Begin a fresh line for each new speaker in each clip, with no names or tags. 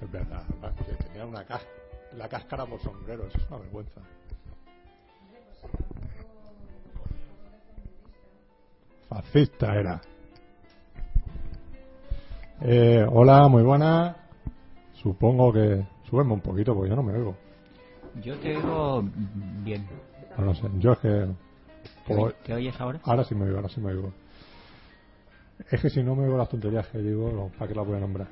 Es verdad, que tenía una cas- la cáscara por sombrero, eso es una vergüenza. Fascista era. Eh, hola, muy buenas. Supongo que. Súbeme un poquito porque yo no me oigo.
Yo te oigo bien.
No lo sé, yo es que.
¿Te,
por-
oy- te oyes ahora?
Ahora sí me oigo, ahora sí me oigo. Es que si no me oigo las tonterías que digo, no, ¿para qué las voy a nombrar?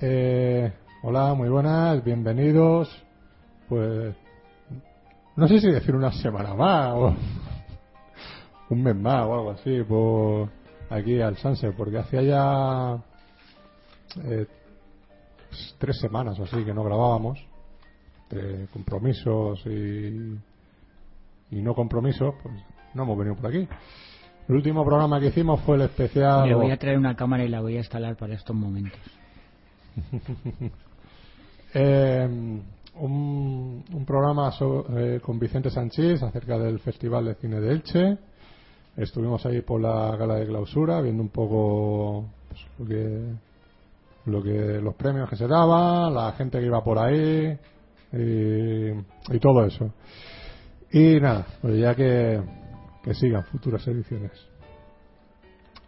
Eh, hola, muy buenas, bienvenidos. Pues. No sé si decir una semana más o un mes más o algo así, por aquí al Sunset, porque hacía ya. eh, tres semanas o así que no grabábamos, de compromisos y, y no compromisos, pues no hemos venido por aquí. El último programa que hicimos fue el especial.
Le voy a traer una cámara y la voy a instalar para estos momentos.
Eh, un, un programa so- eh, con Vicente Sánchez acerca del Festival de Cine de Elche. Estuvimos ahí por la gala de clausura viendo un poco pues, lo que lo que los premios que se daban, la gente que iba por ahí y, y todo eso. Y nada, pues ya que, que sigan futuras ediciones.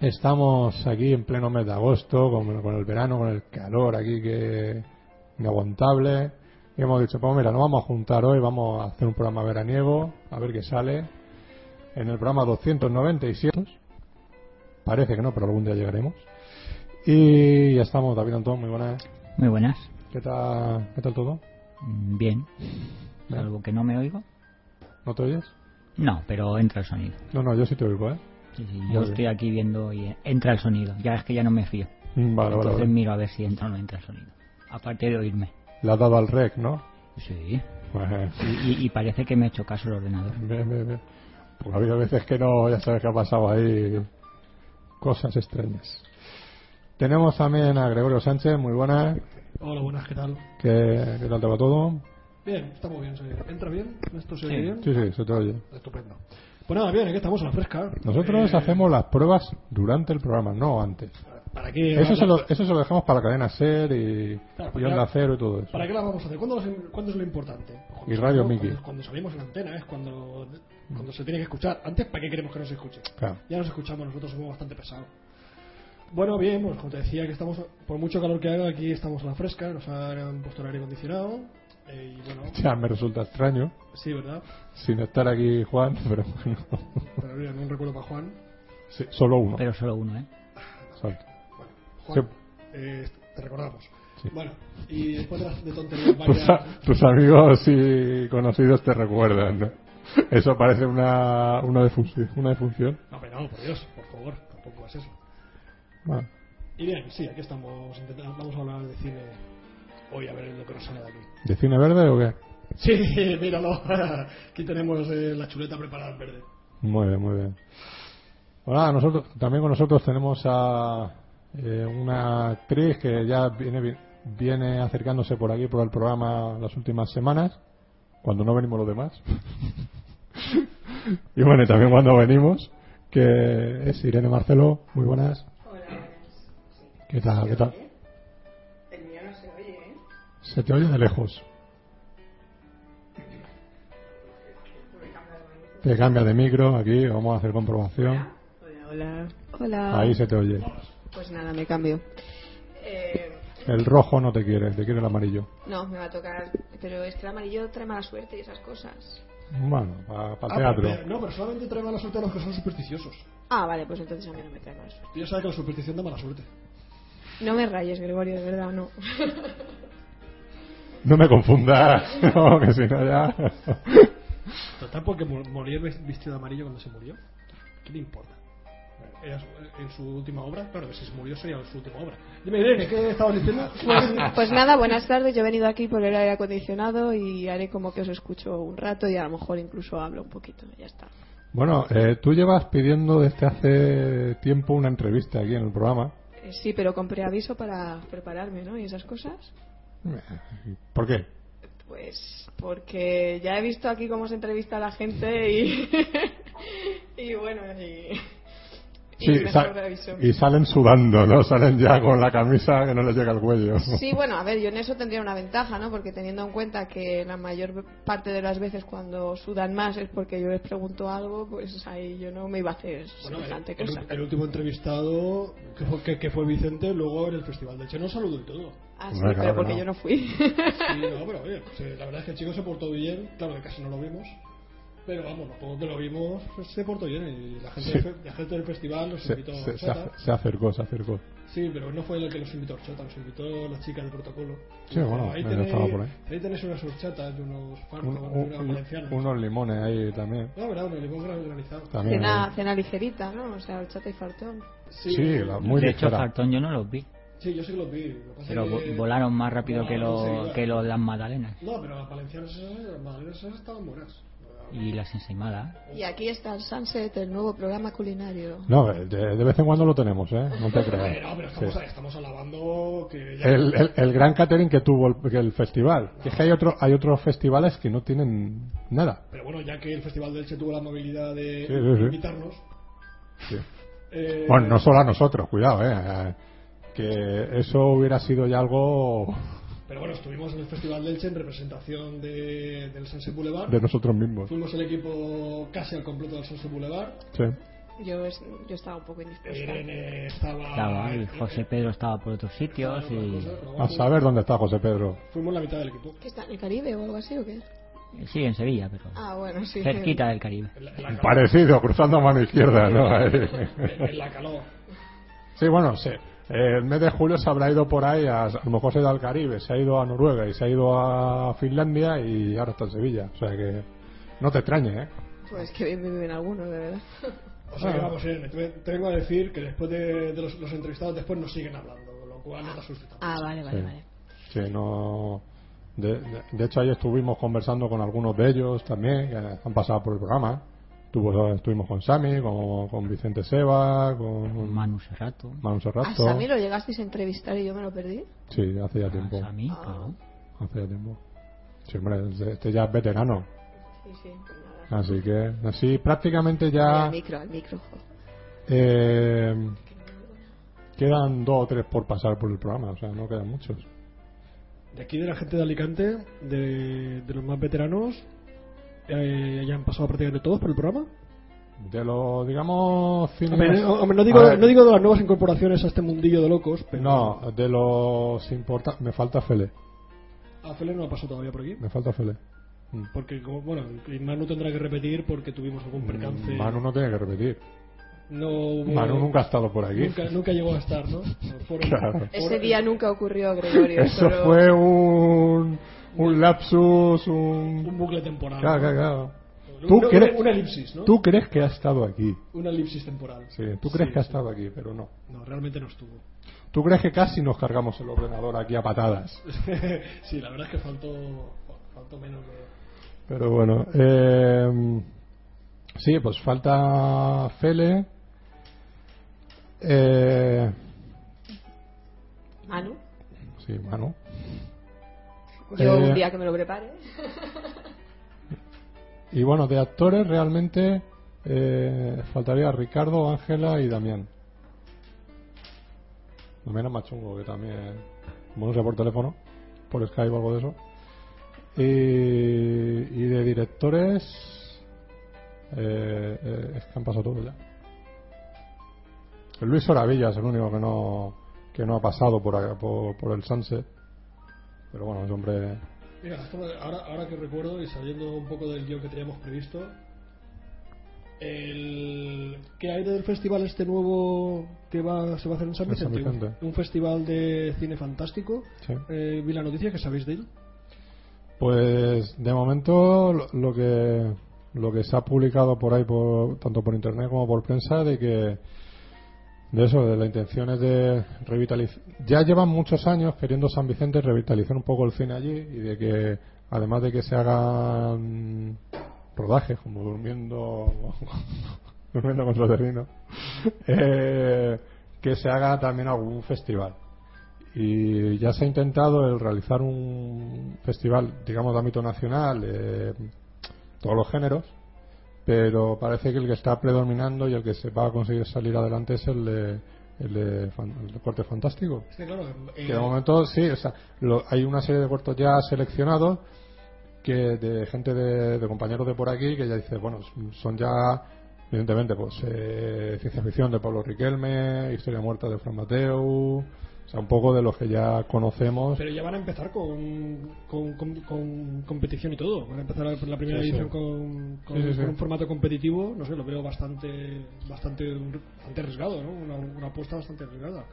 Estamos aquí en pleno mes de agosto, con, con el verano, con el calor aquí que inaguantable. Y hemos dicho, pues mira, nos vamos a juntar hoy, vamos a hacer un programa veraniego, a ver qué sale. En el programa 297, parece que no, pero algún día llegaremos. Y ya estamos, David Antón, muy buenas.
Muy buenas.
¿Qué tal, qué tal todo?
Mm, Bien.
Bien.
Salvo que no me oigo.
¿No te oyes?
No, pero entra el sonido.
No, no, yo sí te oigo, ¿eh?
Sí, sí,
Muy
yo
bien.
estoy aquí viendo y eh, entra el sonido. Ya es que ya no me fío.
Mm, Vale, vale,
Entonces
vale.
miro a ver si entra o no entra el sonido. Aparte de oírme.
Le has dado al rec, ¿no?
Sí.
Pues,
Y, y- y parece que me ha hecho caso el ordenador.
bien, bien, bien. Porque ha habido veces que no, ya sabes que ha pasado ahí cosas extrañas. Tenemos también a Gregorio Sánchez, muy buena.
Hola, buenas, ¿qué tal?
¿Qué, qué tal te va todo?
Bien, está muy bien, se oye. ¿Entra bien? ¿Esto se oye
Sí.
bien?
Sí, sí, se te oye.
Estupendo. Pues nada, bien, aquí estamos a la fresca.
Nosotros
Eh,
hacemos las pruebas durante el programa, no antes.
¿Para qué?
Eso se,
hablar?
lo, eso se lo dejamos para cadena SER y,
Claro,
y
porque
Onda
ahora-
Cero y todo eso.
¿Para qué la vamos a hacer? ¿Cuándo, las- cuándo es lo importante? Pues cuando
Y Radio
salimos-
Mickey. Mm.
Cuando, cuando salimos en antena, es cuando, cuando se tiene que escuchar. Antes, ¿para qué queremos que nos escuche?
Claro.
Ya nos escuchamos, nosotros somos bastante pesados. Bueno, bien, pues como te decía, que estamos, por mucho calor que haga, aquí estamos a la fresca, nos han puesto el aire acondicionado. eh, y bueno,
Ya me resulta extraño
sí, ¿verdad?
sin estar aquí Juan, pero bueno.
Pero mira, no un recuerdo para Juan.
Sí, solo uno.
Pero solo uno, ¿eh?
Exacto.
Bueno, Juan, eh, te recordamos. Bueno, y después de, las- de tonterías
Tus,
varias,
tus amigos y conocidos te recuerdan, ¿no? Eso parece una, una, defunción, una defunción.
No, pero no, por Dios, por favor, tampoco es eso.
Ah,
Y bien, sí, aquí estamos, intentando, vamos a hablar de cine hoy, a ver lo que nos sale de aquí.
¿De cine verde o qué?
Sí, míralo, aquí tenemos eh, la chuleta preparada en verde.
Muy bien, muy bien. Hola, nosotros, también con nosotros tenemos a eh, una actriz que ya viene, viene acercándose por aquí, por el programa, las últimas semanas, cuando no venimos los demás. y bueno, y también cuando venimos, que es Irene Marcelo. Muy buenas.
Hola.
¿Qué tal? ¿Qué tal?
¿Eh? El mío no se oye, ¿eh?
Se te oye de lejos. Te cambia de micro aquí, vamos a hacer comprobación.
Hola, hola. Hola.
Ahí se te oye.
Pues nada, me cambio. Eh,
El rojo no te quiere, te quiere el amarillo.
no, me va a tocar. Pero es que el amarillo trae mala suerte y esas cosas.
Bueno, para
Ah,
teatro.
pero- pero- no, pero solamente trae mala suerte a los que son supersticiosos.
Ah, vale, pues entonces a mí no me trae mala suerte.
Tú ya sabes que la superstición da mala suerte.
No me rayes, Gregorio, de verdad, no.
No me confundas, no, que si no ya.
Total, porque Mol- Molière ves- vistió de amarillo cuando se murió. ¿Qué le importa? Era su- en su última obra, claro, que si se murió sería su última obra. Dime, Irene, ¿qué estabas diciendo?
Ah.
Pues nada, buenas tardes. Yo he venido aquí por el aire acondicionado y haré como que os escucho un rato y a lo mejor incluso hablo un poquito. Ya está.
Bueno, eh, tú llevas pidiendo desde hace tiempo una entrevista aquí en el programa.
Eh, sí, pero con preaviso para prepararme, ¿no? Y esas cosas.
¿Por qué?
Pues porque ya he visto aquí cómo se entrevista a la gente y, y bueno, y, y mejor
sa-
reviso.
y salen sudando, ¿no? Salen ya con la camisa que no les llega al cuello.
Sí, bueno, a ver, yo en eso tendría una ventaja, ¿no? Porque teniendo en cuenta que la mayor parte de las veces cuando sudan más es porque yo les pregunto algo, pues ahí yo no me iba a hacer
Bueno,
semejante
el,
cosa.
el último entrevistado que fue, que- que fue Vicente, luego en el Festival de Cheno saludó y todo.
Ah, sí,
Hombre, claro
pero
que
porque
no.
yo no fui.
Sí, no, pero oye, pues, eh, la verdad es que el chico se portó bien, claro que casi no lo vimos. Pero vamos, los pocos que lo vimos pues, se portó bien y la gente,
Sí.
del fe- la gente del festival nos
Se,
invitó a
se- se
horchata.
ac- se acercó, se acercó.
Sí, pero no fue el que nos invitó a horchata, nos invitó la chica del protocolo.
Sí, bueno,
ahí
eh,
tenéis,
estaba por ahí.
ahí tenéis unas horchatas y unos fartos,
Un- un-
unas valencianas.
unos limones ahí también.
No, verdad, un limón gran- granizado.
también ¿eh?
cena, cena ligerita, ¿no? O sea, horchata y fartón.
Sí,
Sí, la- muy
de hecho,
ligera.
Fartón yo no los vi.
sí, yo sí que los vi. lo que pasa
Pero
es
vo-
que-
volaron más rápido
No,
que,
no sé,
los,
claro.
que los, las magdalenas.
No, pero las valencianas esas, las madrileñas esas estaban buenas.
Mm.
Y las ensaimadas.
Y aquí está el Sunset, el nuevo programa culinario.
No, eh, de, de vez en cuando lo tenemos, ¿eh? No te creas.
Pero, pero estamos,
Sí.
estamos alabando que ya...
el, el- el gran catering que tuvo el, que el festival. Que es que hay, otro, hay otros festivales que no tienen nada.
Pero bueno, ya que el Festival de Elche tuvo la amabilidad de
Sí, sí, sí.
invitarnos... eh,
Bueno, no solo a nosotros, cuidado, ¿eh? Que eso hubiera sido ya algo
Pero bueno, estuvimos en el Festival de Elche en representación de, del Sunset Boulevard.
de nosotros mismos.
Fuimos el equipo casi al completo del Sunset Boulevard.
Sí.
Yo, es- yo estaba un poco indispuesta.
Irene estaba...
Estaba, y José Pedro estaba por otros sitios y...
A saber dónde está José Pedro.
Fuimos la mitad del equipo.
¿Qué está en el Caribe o algo así o qué?
Sí, en Sevilla, pero...
Ah, bueno, sí.
Cerquita del Caribe.
En la, en la calor.
Parecido, cruzando mano izquierda, ¿no? Ahí.
En la calor.
Sí, bueno, sí. El mes de julio se habrá ido por ahí, a, a lo mejor se ha ido al Caribe, se ha ido a Noruega y se ha ido a Finlandia y ahora está en Sevilla. O sea que no te extrañe, ¿eh?
Pues que bien viven algunos, de verdad.
O sea que vamos, Irene, te, te vengo a decir que después de, de los, los entrevistados después nos siguen hablando, con lo cual no te asustes.
Ah, vale, vale,
Sí.
vale.
Sí, no. De, de- de hecho, ahí estuvimos conversando con algunos de ellos también, que han pasado por el programa. Tuvo- estuvimos con Sami, con, con Vicente Seba, con
Manu Serrato.
Manu
A
Serrato.
Sami Ah, lo llegasteis a entrevistar y yo me lo perdí.
Sí, hace ya tiempo.
A mí, claro.
Hace ya tiempo. Sí, hombre, este- este ya es veterano.
Sí, sí, pues nada.
Así que, así prácticamente
Al
ya
micro, al micro. jo.
eh, quedan dos o tres por pasar por el programa, o sea, no quedan muchos.
De aquí de la gente de Alicante, de, de los más veteranos, eh, ya han pasado prácticamente todos por el programa.
De los, digamos,
A
cine-
ver, eh, hombre, no,
A
digo,
ver,
no digo de las nuevas incorporaciones a este mundillo de locos, pero
no, de los importantes. Me falta Fele,
a Fele no ha pasado todavía por aquí.
me falta Fele. Mm.
Porque, como- bueno, y Manu tendrá que repetir porque tuvimos algún percance.
Manu no tiene que repetir.
No hubo-
Manu nunca ha estado por aquí.
eh, Nunca, nunca llegó a estar, ¿no? Por-
Claro.
por-
Ese día nunca ocurrió, Gregorio.
Eso
solo-
fue un, un lapsus,
Un
un.
bucle temporal.
Claro,
Ah, ¿no?
claro, claro.
Un-
¿Tú
una-
crees-
Una elipsis, ¿no?
Tú crees que ha estado aquí.
Una elipsis temporal.
Sí, tú crees
Sí,
que ha
sí.
estado aquí, pero no.
No, realmente no estuvo.
¿Tú crees que casi nos cargamos el ordenador aquí a patadas?
sí, la verdad es que faltó, faltó menos de...
Pero bueno, eh, sí, pues falta Fele. Eh,
Manu.
sí, Manu.
Yo
Eh,
un día que me lo prepare.
Y bueno, de actores realmente eh, faltaría Ricardo, Ángela y Damián. Damián es más chungo, que también. Como no sea por teléfono, por Skype o algo de eso. Y, y de directores. eh, eh, es que han pasado todos ya. Luis Oravilla es el único que no que no ha pasado por, acá- por, por el Sunset. Pero bueno, ese hombre.
Mira, esto me- ahora, ahora que recuerdo y saliendo un poco del guión que teníamos previsto, el... ¿qué hay del festival este nuevo que va, se va a hacer en San
En San
Vicente?
Vicente.
Un, un festival de cine fantástico.
sí.
Eh, vi la noticia, que sabéis de él?
Pues de momento lo- lo que lo que se ha publicado por ahí por, tanto por internet como por prensa de que de eso, de la intención es de revitalizar. Ya llevan muchos años queriendo San Vicente revitalizar un poco el cine allí y de que además de que se hagan rodajes como durmiendo durmiendo con los vecinos, eh, que se haga también algún festival y ya se ha intentado el realizar un festival, digamos, de ámbito nacional, eh, todos los géneros, pero parece que el que está predominando y el que se va a conseguir salir adelante es el de, el de, fan- el de corte fantástico.
Es que claro, eh,
Que de momento sí, o sea, lo- hay una serie de cortos ya seleccionados que de gente de, de compañeros de por aquí que ya dice, bueno, son ya evidentemente pues eh, ciencia ficción de Pablo Riquelme, historia muerta de Fran Mateu, o sea, un poco de los que ya conocemos.
Pero ya van a empezar con, con, con- con competición y todo. Van a empezar la- la primera
Sí, sí.
edición con, con-
Sí, sí, sí.
con un formato competitivo. No sé, lo veo bastante bastante, bastante arriesgado, ¿no? Una, una apuesta bastante arriesgada.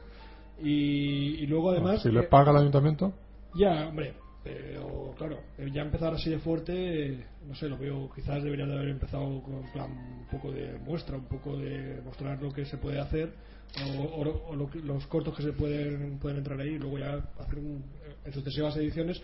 Y, y luego, además.
si
eh,
les paga el ayuntamiento,
ya, hombre. Pero claro, eh, ya empezar así de fuerte, eh, no sé, lo veo. Quizás debería de haber empezado con en plan, un poco de muestra, un poco de mostrar lo que se puede hacer o, o- o lo que- los cortos que se pueden, pueden entrar ahí y luego ya hacer un- en sucesivas ediciones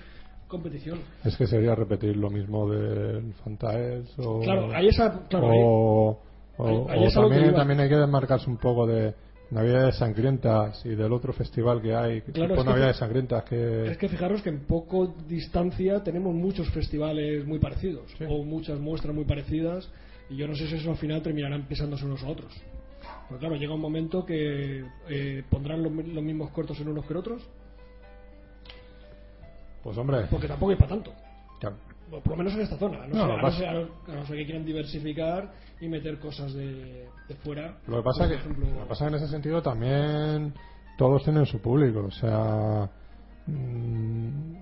competición.
es que sería repetir lo mismo del Fantaels o...
Claro, ahí esa. Claro, ahí-
o, o-
ahí- ahí
o
es a lo que
también,
iba.
también hay que desmarcarse un poco de Navidades Sangrientas y del otro festival que hay,
Claro,
tipo
es que-
Navidades Sangrientas, que,
Es que fijaros que en poco distancia tenemos muchos festivales muy parecidos
Sí.
o muchas muestras muy parecidas y yo no sé si eso al final terminarán pisándose unos a otros. Porque claro, llega un momento que eh, pondrán los, mi- los mismos cortos en unos que en otros,
pues hombre,
porque tampoco es para tanto.
claro,
Bueno, por lo menos en esta zona.
No,
No sé,
lo
a, no
pasa-
ser, a no- a no ser que quieran diversificar y meter cosas de, de fuera.
lo que pasa
Por
que,
ejemplo,
lo que pasa que en ese sentido también todos tienen su público, o sea, mm,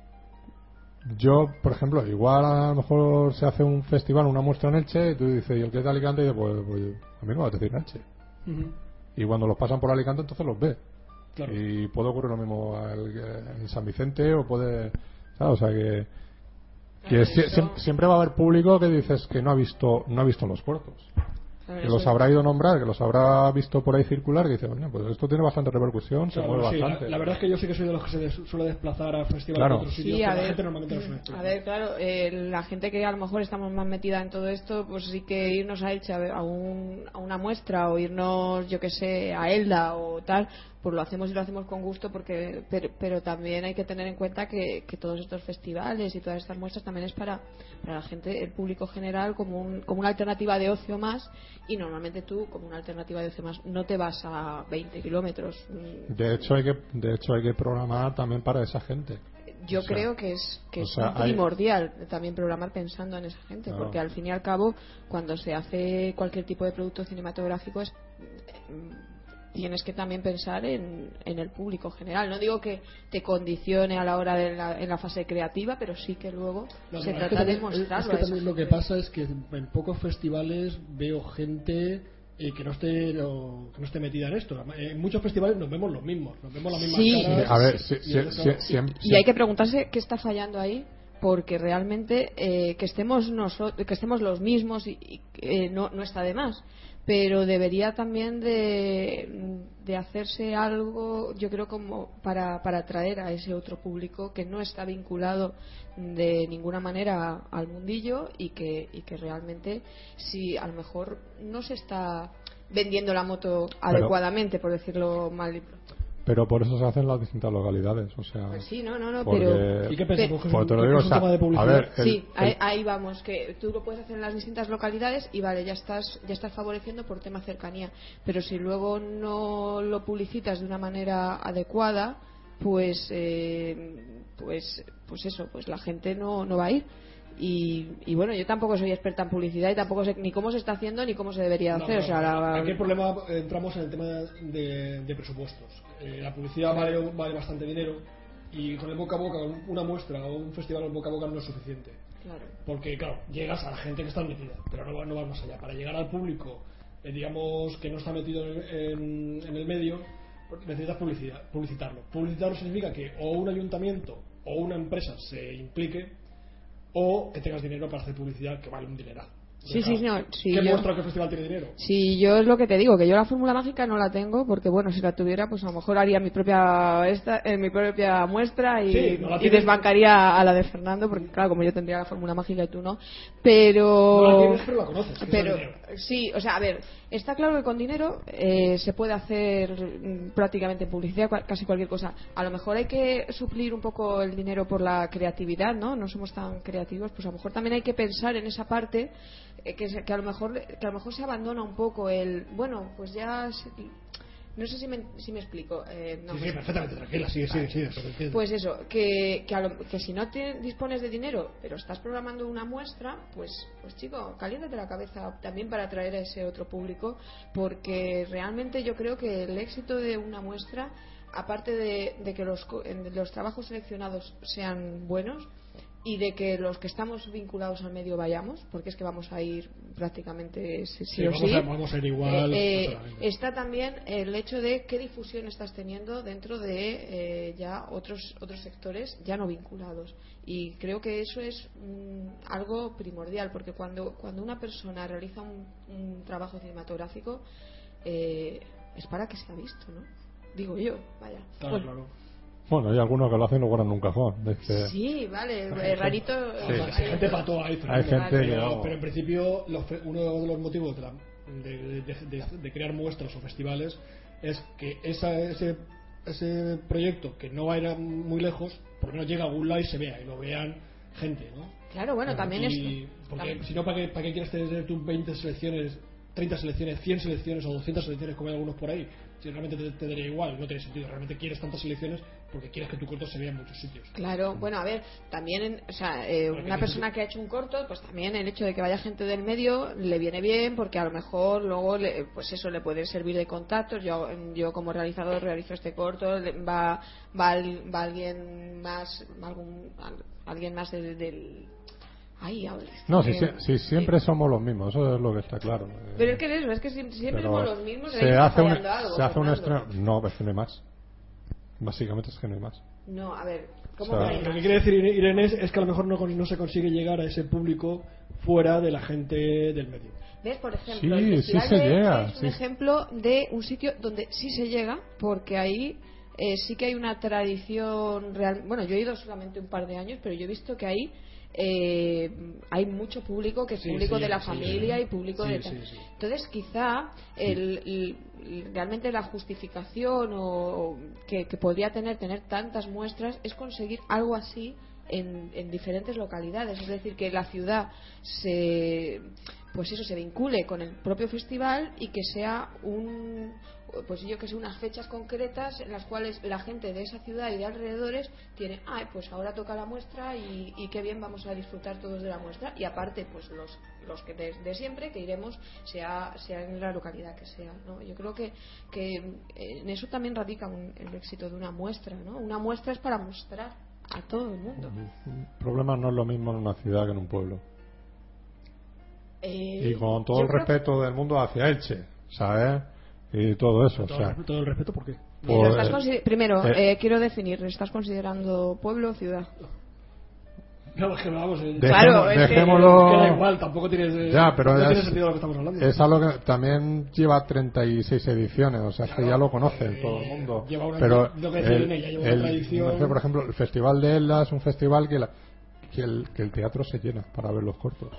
yo, por ejemplo, igual a lo mejor se hace un festival, una muestra en Elche, y tú dices, ¿y el que es de Alicante? Y dices, pues, pues a mí no me apetece ir a Elche.
Ujú,
Y cuando los pasan por Alicante, entonces los ves.
claro.
Y puede ocurrir lo mismo al- en San Vicente o puede. ¿sabes? O sea que. que
Claro,
sie-
eso-
siem- siempre va a haber público que dices que no ha visto no ha visto los cortos.
Claro,
que
eso
los
es-
habrá ido a nombrar, que los habrá visto por ahí circular, que dice, bueno, pues esto tiene bastante repercusión, se
Claro,
mueve
sí, la-
bastante.
La, verdad es que yo sí que soy de los que se des- suele desplazar a festivales
Claro.
de otros
Sí,
sitios,
a
pero la
ver.
gente normalmente no suele.
A ver, claro, eh, la gente que a lo mejor estamos más metida en todo esto, pues sí que irnos a Elche a, ver- a un- a una muestra o irnos, yo que sé, a Elda o tal, pues lo hacemos y lo hacemos con gusto, porque pero, pero también hay que tener en cuenta que, que todos estos festivales y todas estas muestras también es para, para la gente, el público general, como, un- como una alternativa de ocio más. Y normalmente tú, como una alternativa de ocio más, no te vas a 20 kilómetros. mm,
De hecho, hay que, de hecho, hay que programar también para esa gente.
yo
O sea,
creo que es que
o
es
sea, hay-
primordial también programar pensando en esa gente,
Claro.
porque al fin y al cabo, cuando se hace cualquier tipo de producto cinematográfico, es, mm, tienes que también pensar en, en el público general. No digo que te condicione a la hora de la, en la fase creativa, pero sí que luego
No,
se
no, es que
trata de
también-
mostrarlo.
Es
a
que
esa
también lo que
gente.
pasa es que en pocos festivales veo gente eh, que no esté lo- que no esté metida en esto. En muchos festivales nos vemos los mismos, nos vemos las mismas
Sí.
Sí,
caras.
a ver, si-
y
si-
eso-
si- siempre-
Y hay que preguntarse qué está fallando ahí, porque realmente eh, que estemos noso- que estemos los mismos y, y, eh, no, no está de más. Pero debería también de, de hacerse algo, yo creo, como para, para atraer a ese otro público que no está vinculado de ninguna manera al mundillo y que, y que realmente, si a lo mejor no se está vendiendo la moto adecuadamente, por decirlo mal. y pronto.
Pero por eso se hacen las distintas localidades. O sea,
Pues sí, no, no, no,
porque-
pero.
¿Y qué pensamos?
Pe-
que es
Pues
un-
te lo
que
digo,
es un
o sea,
tema de publicidad?
a ver, el-
Sí, ahí, ahí vamos, que tú lo puedes hacer en las distintas localidades y vale, ya estás, ya estás favoreciendo por tema cercanía, pero si luego no lo publicitas de una manera adecuada, pues, eh, pues, pues eso, pues la gente no, no va a ir. Y, y bueno, yo tampoco soy experta en publicidad y tampoco sé ni cómo se está haciendo ni cómo se debería
No,
hacer.
no,
o sea, la-
Aquí el problema eh, entramos en el tema de, de presupuestos. Eh, la publicidad vale, un- vale bastante dinero y con el boca a boca, un- una muestra o un festival boca a boca no es suficiente.
claro.
Porque, claro, llegas a la gente que está metida, pero no, va- no vas más allá. Para llegar al público, eh, digamos, que no está metido en, en- en el medio, necesitas publicidad, publicitarlo. Publicitarlo significa que o un ayuntamiento o una empresa se implique o que tengas dinero para hacer publicidad que vale un dineral.
Sí, sí, no, sí,
¿Qué
yo-
muestra o qué festival tiene dinero?
Si yo es lo que te digo, que yo la fórmula mágica no la tengo, porque bueno, si la tuviera, pues a lo mejor haría mi propia esta, eh, mi propia muestra y,
Sí, no la
y
tienes.
desbancaría a la de Fernando, porque claro, como yo tendría la fórmula mágica y tú no,
No la
pero
tienes, pero la conoces. que es
pero
el dinero.
sí, o sea, a ver, está claro que con dinero eh, se puede hacer mm, prácticamente publicidad, cua- casi cualquier cosa. A lo mejor hay que suplir un poco el dinero por la creatividad, ¿no? No somos tan creativos, pues a lo mejor también hay que pensar en esa parte eh, que, se- que a lo mejor que a lo mejor se abandona un poco el, bueno, pues ya se- no sé si me, si me explico. eh, no,
Sí,
me
sí, perfectamente, tranquila, sigue, sigue, sigue. pero entiendo.
pues eso, que, que, a lo- que si no te dispones de dinero, pero estás programando una muestra, pues, pues chico, caliéntate la cabeza también para atraer a ese otro público, porque realmente yo creo que el éxito de una muestra, aparte de, de que los, co- en- los trabajos seleccionados sean buenos y de que los que estamos vinculados al medio vayamos, porque es que vamos a ir prácticamente sí, sí
Sí,
o
vamos,
sí.
a, vamos a ir igual.
Eh, eh,
totalmente.
está también el hecho de qué difusión estás teniendo dentro de eh, ya otros otros sectores ya no vinculados y creo que eso es mm, algo primordial porque cuando cuando una persona realiza un, un trabajo cinematográfico eh, es para que sea visto no digo yo vaya Pues
Claro,
Bueno,
claro.
bueno, hay algunos que lo hacen y lo guardan en un cajón. Dice,
sí vale eh, rarito
O
eh,
sea, hay gente para todo ahí, Fernando.
Hay gente
pero,
que no.
pero en principio los fe- uno de los motivos de, la- de- de- de- de crear muestras o festivales es que esa- ese, ese proyecto que no va a ir a muy lejos, por lo menos llega a algún lado y se vea, y lo vean gente, ¿no?
claro bueno también
Y-
es
Porque
también-
si no, ¿para qué, ¿para qué quieres tener tú 20 selecciones, 30 selecciones, 100 selecciones o 200 selecciones como hay algunos por ahí? Si realmente te, te daría igual, no tiene sentido. Realmente quieres tantas selecciones porque quieres que tu corto se vea en muchos sitios.
Claro, bueno, a ver, también, en- o sea, eh,
Porque
una
tú-
persona que ha hecho un corto, pues también el hecho de que vaya gente del medio le viene bien, porque a lo mejor luego, le- pues eso le puede servir de contactos. Yo, yo como realizador realizo este corto, le- va, va, al- va alguien más, va algún, al- alguien más del, del- ay, ahora es
No,
que-
si, sie- si siempre somos los mismos, eso es lo que está claro. Eh,
Pero es que es eso, es que siem- siempre
pero
somos los mismos. ahí
Se
está
hace, un, pues
fallando algo,
se hace un
Fernando.
extra- No, es que no hay más. Básicamente es que no hay más.
No, a ver, ¿cómo
O sea,
que hay
Lo que
más?
quiere decir Irene- Irene es, es que a lo mejor no, con- no se consigue llegar a ese público fuera de la gente del medio.
¿Ves, por ejemplo?
Sí,
el
sí
Festival
se
de Elche
llega,
Es un
sí.
ejemplo de un sitio donde sí se llega, porque ahí eh, sí que hay una tradición real. Bueno, yo he ido solamente un par de años, pero yo he visto que ahí eh, hay mucho público, que es
Sí,
público
sí,
de la
sí,
familia
sí.
y público
Sí,
de
sí,
tal.
sí.
Entonces, quizá el- el- el- realmente la justificación o, o que, que podría tener tener tantas muestras es conseguir algo así en, en diferentes localidades. Es decir, que la ciudad se, pues eso, se vincule con el propio festival y que sea un, pues yo que sé, unas fechas concretas en las cuales la gente de esa ciudad y de alrededores tiene, ay, pues ahora toca la muestra y, y qué bien vamos a disfrutar todos de la muestra. Y aparte, pues los, los que de, de siempre que iremos, sea, sea en la localidad que sea. ¿no? Yo creo que, que en eso también radica un- el éxito de una muestra. ¿no? Una muestra es para mostrar a todo el mundo.
El problema no es lo mismo en una ciudad que en un pueblo.
Eh,
Y con todo
yo
el
creo que-
respeto del mundo hacia Elche, ¿sabes? Y todo eso, o
Todo,
sea,
todo el respeto, ¿por qué?
Pero
Pues,
estás consider- primero,
eh,
eh, quiero definir, ¿estás considerando pueblo o ciudad?
No, es que vamos, eh,
dejemo-
Claro, es que-
dejémoslo...
que da igual, tampoco tienes, eh,
Ya, pero
no
es-
tiene sentido lo que estamos hablando.
Es algo que también lleva 36 ediciones, o sea, es que ya lo conoce
Eh,
todo el mundo.
lleva una-
pero
lo que decía
el-
Irene, ya lleva una
el-
tradición.
no sé, por ejemplo, el Festival de Elda es un festival que, la- que, el, que el teatro se llena para ver los cortos.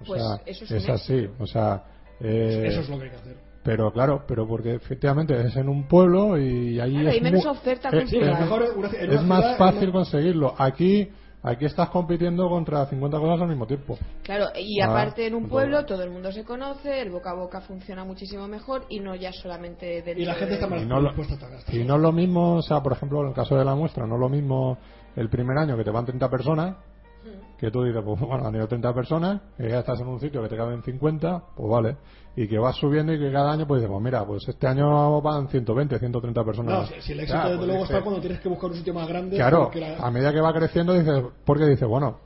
O
Pues
sea,
eso es
es,
un
así, o sea... eh,
Eso es lo que hay que hacer.
Pero claro, pero porque efectivamente es en un pueblo y ahí
Claro,
es
hay menos
muy-
oferta
eh,
cultural.
es-
A lo mejor
en una- en una
es más
ciudad-
fácil
en una-
conseguirlo. Aquí aquí estás compitiendo contra 50 cosas al mismo tiempo.
Claro, y
Ah,
aparte en un
entonces-
pueblo todo el mundo se conoce, el boca a boca funciona muchísimo mejor y no ya solamente dentro
Y la gente
de-
está más
Y no, lo,
dispuesta a estar gastada.
y no es lo mismo, o sea, por ejemplo, en el caso de la muestra, no es lo mismo el primer año que te van 30 personas, que tú dices, pues bueno, han ido 30 personas, que ya estás en un sitio que te caben 50, pues vale, y que vas subiendo y que cada año pues dices, pues mira, pues este año van 120, 130 personas.
No, si, si el éxito
Ya,
desde
pues
luego
dices,
está cuando tienes que buscar un sitio más grande.
Claro,
porque la-
a medida que va creciendo, dices, porque dices, bueno,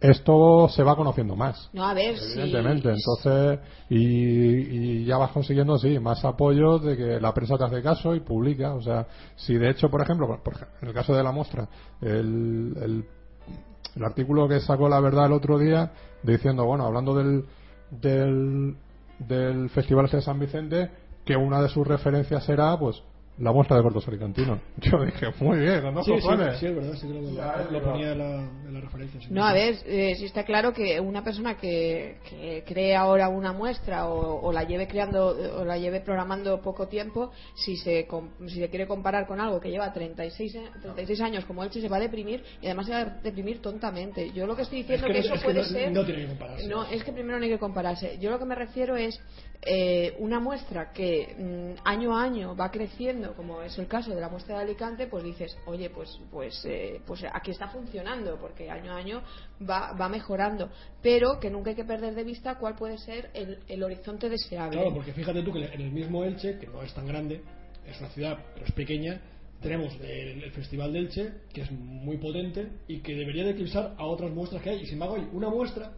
esto se va conociendo más.
No, a ver, si-
Evidentemente, entonces, y, y ya vas consiguiendo, sí, más apoyo de que la prensa te hace caso y publica. O sea, si de hecho, por ejemplo, por- por ej- en el caso de la muestra, el, el, el artículo que sacó La Verdad el otro día, diciendo, bueno, hablando del, del, del Festival este de San Vicente, que una de sus referencias era, pues, la muestra de cortos alicantinos. Yo dije, muy bien, ¿no?
Sí, sí,
cojones?
sí, es verdad, sí que lo,
Ya,
lo-
es
lo
verdad.
ponía en la, en la referencia. sí.
No, a ver, eh, si está claro que una persona que, que cree ahora una muestra o, o la lleve creando o la lleve programando poco tiempo, si se, com- si se quiere comparar con algo que lleva 36, a- 36 años como Elche, se va a deprimir y además se va a deprimir tontamente. Yo lo que estoy
Es
diciendo
que,
es que,
no,
eso
es que
puede
no-
ser.
no tiene que compararse.
No, es que primero no hay que compararse. Yo lo que me refiero es eh, una muestra que mm, año a año va creciendo, como es el caso de la muestra de Alicante, pues dices, oye, pues, pues, eh, pues aquí está funcionando, porque año a año va, va mejorando. Pero que nunca hay que perder de vista cuál puede ser el, el horizonte deseable.
Claro, porque fíjate tú que en el mismo Elche, que no es tan grande, es una ciudad, pero es pequeña, tenemos el, el Festival de Elche, que es muy potente y que debería de eclipsar a otras muestras que hay. Y sin embargo, hay una muestra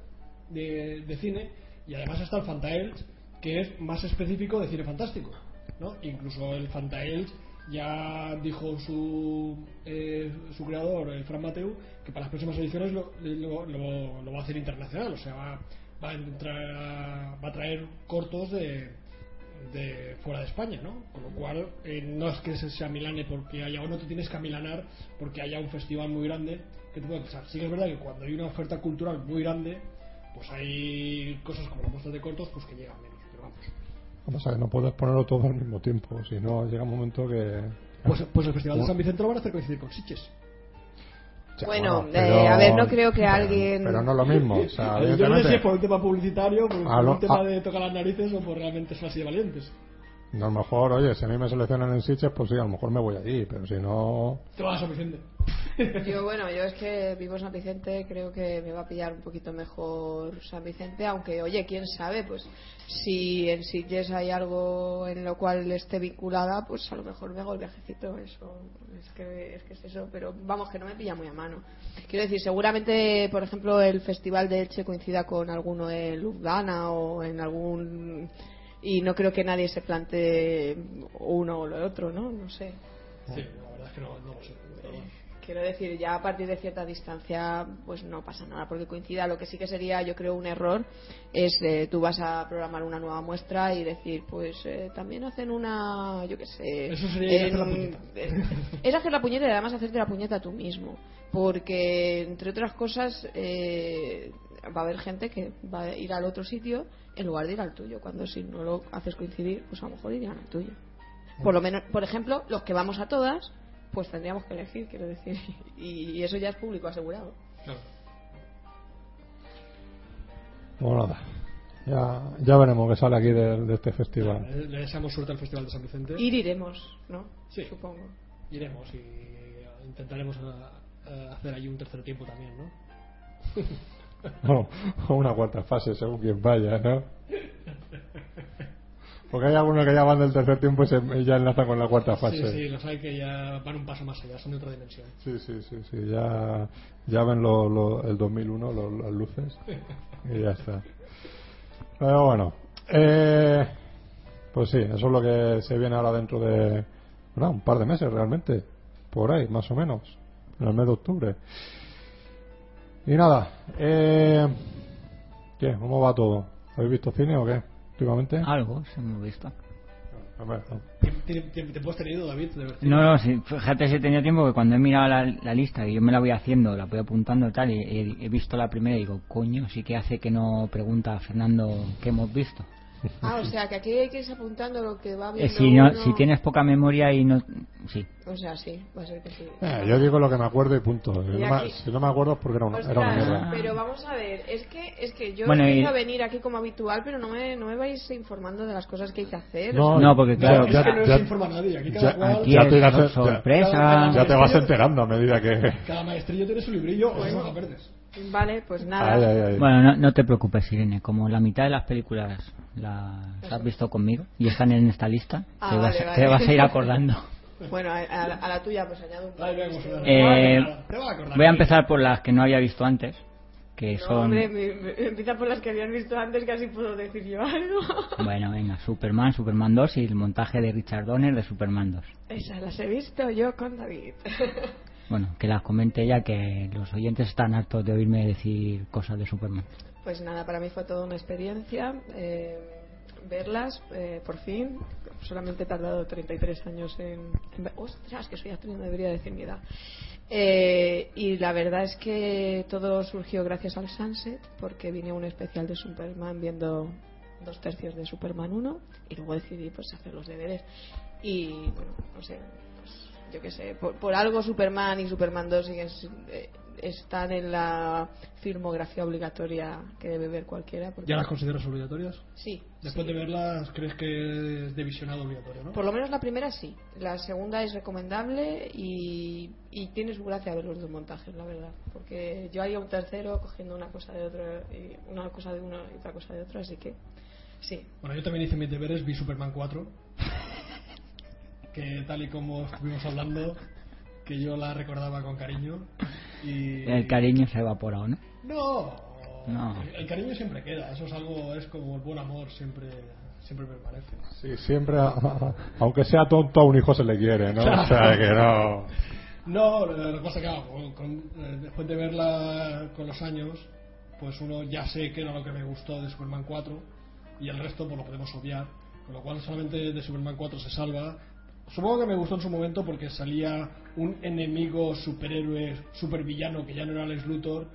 de, de cine y además está el Fantaelch, que es más específico de cine fantástico. ¿no? Incluso el Fantaelch ya dijo su, eh, su creador, eh, Fran Mateu, que para las próximas ediciones lo, lo- lo- lo va a hacer internacional, o sea, va, va a, entrar, va a traer cortos de, de fuera de España, ¿no? Con lo cual, eh, no es que se, se amilane porque haya, o no te tienes que amilanar porque haya un festival muy grande que te pueda pasar. Sí que es verdad que cuando hay una oferta cultural muy grande, pues hay cosas como las muestras de cortos pues que llegan menos, pero vamos.
Vamos a ver, no puedes ponerlo todo al mismo tiempo, si no llega un momento que...
Pues, pues el Festival de San Vicente lo van a hacer coincidir con Siches.
Ya,
Bueno, eh, a ver, no creo que alguien-
Pero no es lo mismo, o sea,
Yo no sé si
evidentemente...
es por un tema publicitario, por un,
A lo-
un tema
a-
de tocar las narices o por realmente ser así de valientes.
A lo mejor, oye, si a mí me seleccionan en Sitges, pues sí, a lo mejor me voy allí, pero si no...
Te vas a San Vicente.
Yo, bueno, yo es que vivo en San Vicente, creo que me va a pillar un poquito mejor San Vicente, aunque, oye, quién sabe, pues si en Sitges hay algo en lo cual esté vinculada, pues a lo mejor me hago el viajecito, eso, es que es, que es eso, pero vamos, que no me pilla muy a mano. Quiero decir, seguramente, por ejemplo, el Festival de Elche coincida con alguno en Luzgana o en algún... Y no creo que nadie se plantee uno o lo otro, ¿no? No sé.
Sí, la verdad es que no, no lo sé. pero bueno.
Quiero decir, ya a partir de cierta distancia, pues no pasa nada porque coincida. Lo que sí que sería, yo creo, un error es eh, tú vas a programar una nueva muestra y decir, pues eh, también hacen una, yo qué sé.
Eso sería ir a hacer la puñeta.
es hacer la puñeta y además hacerte la puñeta tú mismo. Porque, entre otras cosas, eh, va a haber gente que va a ir al otro sitio en lugar de ir al tuyo. Cuando si no lo haces coincidir, pues a lo mejor irían al tuyo. Por lo menos, por ejemplo, los que vamos a todas, pues tendríamos que elegir, quiero decir, y, eso ya es público asegurado.
Claro.
Pues nada. Ya, ya veremos qué sale aquí de, de este festival.
Le deseamos suerte al Festival de San Vicente.
Ir iremos, ¿no?
Sí.
Supongo.
Iremos y eh, intentaremos a- a hacer allí un tercer tiempo también, ¿no?
O, o una cuarta fase, según quien vaya, ¿no? Porque hay algunos que ya van del tercer tiempo y, se- y ya enlazan con la cuarta fase.
Sí, sí, los hay que ya van un paso más allá, son de otra dimensión.
Sí, sí, sí, sí, ya, ya ven lo- lo- el 2001, lo- las luces, y ya está. Pero bueno, eh, pues sí, eso es lo que se viene ahora dentro de bueno, un par de meses realmente, por ahí, más o menos, en el mes de octubre. Y nada, eh, ¿qué? ¿Cómo va todo? ¿Habéis visto cine o qué? Últimamente.
Ah.
Algo, se me ha visto.
A ver, no.
¿Te, te, te puedes tenido, David? De verdad.
No, no, sí, fíjate si he tenido tiempo que cuando he mirado la, la lista y yo me la voy haciendo, la voy apuntando y tal, y he, he visto la primera y digo, coño, sí que hace que no pregunta a Fernando qué hemos visto.
Ah, o sea, que aquí hay que irse apuntando lo que va
Eh,
viendo
si, no,
uno.
si tienes poca memoria y no... Sí,
O sea, sí, va a ser que sí.
Eh, yo digo lo que me acuerdo y punto. Si
Y
no me,
aquí-
si no me acuerdo es porque era una, era una
Ostras,
mierda.
pero vamos a ver, es que, es que yo
Bueno, y-
empiezo a venir aquí como habitual, pero no me, no me vais informando de las cosas que hay que hacer.
No,
No, porque
ya-
claro,
Es
ya-
que no
ya-
se informa nadie, aquí cada
ya-
cual...
aquí
Ya
es
te irás a-
sorpresa.
Ya te vas enterando a medida que.
Cada maestrillo tiene su librillo o hojas verdes.
Vale, pues nada.
Ay, ay, ay.
Bueno, no, no te preocupes, Irene. Como la mitad de las películas las has visto conmigo y están en esta lista,
Ah,
te, vas,
vale,
a-
vale.
te vas a ir acordando.
Bueno, a, a la- a la tuya pues añado un par.
Ahí vemos, ahí
Eh,
vemos. Te vas a acordar.
Voy a empezar por las que no había visto antes, que
No,
son...
hombre, me- me- empieza por las que habías visto antes, casi puedo decir yo algo.
Bueno, venga, Superman, Superman 2 y el montaje de Richard Donner de Superman 2.
Esas las he visto yo con David.
Bueno, que las comente ya que los oyentes están hartos de oírme decir cosas de Superman.
Pues nada, para mí fue toda una experiencia eh, verlas, eh, por fin. Solamente he tardado 33 años en, en ver- ¡Ostras! Que soy actriz, no debería decir mi edad. Eh, y la verdad es que todo surgió gracias al Sunset, porque vine a un especial de Superman viendo dos tercios de Superman 1 y luego decidí pues hacer los deberes. Y bueno, no sé, pues, yo qué sé, por, por algo Superman y Superman 2 siguen s- eh, están en la filmografía obligatoria que debe ver cualquiera. Porque...
¿Ya las consideras obligatorias?
Sí.
Después
sí.
de verlas, crees que es de visionado obligatorio, ¿no?
Por lo menos la primera sí. La segunda es recomendable y, y tiene su gracia ver los dos montajes, la verdad. Porque yo haría un tercero cogiendo una cosa de otra, y una cosa de uno y otra cosa de otra, así que sí.
Bueno, yo también hice mis deberes, vi Superman 4, que tal y como estuvimos hablando, que yo la recordaba con cariño. Y...
El cariño se ha evaporado, ¿no?
No.
No.
El, el cariño siempre queda, eso es algo, es como el buen amor, siempre, siempre permanece.
Sí, siempre, a- a- aunque sea tonto, a un hijo se le quiere, ¿no? O sea, que no.
No, lo lo que pasa es que claro, con- con- eh, después de verla con los años, pues uno ya sé que era lo que me gustó de Superman 4 y el resto pues lo podemos obviar, con lo cual solamente de Superman 4 se salva. Supongo que me gustó en su momento porque salía un enemigo superhéroe, supervillano que ya no era Lex Luthor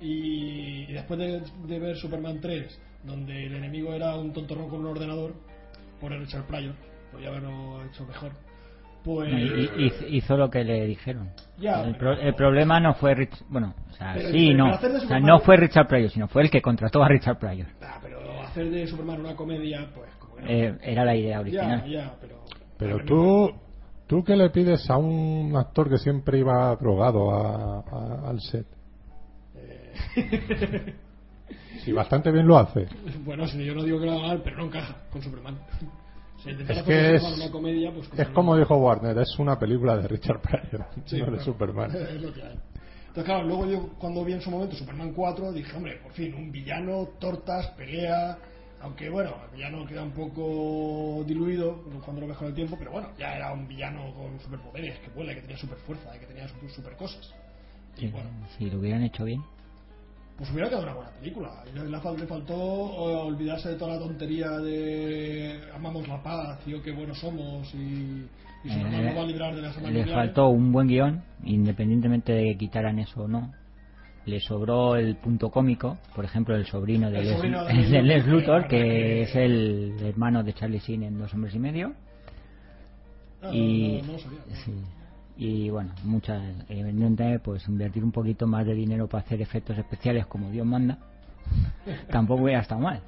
y, y después de, de ver Superman 3, donde el enemigo era un tontorrón con un ordenador, por el Richard Pryor, podía haberlo hecho mejor. Pues...
No, y- y- hizo- hizo lo que le dijeron.
Ya,
el,
pero-
pro- el problema no fue Rich, bueno, o sea,
Pero-
sí,
pero
no,
hacer de
o sea,
Superman-
no fue Richard Pryor, sino fue el que contrató a Richard Pryor.
Ah, pero hacer de Superman una comedia, pues como que no.
Eh, era la idea
ya,
original.
ya, pero.
Pero tú, ¿tú qué le pides a un actor que siempre iba drogado a- a- al set?
eh,
Si bastante bien lo hace.
Bueno, si yo no digo que lo haga mal, pero no encaja con Superman. Si intentas
Es
hacer
que
de
es,
Superman una comedia, pues.
es
no.
como dijo Warner, es una película de Richard Pryor,
Sí,
no de
claro.
Superman.
Es lo que hay. Entonces, claro, luego yo cuando vi en su momento Superman 4, dije, hombre, por fin, un villano, tortas, pelea, Aunque bueno, el villano queda un poco diluido cuando lo ves con el tiempo, pero bueno, ya era un villano con superpoderes, que vuela, que tenía super fuerza, que tenía super, super cosas. Y
Sí,
bueno,
Si lo hubieran hecho bien.
pues hubiera quedado una buena película. Y Le, le fal- le faltó eh, olvidarse de toda la tontería de amamos la paz, tío, qué buenos somos y, y si no
eh,
nos va a librar de las armas
les
nucleares.
faltó un buen guión, independientemente de que quitaran eso o no. Le sobró el punto cómico, por ejemplo, el sobrino de,
El
Les,
sobrino de
de
Les
Les
Luthor,
Luthor,
que-
que es el hermano de Charlie Sheen en Dos Hombres y Medio.
Ah, No, no,
y,
no, no lo sabía. no.
sí. y bueno, muchas, evidentemente, pues invertir un poquito más de dinero para hacer efectos especiales como Dios manda, tampoco hubiera estado mal.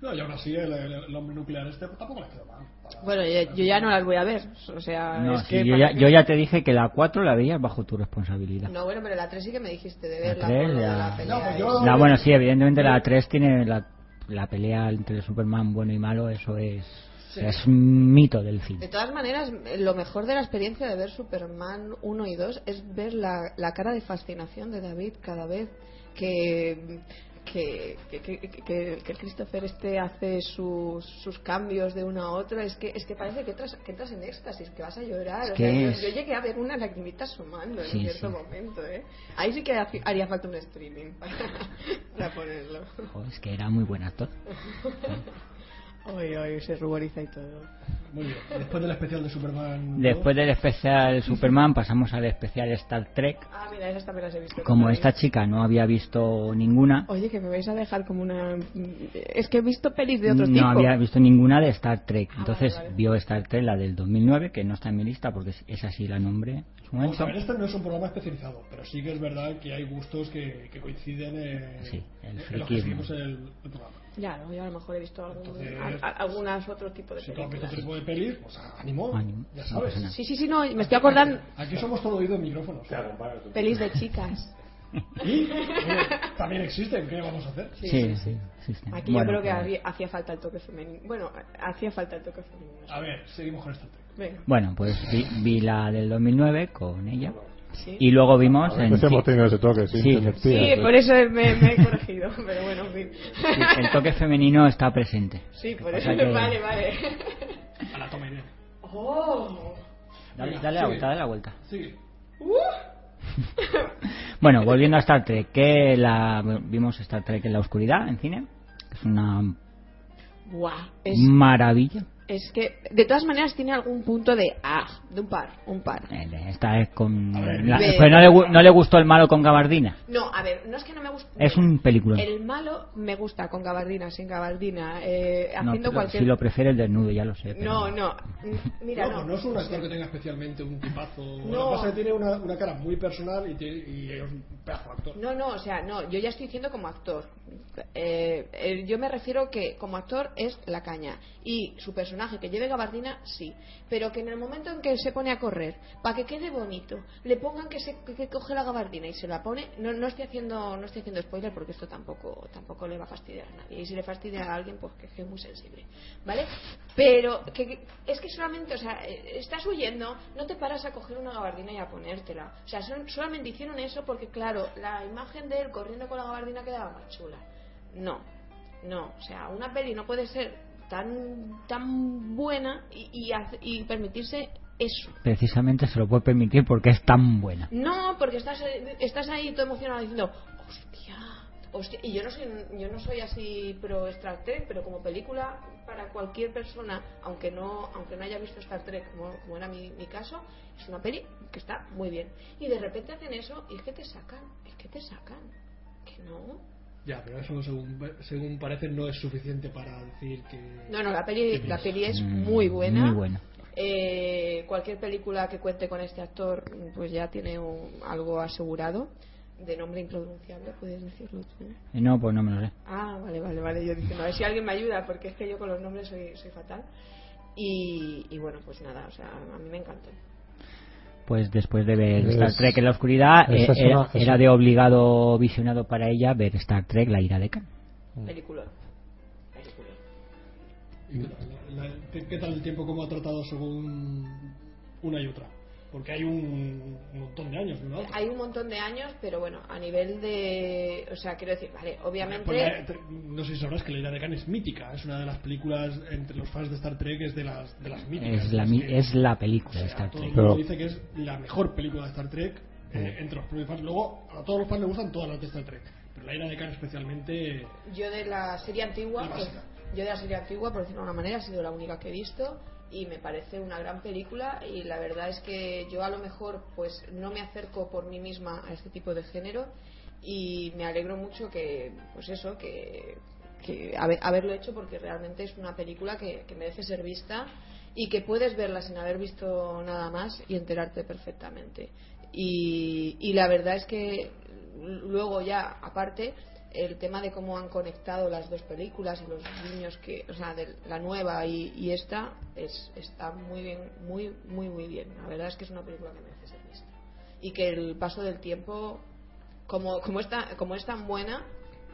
No, y aún así el, el- el hombre nuclear este tampoco les quedó mal. Para-
Bueno, ya- yo ya no las voy a ver. O sea,
No,
Ah, es
sí,
que
yo,
para
ya,
qué-
yo ya te dije que la 4 la veías bajo tu responsabilidad.
No, bueno, pero la 3 sí que me dijiste de
La
verla.
tres,
por lo de
la-
la pelea
No, pues
y-
yo-
La, bueno, sí, evidentemente la 3 tiene la, la pelea entre Superman bueno y malo, eso es,
Sí.
es un mito del
De
cine.
todas maneras, lo mejor de la experiencia de ver Superman 1 y 2 es ver la, la cara de fascinación de David cada vez que, que, que, que- que- que el Christopher este hace sus, sus cambios de una a otra. Es que, es que parece que entras, que entras en éxtasis, que vas a llorar.
Es
O sea,
que
yo,
es-
yo llegué a ver una lagrimita sumando en
Sí,
cierto
sí.
momento. ¿eh? Ahí sí que haci- haría falta un streaming para, para ponerlo.
Jo, es que era muy buen actor.
Hoy, hoy se ruboriza y todo.
Muy bien, después del especial de Superman.
Después del especial Superman pasamos al especial Star Trek.
Ah, mira, esas también las he visto.
Como
todavía.
esta chica no había visto ninguna,
Oye, que me vais a dejar como una... Es que he visto pelis de otro tipo.
no había visto ninguna de Star Trek.
Ah,
Entonces
vale, vale.
vio Star Trek, la del 2009, que no está en mi lista porque es así la nombré en su
Vamos
momento.
a ver, este no es un programa especializado, pero sí que es verdad que hay gustos que, que coinciden en,
Sí, el
en los que
friquismo.
seguimos el, el programa.
Ya, no, yo a lo mejor he visto algún,
Entonces-
a- a- algunas otro tipo de
Si tú has visto
películas.
otro tipo de pelis, pues ánimo,
Ánimo,
ya
no
sabes.
pasa nada.
Sí, sí, sí, no, me estoy acordando...
Aquí somos todo oído en micrófonos.
Claro, para tú.
Pelis de chicas.
Y oye, también existen, ¿qué vamos a hacer?
Sí,
Sí,
sí, sí.
sí, sí.
Aquí
Bueno,
yo creo que
pues-
había- hacía falta el toque femenino. Bueno, hacía falta el toque femenino.
A ver, seguimos con este esta tecla.
Venga,
Bueno, pues vi, vi la del 2009 con ella.
sí.
Y luego vimos en.
Entonces hemos tenido ese toque, sí,
Sí.
Sí,
intervertido, sí. Eh,
por eso me, me he corregido, pero bueno, en fin.
sí, el toque femenino está presente.
Sí,
Lo
por
que
eso,
pasa que-
vale, vale.
A la toma Irene.
¡Oh!
Dale,
Venga,
dale la
sigue.
vuelta, eh. dale la vuelta.
Sigue.
Bueno, volviendo a Star Trek, que la vimos Star Trek en la oscuridad en cine. que Es una
Buah, es
Mm. maravilla.
Es que, de todas maneras, tiene algún punto de ah, de un par, un par.
Eh, Esta es con.
A ver,
la-
ve.
pues no le, gu- no le gustó el malo con gabardina.
No, a ver, no es que no me guste.
Es un película.
El malo me gusta con gabardina, sin gabardina, eh,
No,
haciendo
pero
cualquier.
Si lo prefiere el desnudo, ya lo sé. pero-
No, no. m- Mira,
no, pues
no.
no es un actor que tenga especialmente un tipazo.
No.
Lo que pasa es que tiene una, una cara muy personal y, tiene- y es un pedazo de actor.
No, no, o sea, no, yo ya estoy diciendo como actor. Eh, eh, yo me refiero que como actor es la caña. Y su personaje que lleve gabardina, sí. Pero que en el momento en que se pone a correr, para que quede bonito, le pongan que, se, que- que coge la gabardina y se la pone. No, no, estoy haciendo, no estoy haciendo spoiler porque esto tampoco, tampoco le va a fastidiar a nadie. Y si le fastidia a alguien, pues que es que es muy sensible. ¿Vale? Pero que, que- es que solamente, o sea, eh, estás huyendo, no te paras a coger una gabardina y a ponértela. O sea, son- solamente hicieron eso porque, claro, la imagen de él corriendo con la gabardina quedaba más chula. No, no. O sea, una peli no puede ser tan, tan buena y, y, hace- y permitirse eso.
Precisamente se lo puede permitir porque es tan buena.
No, porque estás, eh, estás ahí todo emocionado diciendo, hostia, hostia". Y yo no soy, yo no soy así pro Star Trek, pero como película para cualquier persona, aunque no, aunque no haya visto Star Trek, como, como era mi, mi caso, es una peli que está muy bien. Y de repente hacen eso y es que te sacan, es que te sacan. Que no.
Ya, pero eso según, según parece no es suficiente para decir que...
No, no, la peli, la peli es
Mm,
muy buena.
Muy buena.
Eh, cualquier película que cuente con este actor, pues ya tiene un- algo asegurado. De nombre impronunciable, puedes decirlo tú.
Eh, No, pues no me lo sé.
Ah, vale, vale, vale. Yo diciendo, a ver si alguien me ayuda, porque es que yo con los nombres soy, soy fatal. Y, y bueno, pues nada, o sea, a mí me encantó.
Pues después de ver
Es-
Star Trek en la oscuridad, eh,
esa es
era,
una- es
era
una-
de obligado visionado para ella ver Star Trek, la ira de Khan. Mm.
Peliculón. Peliculón.
¿Y qué tal- la- ¿Qué, qué tal el tiempo? ¿Cómo ha tratado según una y otra? Porque hay un, un montón de años, ¿verdad?
Hay un montón de años, pero bueno, a nivel de. O sea, quiero decir, vale, obviamente.
Pues la- te- no sé si sabrás que la Isla de Khan es mítica, es una de las películas entre los fans de Star Trek, es de las, de las míticas.
Es la, mi-
que-
es la película
o
de
sea,
Star
todo el
Trek.
mundo
Pero-
dice que es la mejor película de Star Trek eh, entre los propios fans. Luego, a todos los fans les gustan todas las de Star Trek, pero la Isla de Khan especialmente.
Yo de la serie antigua,
La
pues,
básica.
yo de la serie antigua, por decirlo de alguna manera, ha sido la única que he visto y me parece una gran película y la verdad es que yo a lo mejor pues no me acerco por mí misma a este tipo de género y me alegro mucho que pues eso que, que habe- haberlo hecho porque realmente es una película que, que merece ser vista y que puedes verla sin haber visto nada más y enterarte perfectamente y, y la verdad es que luego ya aparte el tema de cómo han conectado las dos películas y los niños que o sea de la nueva y, y esta es está muy bien muy muy muy bien la verdad es que es una película que merece ser vista y que el paso del tiempo como como está como es tan buena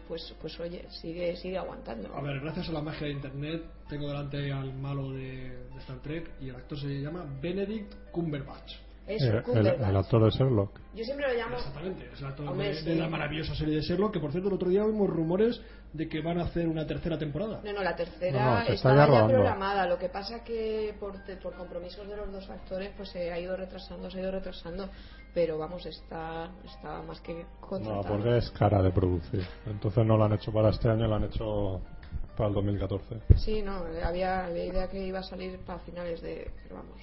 pues pues oye sigue sigue aguantando
Ah,
A ver, gracias a la magia de internet, tengo delante al malo de, de Star Trek y el actor se llama Benedict Cumberbatch.
es
El-
un
el,
Cumberbatch.
el actor de Sherlock.
yo siempre lo llamo
Exactamente, es el actor
Hombre,
de,
sí.
de la maravillosa serie de Sherlock, que por cierto, el otro día vimos rumores de que van a hacer una tercera temporada.
No, no, la
No,
tercera
no, se está
estaba
ya
ya
rodando.
programada. Lo que pasa que por, te- por compromisos de los dos actores pues se ha ido retrasando, se ha ido retrasando. Pero vamos, está, está más que
No,
contratada.
porque es cara de producir. Entonces no lo han hecho para este año, lo han hecho para el 2014.
Sí, no, había, había idea que iba a salir para finales de... Pero vamos,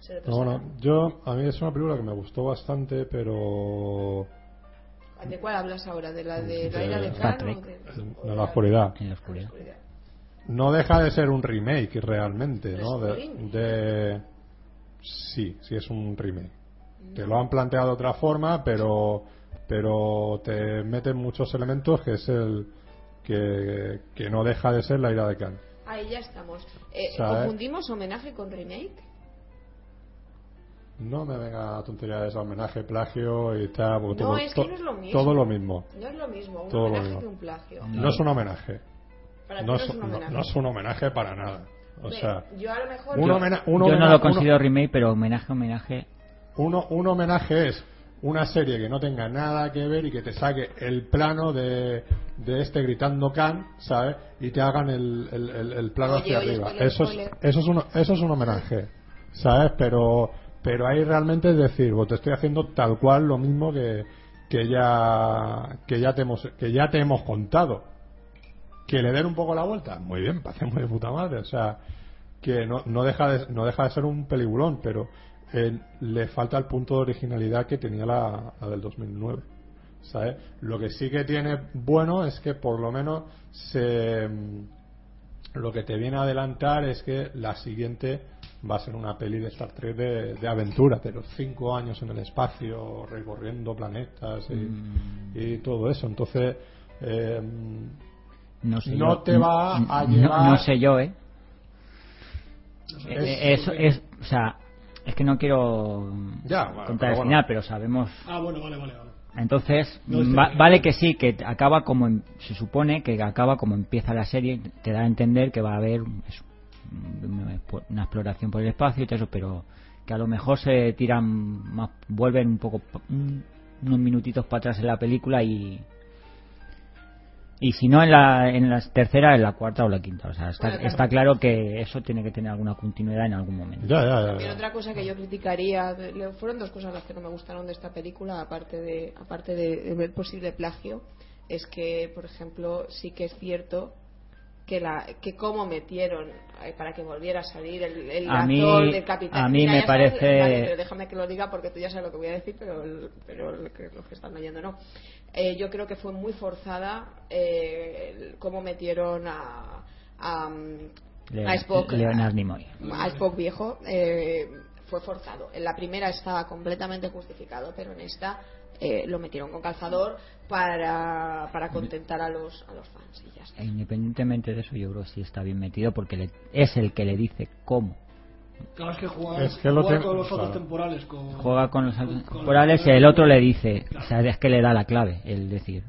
se
Pero
retrasó.
bueno, yo, a mí es una película que me gustó bastante, pero
¿De cuál hablas ahora? ¿De la de la
De
ira de
Star
Khan o
Trek.
de- o
de
de
la oscuridad.
En la oscuridad.
No deja de ser un remake realmente, ¿no?
¿Es un
De,
remake?
de- Sí, sí es un remake. Te lo han planteado de otra forma, pero pero te meten muchos elementos que es el que, que no deja de ser la ira de Khan.
Ahí ya estamos. Eh,
O sea,
¿Confundimos homenaje con remake?
No me venga tonterías de homenaje, plagio y tal. porque
No,
todo,
es que
to-
no es lo mismo.
Todo lo mismo.
No es lo mismo un
Todo lo
homenaje
mismo.
que un plagio.
No, es un homenaje.
Para ti
No
no
es,
es un
no-
homenaje.
no es un homenaje para nada. O
Ve,
sea,
yo a lo mejor...
un homena- un
Yo no
homena-
lo
uno-
considero remake, pero homenaje, homenaje.
Uno, un homenaje es una serie que no tenga nada que ver y que te saque el plano de, de este gritando can, ¿sabes? Y te hagan el, el- el- el plano
Oye,
hacia
oye,
arriba.
spoiler,
eso, es,
spoiler.
eso, es un, eso es un homenaje, ¿sabes? Pero, pero ahí realmente es decir, "Bueno, te estoy haciendo tal cual lo mismo que, que, ya, que, ya, te hemos, que ya te hemos contado. Que le den un poco la vuelta. Muy bien, pasemos de puta madre. O sea, que no, no, deja de, no deja de ser un peliculón, pero eh, le falta el punto de originalidad que tenía la, la del 2009. ¿sabes? Lo que sí que tiene bueno es que por lo menos se, mm, lo que te viene a adelantar es que la siguiente va a ser una peli de Star Trek de, de aventura, de los cinco años en el espacio, recorriendo planetas y,
Mm.
y todo eso. Entonces, eh,
No, sé
No
yo.
te va
No-
a
no-
llevar-
No, sé yo, ¿eh? Eh,
Es-
Eso es. O sea, es que no quiero
Ya, bueno,
contar
pero
el
bueno.
final, pero sabemos.
Ah, bueno, vale, vale. vale.
Entonces,
No, es que-
va- vale que sí, que acaba como. em- Se supone que acaba como empieza la serie, te da a entender que va a haber eso, una una exploración por el espacio y todo eso, pero que a lo mejor se tiran más. vuelven un poco. pa- un- unos minutitos para atrás en la película y. Y si no en la, en la tercera, en la cuarta o la quinta. O sea, está,
Bueno, claro.
está claro que eso tiene que tener alguna continuidad en algún momento.
ya, ya, ya,
También
ya.
otra cosa que yo criticaría, le- fueron dos cosas las que no me gustaron de esta película, aparte de aparte de- del posible plagio, es que, por ejemplo, sí que es cierto que la que cómo metieron eh, para que volviera a salir el, el
A mí-
actor del capitán.
a mí me
ya sabes-
parece-
vale, pero déjame que lo diga porque tú ya sabes lo que voy a decir, pero el- pero el que- los que están oyendo no. Eh, yo creo que fue muy forzada eh, el- cómo metieron a a, mm,
Leon-
a Spock
Leonard Nimoy.
a Spock viejo eh, fue forzado. En la primera estaba completamente justificado, pero en esta eh, lo metieron con calzador para, para contentar a los, a los fans y ya está.
E Independientemente de eso, yo creo que sí está bien metido porque le- es el que le dice cómo.
Claro, es que jugar,
Es que lo
jugar
ten-
con los saltos
claro.
temporales. Con,
Juega con los saltos
con-
temporales y el otro le dice, o sea, es que le da la clave, el decir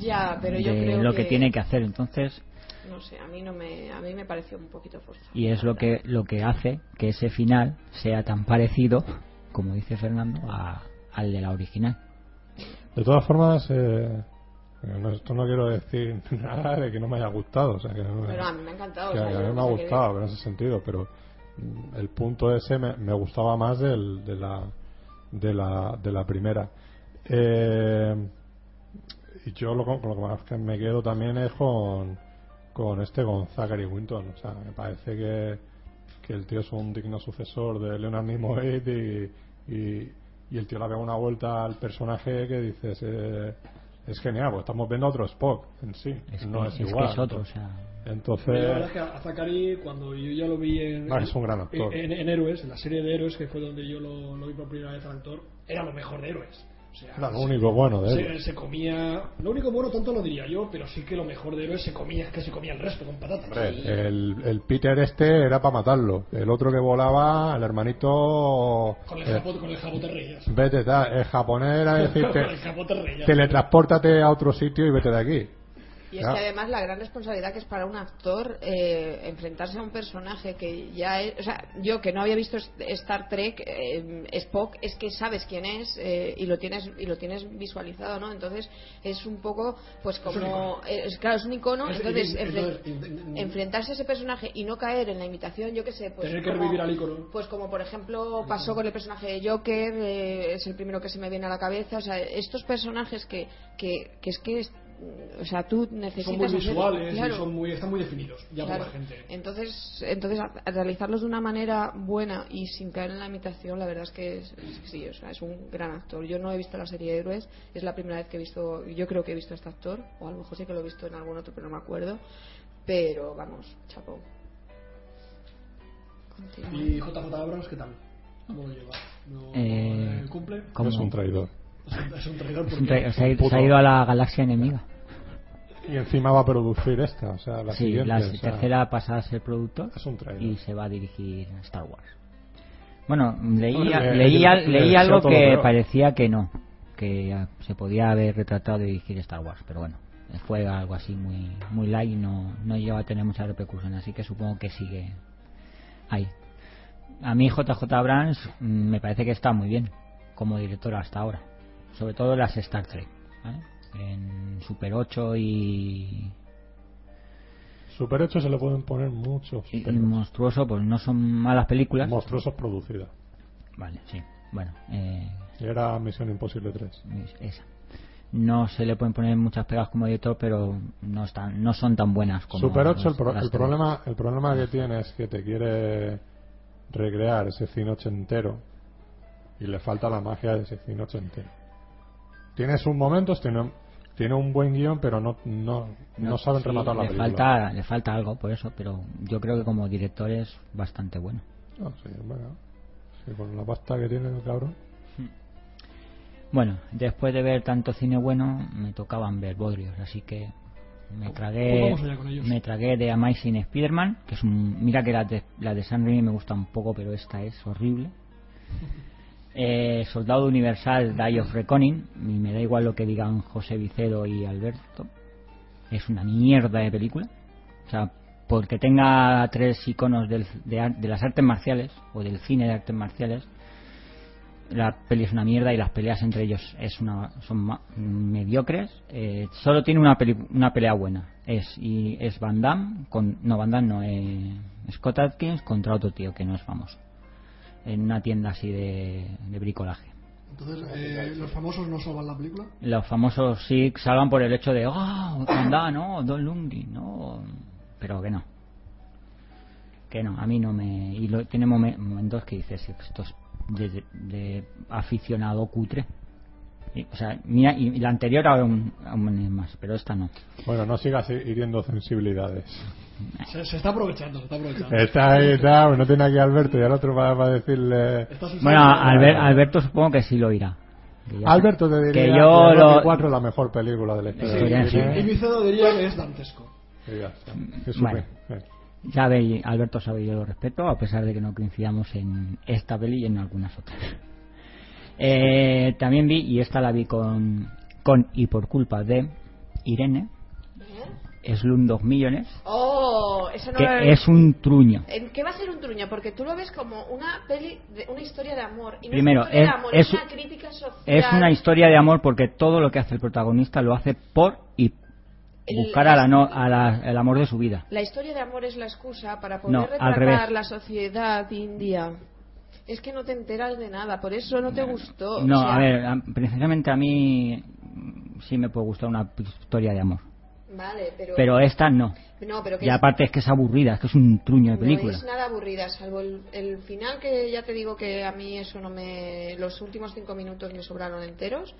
Ya, pero yo
de
creo
lo
que,
que... tiene que hacer. Entonces,
no sé, a mí no me a mí me pareció un poquito forzado.
y es lo que lo que hace que ese final sea tan parecido como dice Fernando, a- al de la original.
De todas formas, eh, no- esto no quiero decir nada de que no me haya gustado. O sea, que no-
Pero a mí me ha encantado.
que
o sea,
a
yo
mí me
no
ha
sé qué
gustado pero en ese sentido pero mm, el punto ese me, me gustaba más del, de la de la de la primera Eh, y yo lo, con con lo que más que me quedo también es con con este con Zachary Winton o sea me parece que, que el tío es un digno sucesor de Leonard Nimoy y, y, y el tío le da una vuelta al personaje que dices eh, es genial pues estamos viendo otro Spock en sí
Es
no
que
es
que
igual
es otro, o sea,
Yo Eh, La verdad
entonces,
es que a Zachary, cuando yo ya lo vi en,
No, Ah, es un gran actor.
en, en Héroes, en la serie de Héroes, que fue donde yo lo, lo vi por primera vez al actor, era lo mejor de Héroes. O sea,
era lo
se-
único bueno de
se,
él.
se comía. Lo único bueno, tanto lo diría yo, pero sí que lo mejor de Héroes se comía, es que se comía el resto con patatas. Y-
El, el Peter este era para matarlo. El otro que volaba, el hermanito.
Con el,
eh,
japo, con el jabón te reías.
vete, tal. El japonés era
con el
decirte:
jabón te reías.
teletranspórtate a otro sitio y vete de aquí.
Y es
Ya.
que además la gran responsabilidad que es para un actor eh, enfrentarse a un personaje que ya es. O sea, yo que no había visto S- Star Trek, eh, Spock, es que sabes quién es eh, y lo tienes y lo tienes visualizado, ¿no? Entonces es un poco, pues
un
como.
icono.
es, claro, es un icono.
Es-
entonces,
es-
enfren-
entonces, mm, mm,
enfrentarse a ese personaje y no caer en la imitación, yo qué sé. Pues,
Tener que
como-
revivir al icono.
Pues como por ejemplo pasó con el personaje de Joker, eh, es el primero que se me viene a la cabeza. O sea, estos personajes que, que, que es que, es- o sea, tú necesitas.
son muy
hacer-
visuales, y
claro,
son muy, están muy definidos, ya
claro.
por la gente.
Entonces, entonces a- a realizarlos de una manera buena y sin caer en la imitación, la verdad es que es- es que sí, o sea, es un gran actor. Yo no he visto la serie de héroes, es la primera vez que he visto, yo creo que he visto a este actor, o a lo mejor sí que lo he visto en algún otro, pero no me acuerdo. Pero vamos, chapo. Continúa.
Y JJ Abrams, ¿qué tal? ¿Cómo lo lleva? ¿No
Eh,
eh, cumple?
como-
Es un traidor.
Es un- Es un traidor
es
porque...
un tra- se, ha,
puto.
se ha ido a la galaxia enemiga.
Y encima va a producir esta, o sea, la
sí,
siguiente.
la
o sea,
tercera pasa a ser productor
Es un traidor.
y se va a dirigir a Star Wars. Bueno, leí,
Hombre, eh,
leí,
le-
al-
le
leí
deseo
algo
todo lo
que
peor.
parecía que no, que ah, se podía haber retratado de dirigir Star Wars, pero bueno, fue algo así muy muy light y no, no llegó a tener mucha repercusión, así que supongo que sigue ahí. A mí JJ Abrams mm, me parece que está muy bien como director hasta ahora, sobre todo las Star Trek, ¿vale? en Super 8 y
Super 8 se le pueden poner muchos.
y, y
peros.
monstruoso, pues no son malas películas.
Monstruosos producidos.
vale, sí. Bueno, eh,
Y era Misión Imposible 3.
esa. No se le pueden poner muchas pegas como director, pero no están, no son tan buenas como.
Super 8, el,
las-
pro-
las
el,
tres.
problema, el problema que tiene es que te quiere recrear ese cine ochentero y le falta la magia de ese cine ochentero. Tiene sus momentos, tiene, tiene un buen guión, pero no, no, no, saben
sí,
rematar la
le
película.
falta, le falta algo por eso, pero yo creo que como director es bastante bueno.
No, sí, bueno, sí, con la pasta que tiene el cabrón.
Bueno, después de ver tanto cine bueno, me tocaban ver bodrios, así que me
Pues
tragué,
vamos allá con ellos.
me tragué de Amazing Spider-Man, que es un, mira que la de, la de Sam Raimi me gusta un poco, pero esta es horrible. Eh, Soldado Universal, Die of Reckoning, y me da igual lo que digan José Vicedo y Alberto, es una mierda de película. O sea, porque tenga tres iconos del- de, ar- de las artes marciales o del cine de artes marciales, la peli es una mierda y las peleas entre ellos es una, son ma- mediocres. Eh, solo tiene una, peli- una pelea buena. Es, y es Van Damme, con, no Van Damme, no, eh, Scott Atkins contra otro tío que no es famoso. En una tienda así de, de bricolaje.
Entonces, eh, ¿los famosos no salvan la película?
Los famosos sí salvan por el hecho de, oh, Van Damme, no, Don Lundgren, no. Pero que no. Que no, a mí no me. Y lo, tiene momen- momentos que dices, pues esto es de, de- de aficionado cutre. Y, o sea, mira, y, y la anterior aún, aún es más, pero esta no.
Bueno, no sigas hiriendo sensibilidades.
Se, se está aprovechando, se está
Ah.
aprovechando.
Está ahí, está, pues no tiene aquí a Alberto y al otro para, para decirle.
Está sus-
Bueno, Albert- Alberto supongo que sí lo irá. Que ya-
Alberto te diría
que
que
yo lo,
4 es la mejor película de la
Eso
historia.
ya
del
sí.
Y
cine.
Vicedo diría que es dantesco.
Y ya está.
Mm,
Que
Bueno.
supe. Eh.
Ya veis, Alberto sabe yo lo respeto, a pesar de que no coincidamos en esta peli y en algunas otras. Eh, también vi, y esta la vi con, con y por culpa de Irene,
¿Eh?
Slumdog Millionaires,
Oh, eso no lo-
que es un truño.
¿En qué va a ser un truño? Porque tú lo ves como una peli, de, una historia de amor. Y no
Primero,
es, una historia
es-
de amor,
es-
una crítica social.
Es una historia de amor porque todo lo que hace el protagonista lo hace por y
El-
buscar a la no- a la- el amor de su vida.
La historia de amor es la excusa para poder
No, al
retratar
revés.
la sociedad india. Es que no te enteras de nada, por eso no te gustó.
No,
O sea,
a ver, a- precisamente a mí mm, sí me puede gustar una p- historia de amor.
Vale, pero.
Pero esta no.
no, pero que
Y aparte es que es aburrida, es que es un truño de
No
película.
es nada aburrida, salvo el, el final que ya te digo que a mí eso no me. Los últimos cinco minutos me sobraron enteros.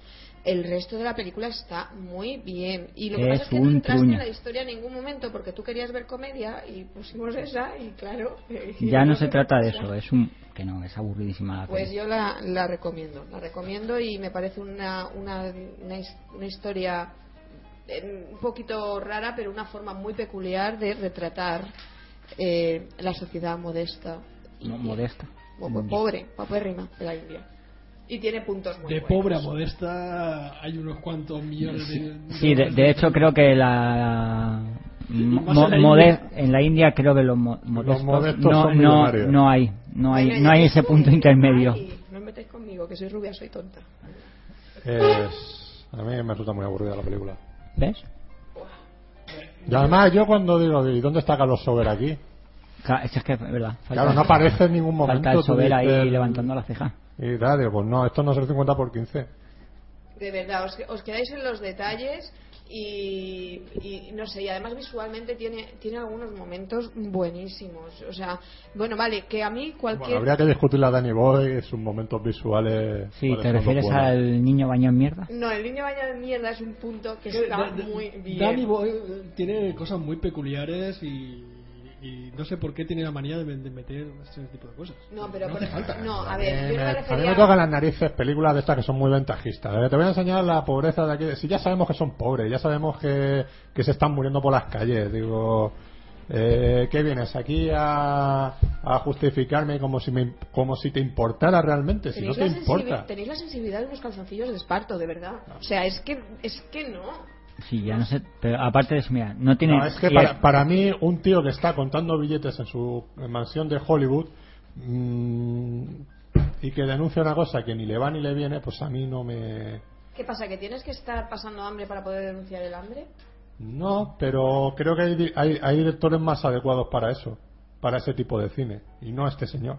El resto de la película está muy bien. Y lo que
Es
pasa es que no
un
entraste
truño.
en la historia en ningún momento porque tú querías ver comedia y pusimos esa y claro.
Ya no se trata de eso, es un... que no, es aburridísima la
Pues
peli.
yo la, la recomiendo, la recomiendo y me parece una, una, una his- una historia eh, un poquito rara, pero una forma muy peculiar de retratar eh, la sociedad modesta.
No,
india.
modesta.
O, po- pobre, papérrima de la India. Y tiene puntos muy
De
buenos.
pobre a modesta hay unos cuantos millones de...
Sí, de, de hecho creo que la... mo-
más en la
mode-
India.
en la India creo que los, mo- modestos,
modestos
no,
son
no,
millonarios.
no hay, no
Venga,
hay,
ya
no hay
que
ese
estoy,
punto intermedio.
ay, no os metáis conmigo, que soy rubia, soy tonta.
Es- a mí me resulta muy aburrida la película.
¿Ves?
Y además yo cuando digo, ¿y dónde está Carlos Sober aquí?
Ca- Es que es verdad. falta-
Claro, no aparece en ningún momento.
Falta el
tú
sober ahí
dices-
levantando la ceja.
Y dale, pues no, esto no es el 50 por 15.
De verdad, os, os quedáis en los detalles y, y no sé, y además visualmente tiene, tiene algunos momentos buenísimos. O sea, bueno, vale, que a mí
Bueno,
cualquier...
habría que discutir la Danny Boy, sus momentos visuales.
Sí,
cuáles
¿te
son los
refieres
buenos.
al niño bañado en mierda?
No, el niño bañado de mierda es un punto que
Eh,
está
Da- Da-
muy bien.
Danny Boy eh, tiene cosas muy peculiares y, y no sé por qué tiene la manía de, de meter este tipo de cosas.
No, pero...
no
por-
hace falta.
no, a
Eh,
ver, yo no
me-
me
a mí
refería...
me tocan las narices películas de estas que son muy ventajistas. Eh, Te voy a enseñar la pobreza de aquí. Si ya sabemos que son pobres, ya sabemos que, que se están muriendo por las calles. Digo, eh, ¿qué vienes aquí a, a justificarme como si, me, como si te importara realmente? Si no te
la sensibi-
importa.
tenéis la sensibilidad de unos calzoncillos de esparto, de verdad. O sea, es que, es que no.
Sí, ya no sé. Pero aparte de eso, mira, no tiene.
No, es que
y
para, para mí, un tío que está contando billetes en su mansión de Hollywood mm, y que denuncia una cosa que ni le va ni le viene, pues a mí no me.
¿Qué pasa? ¿Que tienes que estar pasando hambre para poder denunciar el hambre?
No, pero creo que hay, di- hay, hay directores más adecuados para eso, para ese tipo de cine, y no este señor.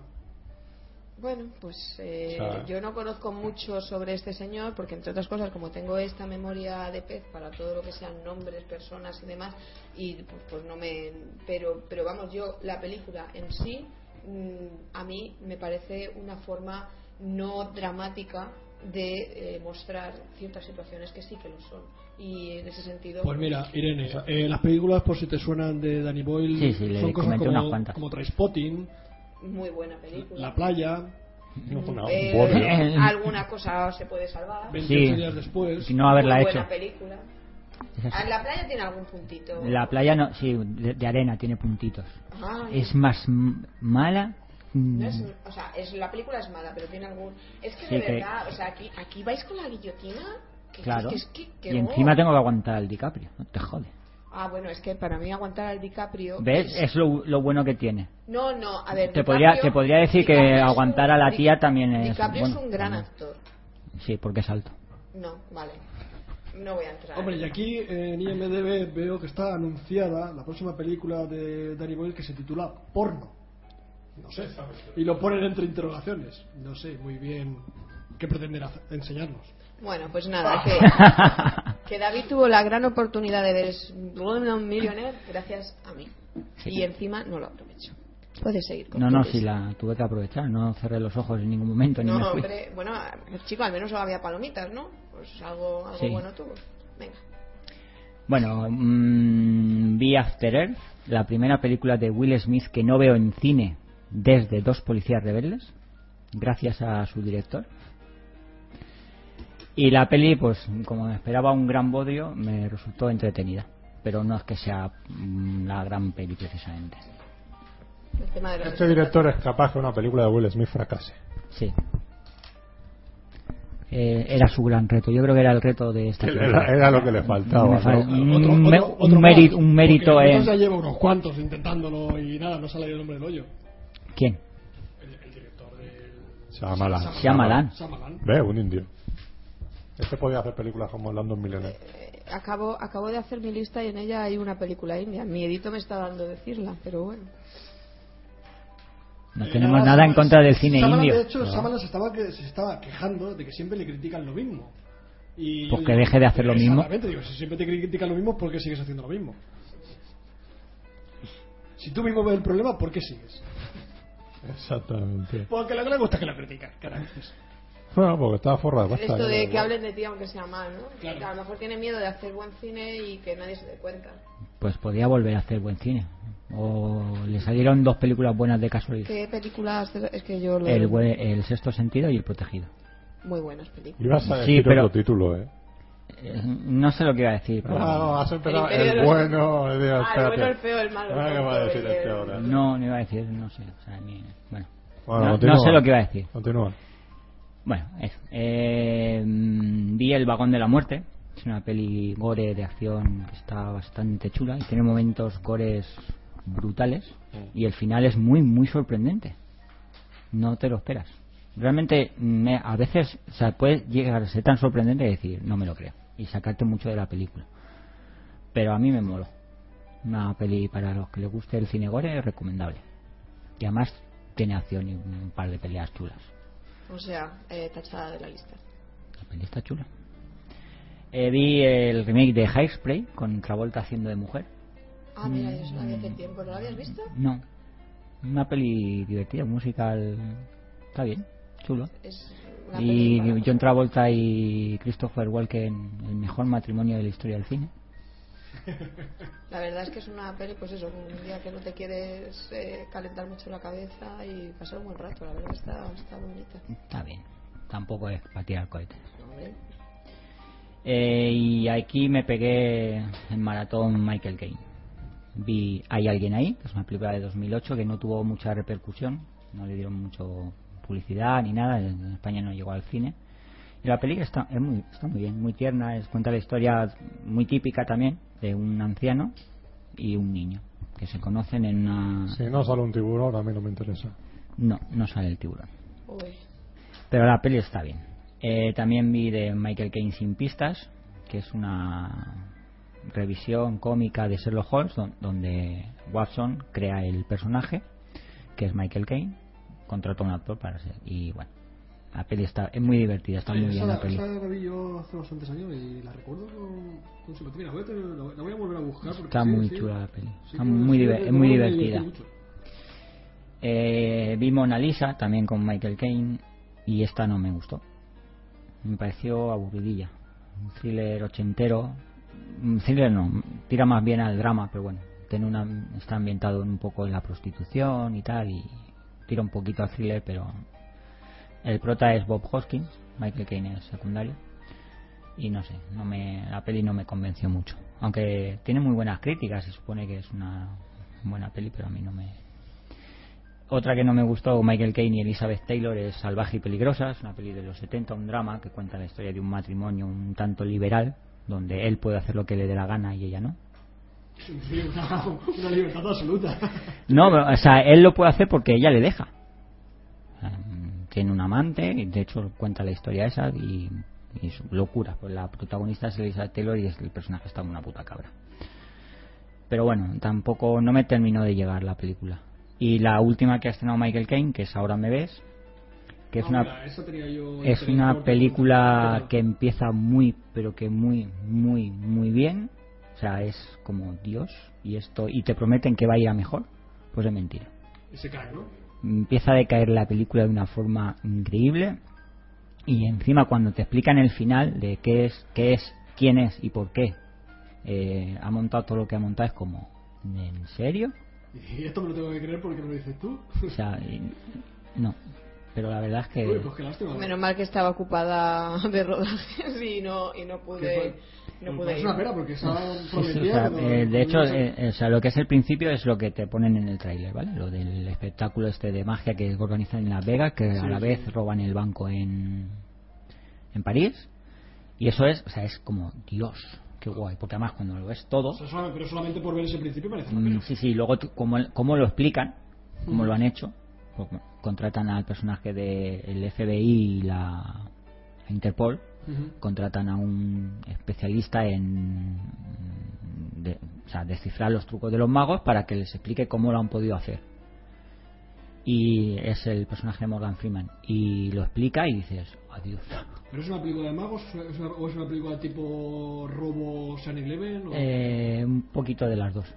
Bueno, pues eh,
O sea-
yo no conozco mucho sobre este señor porque, entre otras cosas, como tengo esta memoria de pez para todo lo que sean nombres, personas y demás, y pues, pues no me... Pero, pero vamos, yo la película en sí mm, a mí me parece una forma no dramática de eh, mostrar ciertas situaciones que sí que lo son. Y en ese sentido...
Pues mira, Irene, eh, las películas, por si te suenan de Danny Boyle,
Sí, sí, le
son cosas
comenté unas
como,
cuantas.
como Trainspotting,
Muy buena película.
La Playa,
No, no,
Eh,
un bodrio.
eh,
alguna cosa se puede salvar.
28 días después.
si no haberla
Muy
hecho.
buena película.
Es así.
Ah, La playa tiene algún puntito.
La playa no, sí, de, de arena tiene puntitos.
Ay,
Es más m- mala. mm,
no es- o sea, es, la película es mala, pero tiene algún. Es que
Sí,
de
que-
verdad, o sea, aquí, aquí vais con la guillotina. Que,
Claro.
que es que- que
y
no.
encima tengo que aguantar al DiCaprio. No te jode.
Ah, bueno, es que para mí aguantar al DiCaprio.
¿Ves?
es-
Es lo, lo bueno que tiene.
No, no, a ver.
Te podría-
DiCaprio-
te podría decir que
DiCaprio es un-
aguantar a la
Di-
tía también es-
DiCaprio es
bueno,
un gran
también.
actor.
Sí, porque es alto.
No, vale. No voy a entrar.
Hombre, y aquí eh, en IMDB veo que está anunciada la próxima película de Danny Boyle que se titula Porno. No sé. Y lo ponen entre interrogaciones. No sé muy bien qué pretenden hacer- enseñarnos.
Bueno, pues nada, que, que David tuvo la gran oportunidad de ver Slumdog Millionaire ¿eh? gracias a mí.
Sí.
Y encima no lo aprovecho. Puedes seguir con
No,
tu
no,
lista.
sí, la tuve que aprovechar. No cerré los ojos en ningún momento. ni me
No,
fui.
hombre, bueno, chico, al menos había palomitas, ¿no? Pues algo, algo
Sí.
bueno tuvo. Venga.
Bueno, mm, vi After Earth, la primera película de Will Smith que no veo en cine desde Dos Policías Rebeldes, gracias a su director. Y la peli, pues como me esperaba un gran bodrio, me resultó entretenida. Pero no es que sea mm, la gran peli precisamente.
El tema de los
Este director es capaz que una película de Will Smith fracase.
Sí. eh, era su gran reto. Yo creo que era el reto de esta
Era, era lo que le faltaba.
Me fal-
¿no?
Un
Otro-
Mm, me-
otro-
un
otro
mérito-
más,
un mérito
porque
es-
Mendoza lleva unos cuantos intentándolo y nada, no sale el nombre del hoyo.
¿Quién?
El, el director de
Shyamalan.
Shyamalan.
Shyamalan.
Ve, un indio. Este podía hacer películas como Landon Millionaire.
Acabo, acabo de hacer mi lista y en ella hay una película india. Mi edito me está dando decirla, pero bueno.
No
Eh,
tenemos nada en
Shyamalan-
contra del cine
Shyamalan,
indio.
De hecho, Shyamalan se estaba, que, se estaba quejando de que siempre le critican lo mismo. Y
Pues
yo
que
digo,
deje de hacer lo mismo.
exactamente, digo, si siempre te critican lo mismo, ¿por qué sigues haciendo lo mismo? Si tú mismo ves el problema, ¿por qué sigues?
Exactamente.
Porque lo que le gusta es que lo critican, carajos.
Bueno, porque estaba forrada. de pasta,
Esto
ya,
de
da
que
igual.
hablen de ti aunque sea mal, ¿no?
Claro.
Que A lo mejor tiene miedo de hacer buen cine y que nadie se dé cuenta.
Pues podía volver a hacer buen cine. O le salieron dos películas buenas de casualidad.
¿Qué películas? Es que yo lo...
El, bue- el sexto sentido y el protegido.
Muy buenas películas.
Ibas a
Sí,
decir
pero-
otro título, ¿eh?
Eh, No sé lo que iba a decir, pero
Ah, has empezado.
El imperio
El,
de los-
bueno, el,
Ah, el
espérate.
bueno, el feo, el malo, el
Ahora, ¿qué
tonto,
va a decir
el-
este ahora?
no, no iba a decir, no sé. o sea, ni- bueno.
Bueno,
no,
continúa.
no sé lo que iba a decir.
Continúa.
Ah.
Bueno, eso. Eh, mm, vi El Vagón de la Muerte. Es una peli gore de acción que está bastante chula y tiene momentos gores brutales. Y el final es muy, muy sorprendente. No te lo esperas. Realmente, me- a veces, o sea, puede llegar a ser tan sorprendente y decir, no me lo creo. Y sacarte mucho de la película. Pero a mí me moló. Una peli para los que les guste el cine gore, recomendable. Y además tiene acción y un par de peleas chulas.
O sea, eh, tachada de la lista.
La peli está chula. Eh, vi el remake de Hairspray con Travolta haciendo de mujer.
Ah, mira, yo eso no había
Mm.
hace tiempo. ¿No lo habías visto?
No. Una peli divertida, un musical. Está bien, chulo.
Es una
Y
película.
John Travolta y Christopher Walken, el mejor matrimonio de la historia del cine.
La verdad es que es una peli, pues eso, un día que no te quieres eh, calentar mucho la cabeza y pasar un buen rato. La verdad está, está bonita.
Está bien. Tampoco es para tirar cohetes.
Hombre.
Eh, y aquí me pegué el maratón Michael Caine. Vi Hay alguien ahí, que es una película de 2008 que no tuvo mucha repercusión, no le dieron mucho publicidad ni nada, en en España no llegó al cine. Y la película está, es muy, está muy bien, muy tierna, es, cuenta la historia muy típica también de un anciano y un niño que se conocen en una...
Si no sale un tiburón, a mí no me interesa.
No, no sale el tiburón.
Uy.
Pero la peli está bien. Eh, también vi de Michael Caine sin pistas, que es una revisión cómica de Sherlock Holmes, don- donde Watson crea el personaje, que es Michael Caine, contrata a un actor para ser. Y bueno, la peli está es muy divertida, está muy
esa,
bien la peli.
esa la vi yo hace bastantes años y la recuerdo con, con simpatía. La voy, a tener- la voy- la voy a volver a buscar. Porque
Está
sí,
muy
sí.
chula la peli.
Sí
Está
que-
muy
sí que
diver- es
me-
muy
me
divertida.
divertí mucho.
Eh, vi Mona Lisa también con Michael Caine y esta no me gustó. Me pareció aburridilla. Un thriller ochentero. Un thriller no, tira más bien al drama, pero bueno, tiene una, está ambientado un poco en la prostitución y tal, y tira un poquito al thriller, pero el prota es Bob Hoskins, Michael Caine es secundario. Y no sé, no me, la peli no me convenció mucho. Aunque tiene muy buenas críticas, se supone que es una buena peli, pero a mí no me, otra que no me gustó, Michael Caine y Elizabeth Taylor, es Salvaje y Peligrosa, es una peli de los 70, un drama que cuenta la historia de un matrimonio un tanto liberal, donde él puede hacer lo que le dé la gana y ella no.
Sí, una, una libertad absoluta.
No, pero, o sea, él lo puede hacer porque ella le deja. Em, Tiene un amante, y de hecho cuenta la historia esa y, y su locura. Pues la protagonista es Elizabeth Taylor y es- el personaje está una puta cabra. Pero bueno, tampoco no me terminó de llegar la película. Y la última que ha estrenado Michael Caine, que es Ahora me ves, que es
Ah,
una
mira, esa tenía yo
es
interés
una
por-
película
por-
que empieza muy, pero que muy, muy, muy bien. O sea, es como Dios y esto y te prometen que va a ir a mejor, pues es mentira.
Ese crack, ¿no?
Empieza a decaer la película de una forma increíble y encima cuando te explican el final de qué es, qué es, quién es y por qué eh, ha montado todo lo que ha montado es como ¿en serio?
Y esto me lo tengo que creer porque no lo dices tú.
O sea, y- no. Pero la verdad es que
Uy, pues qué lástima.
Menos mal que estaba ocupada de rodajes y no, y no pude, no
Pues
pude
es
ir.
una pena porque esa
Sí, sí, o
prometía
sea,
cuando-
eh,
cuando
de hecho,
se-
eh, o sea, lo que es el principio es lo que te ponen en el tráiler, ¿vale? Lo del espectáculo este de magia que organizan en Las Vegas, que a
Sí,
la
sí.
vez roban el banco en en París. Y eso es, o sea, es como Dios, qué guay. Porque además cuando lo ves todo,
O sea, solamente- pero solamente por ver ese principio merece la
Mm,
pena.
Sí, sí, luego tú- cómo, cómo lo explican, cómo
Ujú.
lo han hecho. pues, bueno, contratan al personaje del FBI y la la Interpol,
Ujú.
contratan a un especialista en mm, de- o sea, descifrar los trucos de los magos para que les explique cómo lo han podido hacer. Y es el personaje de Morgan Freeman. Y lo explica y dices, "Oh, adiós.
¿Pero es una película de magos ¿Es una- o es una película tipo robo San Eleven? O...
Eh, un poquito de las dos.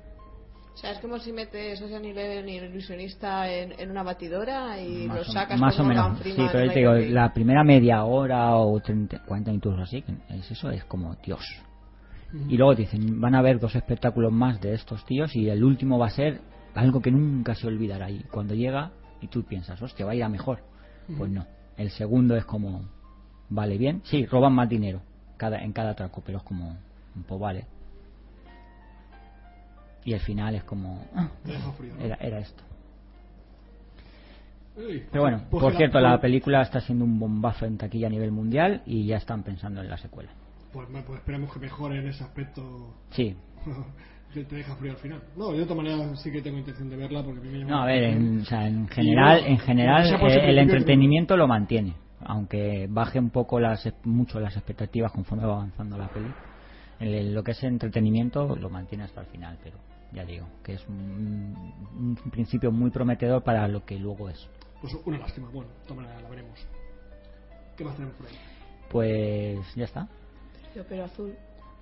O sea, es como si metes a San Eleven y el ilusionista en, en una batidora y
Más
lo
o-
sacas
más
con
o
Morgan
menos sí
Freeman,
pero yo te digo
Michael Bay.
la primera media hora o 30, 40 minutos o así que es eso es como dios
Ujú.
y luego te dicen van a haber dos espectáculos más de estos tíos y el último va a ser algo que nunca se olvidará y cuando llega y tú piensas hostia va a ir a mejor pues no el segundo es como vale bien sí roban más dinero cada en cada traco pero es como pues vale y el final es como ah,
Te deja frío, ¿no?
era, era esto
Ey,
Pero bueno,
pues
por
que
cierto, la
pues-
película está siendo un bombazo en taquilla a nivel mundial y ya están pensando en la secuela.
Pues, me- pues esperemos que mejore en ese aspecto
Sí.
que te deja frío al final. No, yo de todas maneras sí que tengo intención de verla porque a mí me llama
No, a
la
ver,
atención.
en, o sea, en general, en general
Ya por
eh,
ese
el
principio que-
entretenimiento lo mantiene, aunque baje un poco las mucho las expectativas conforme va avanzando la peli. El- el- lo que es entretenimiento lo mantiene hasta el final, pero ya digo, que es un, un principio muy prometedor para lo que luego es.
Pues una lástima, bueno, de todas maneras la veremos. ¿Qué más tenemos por ahí?
Pues ya está.
Yo, pero azul.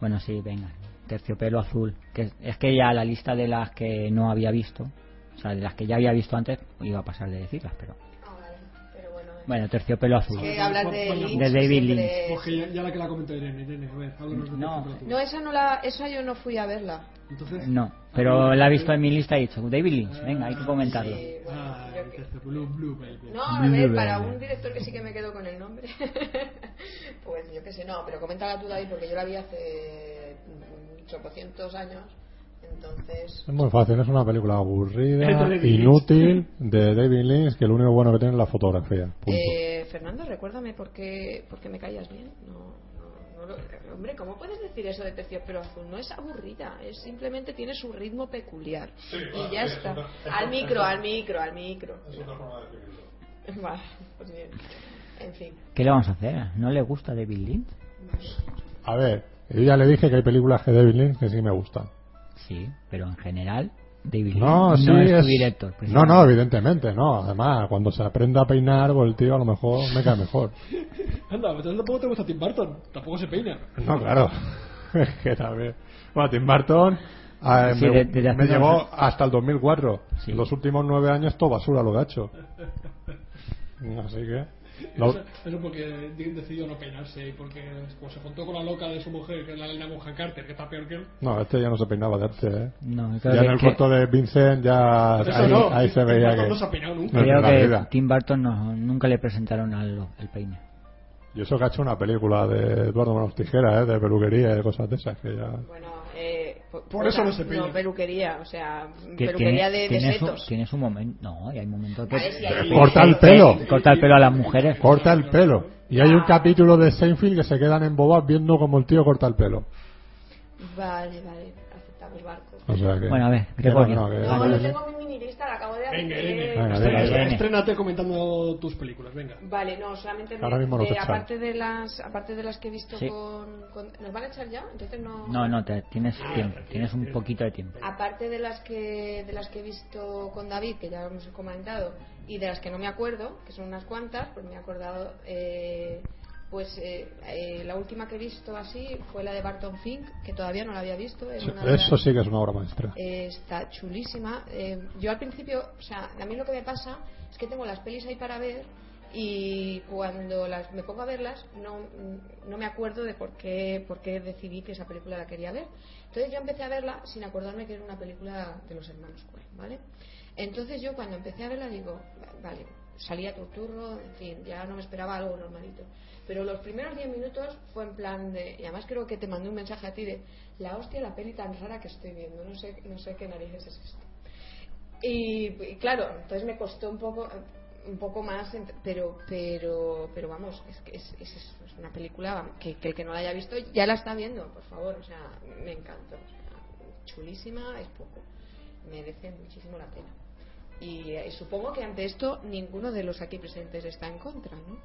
Bueno, sí, venga. Terciopelo azul. Que es que ya la lista de las que no había visto, o sea, de las que ya había visto antes, iba a pasar de decirlas, pero.
Ah, vale. Pero bueno.
Bueno, terciopelo azul.
Es que hablar de,
Bueno,
Lynch
de David
siempre
Lynch.
es-
Porque ya, ya la que la comentó Irene, Irene, a ver, háblanos de
No.
tu película.
Eh, No, esa no la, esa yo no fui a verla.
Entonces,
No, pero la he visto en mi lista y he dicho, David Lynch, venga, hay que comentarlo.
Sí, bueno,
Ah,
yo
el
que-
tercer Blue, Blue Velvet.
No, a ver, para un director que sí que me quedo con el nombre, pues yo qué sé, no, pero coméntala tú, David, porque yo la vi hace 800 años, entonces...
Es muy fácil, es una película
Es de
aburrida,
David Lynch.
inútil, de David Lynch, que lo único bueno que tiene es la fotografía. punto.
Eh, Fernando, recuérdame por qué, por qué me callas bien. No, no, no lo- hombre, ¿cómo puedes decir eso de terciopelo azul? No es aburrida, es simplemente tiene su ritmo peculiar. y ya está. al micro, al micro, al micro. Vale, pues bien. En fin.
¿Qué le vamos a hacer? ¿No le gusta David Lynch?
A ver, yo ya le dije que hay películas de David Lynch que sí me gustan.
Sí, pero en general, David
No,
Lynch
sí,
no es,
es-
tu director.
No, no, evidentemente, no. Además, cuando se aprenda a peinar, pues el tío a lo mejor me cae mejor.
Anda, entonces tampoco te gusta Tim Burton, tampoco se peina.
No, claro. Es que también. Bueno, Tim Burton eh,
Ah, Sí,
me,
de- desde hace
me
unos-
llevó hasta el 2004.
Sí.
Los últimos nueve años, todo basura lo gacho. Así que. lo-
Eso, eso porque Dean decidió no peinarse y porque pues, se juntó con la loca de su mujer, que es la Elena Bonham Carter, que está peor que él.
No, este ya no se peinaba de arte, ¿eh?
No, creo
Ya
que-
en el
que-
corto de Vincent, ya
Eso
ahí,
no,
ahí se
Tim
veía
Burton no se ha
que.
peinado nunca.
No,
creo
en la
que
vida.
Tim Burton no- nunca le presentaron al, el peine.
Y eso que ha hecho una película de Eduardo Manos Tijeras, ¿eh? De peluquería y de cosas de esas, que ya.
Bueno, eh, po-
Por eso
poca-
no se peina.
peluquería, o sea,
Que tiene-
peluquería de, de
tiene su-
setos.
tiene su momento. No, y hay momentos que.
Vale, sí, hay
momentos. Corta el pelo.
Corta el pelo a las mujeres.
Corta el pelo. Y
Ah.
hay un capítulo de Seinfeld que se quedan en bobas viendo cómo el tío corta el pelo.
Vale, vale, aceptamos barco.
O sea que.
Bueno, a ver,
que
Gregorio.
no, no, que-
No, yo tengo mi mini lista, la acabo de Eh, hacer.
Venga, Irene,
Venga,
estrena-
venga,
Irene.
estrénate comentando tus películas, venga.
Vale, no, solamente
Ahora mismo no
de-
te echan.
aparte de las aparte de las que he visto
Sí.
con, con- nos van a echar ya, entonces no
No, no, te- tienes tiempo, tienes un poquito de tiempo.
Aparte de las que de las que he visto con David, que ya hemos comentado, y de las que no me acuerdo, que son unas cuantas, pues me he acordado eh, pues eh, eh, la última que he visto así fue la de Barton Fink, que todavía no la había visto. es una de
Eso
las-
sí que es una obra maestra.
Eh, está chulísima. Eh, yo al principio, o sea, a mí lo que me pasa es que tengo las pelis ahí para ver y cuando las me pongo a verlas no, no me acuerdo de por qué, por qué decidí que esa película la quería ver. Entonces yo empecé a verla sin acordarme que era una película de los hermanos Coen, ¿vale? Entonces yo cuando empecé a verla digo, "Va- vale, salía tu turno, en fin, ya no me esperaba algo normalito. Pero los primeros 10 minutos fue en plan de, y además creo que te mandé un mensaje a ti de, la hostia, la peli tan rara que estoy viendo, no sé, no sé qué narices es esto. Y, y claro, entonces me costó un poco, un poco más, ent- pero pero pero vamos, es que es, es- es una película que, que el que no la haya visto ya la está viendo, por favor, o sea, me encantó, o sea, chulísima, es poco, merece muchísimo la pena. Y eh, supongo que ante esto ninguno de los aquí presentes está en contra, ¿no?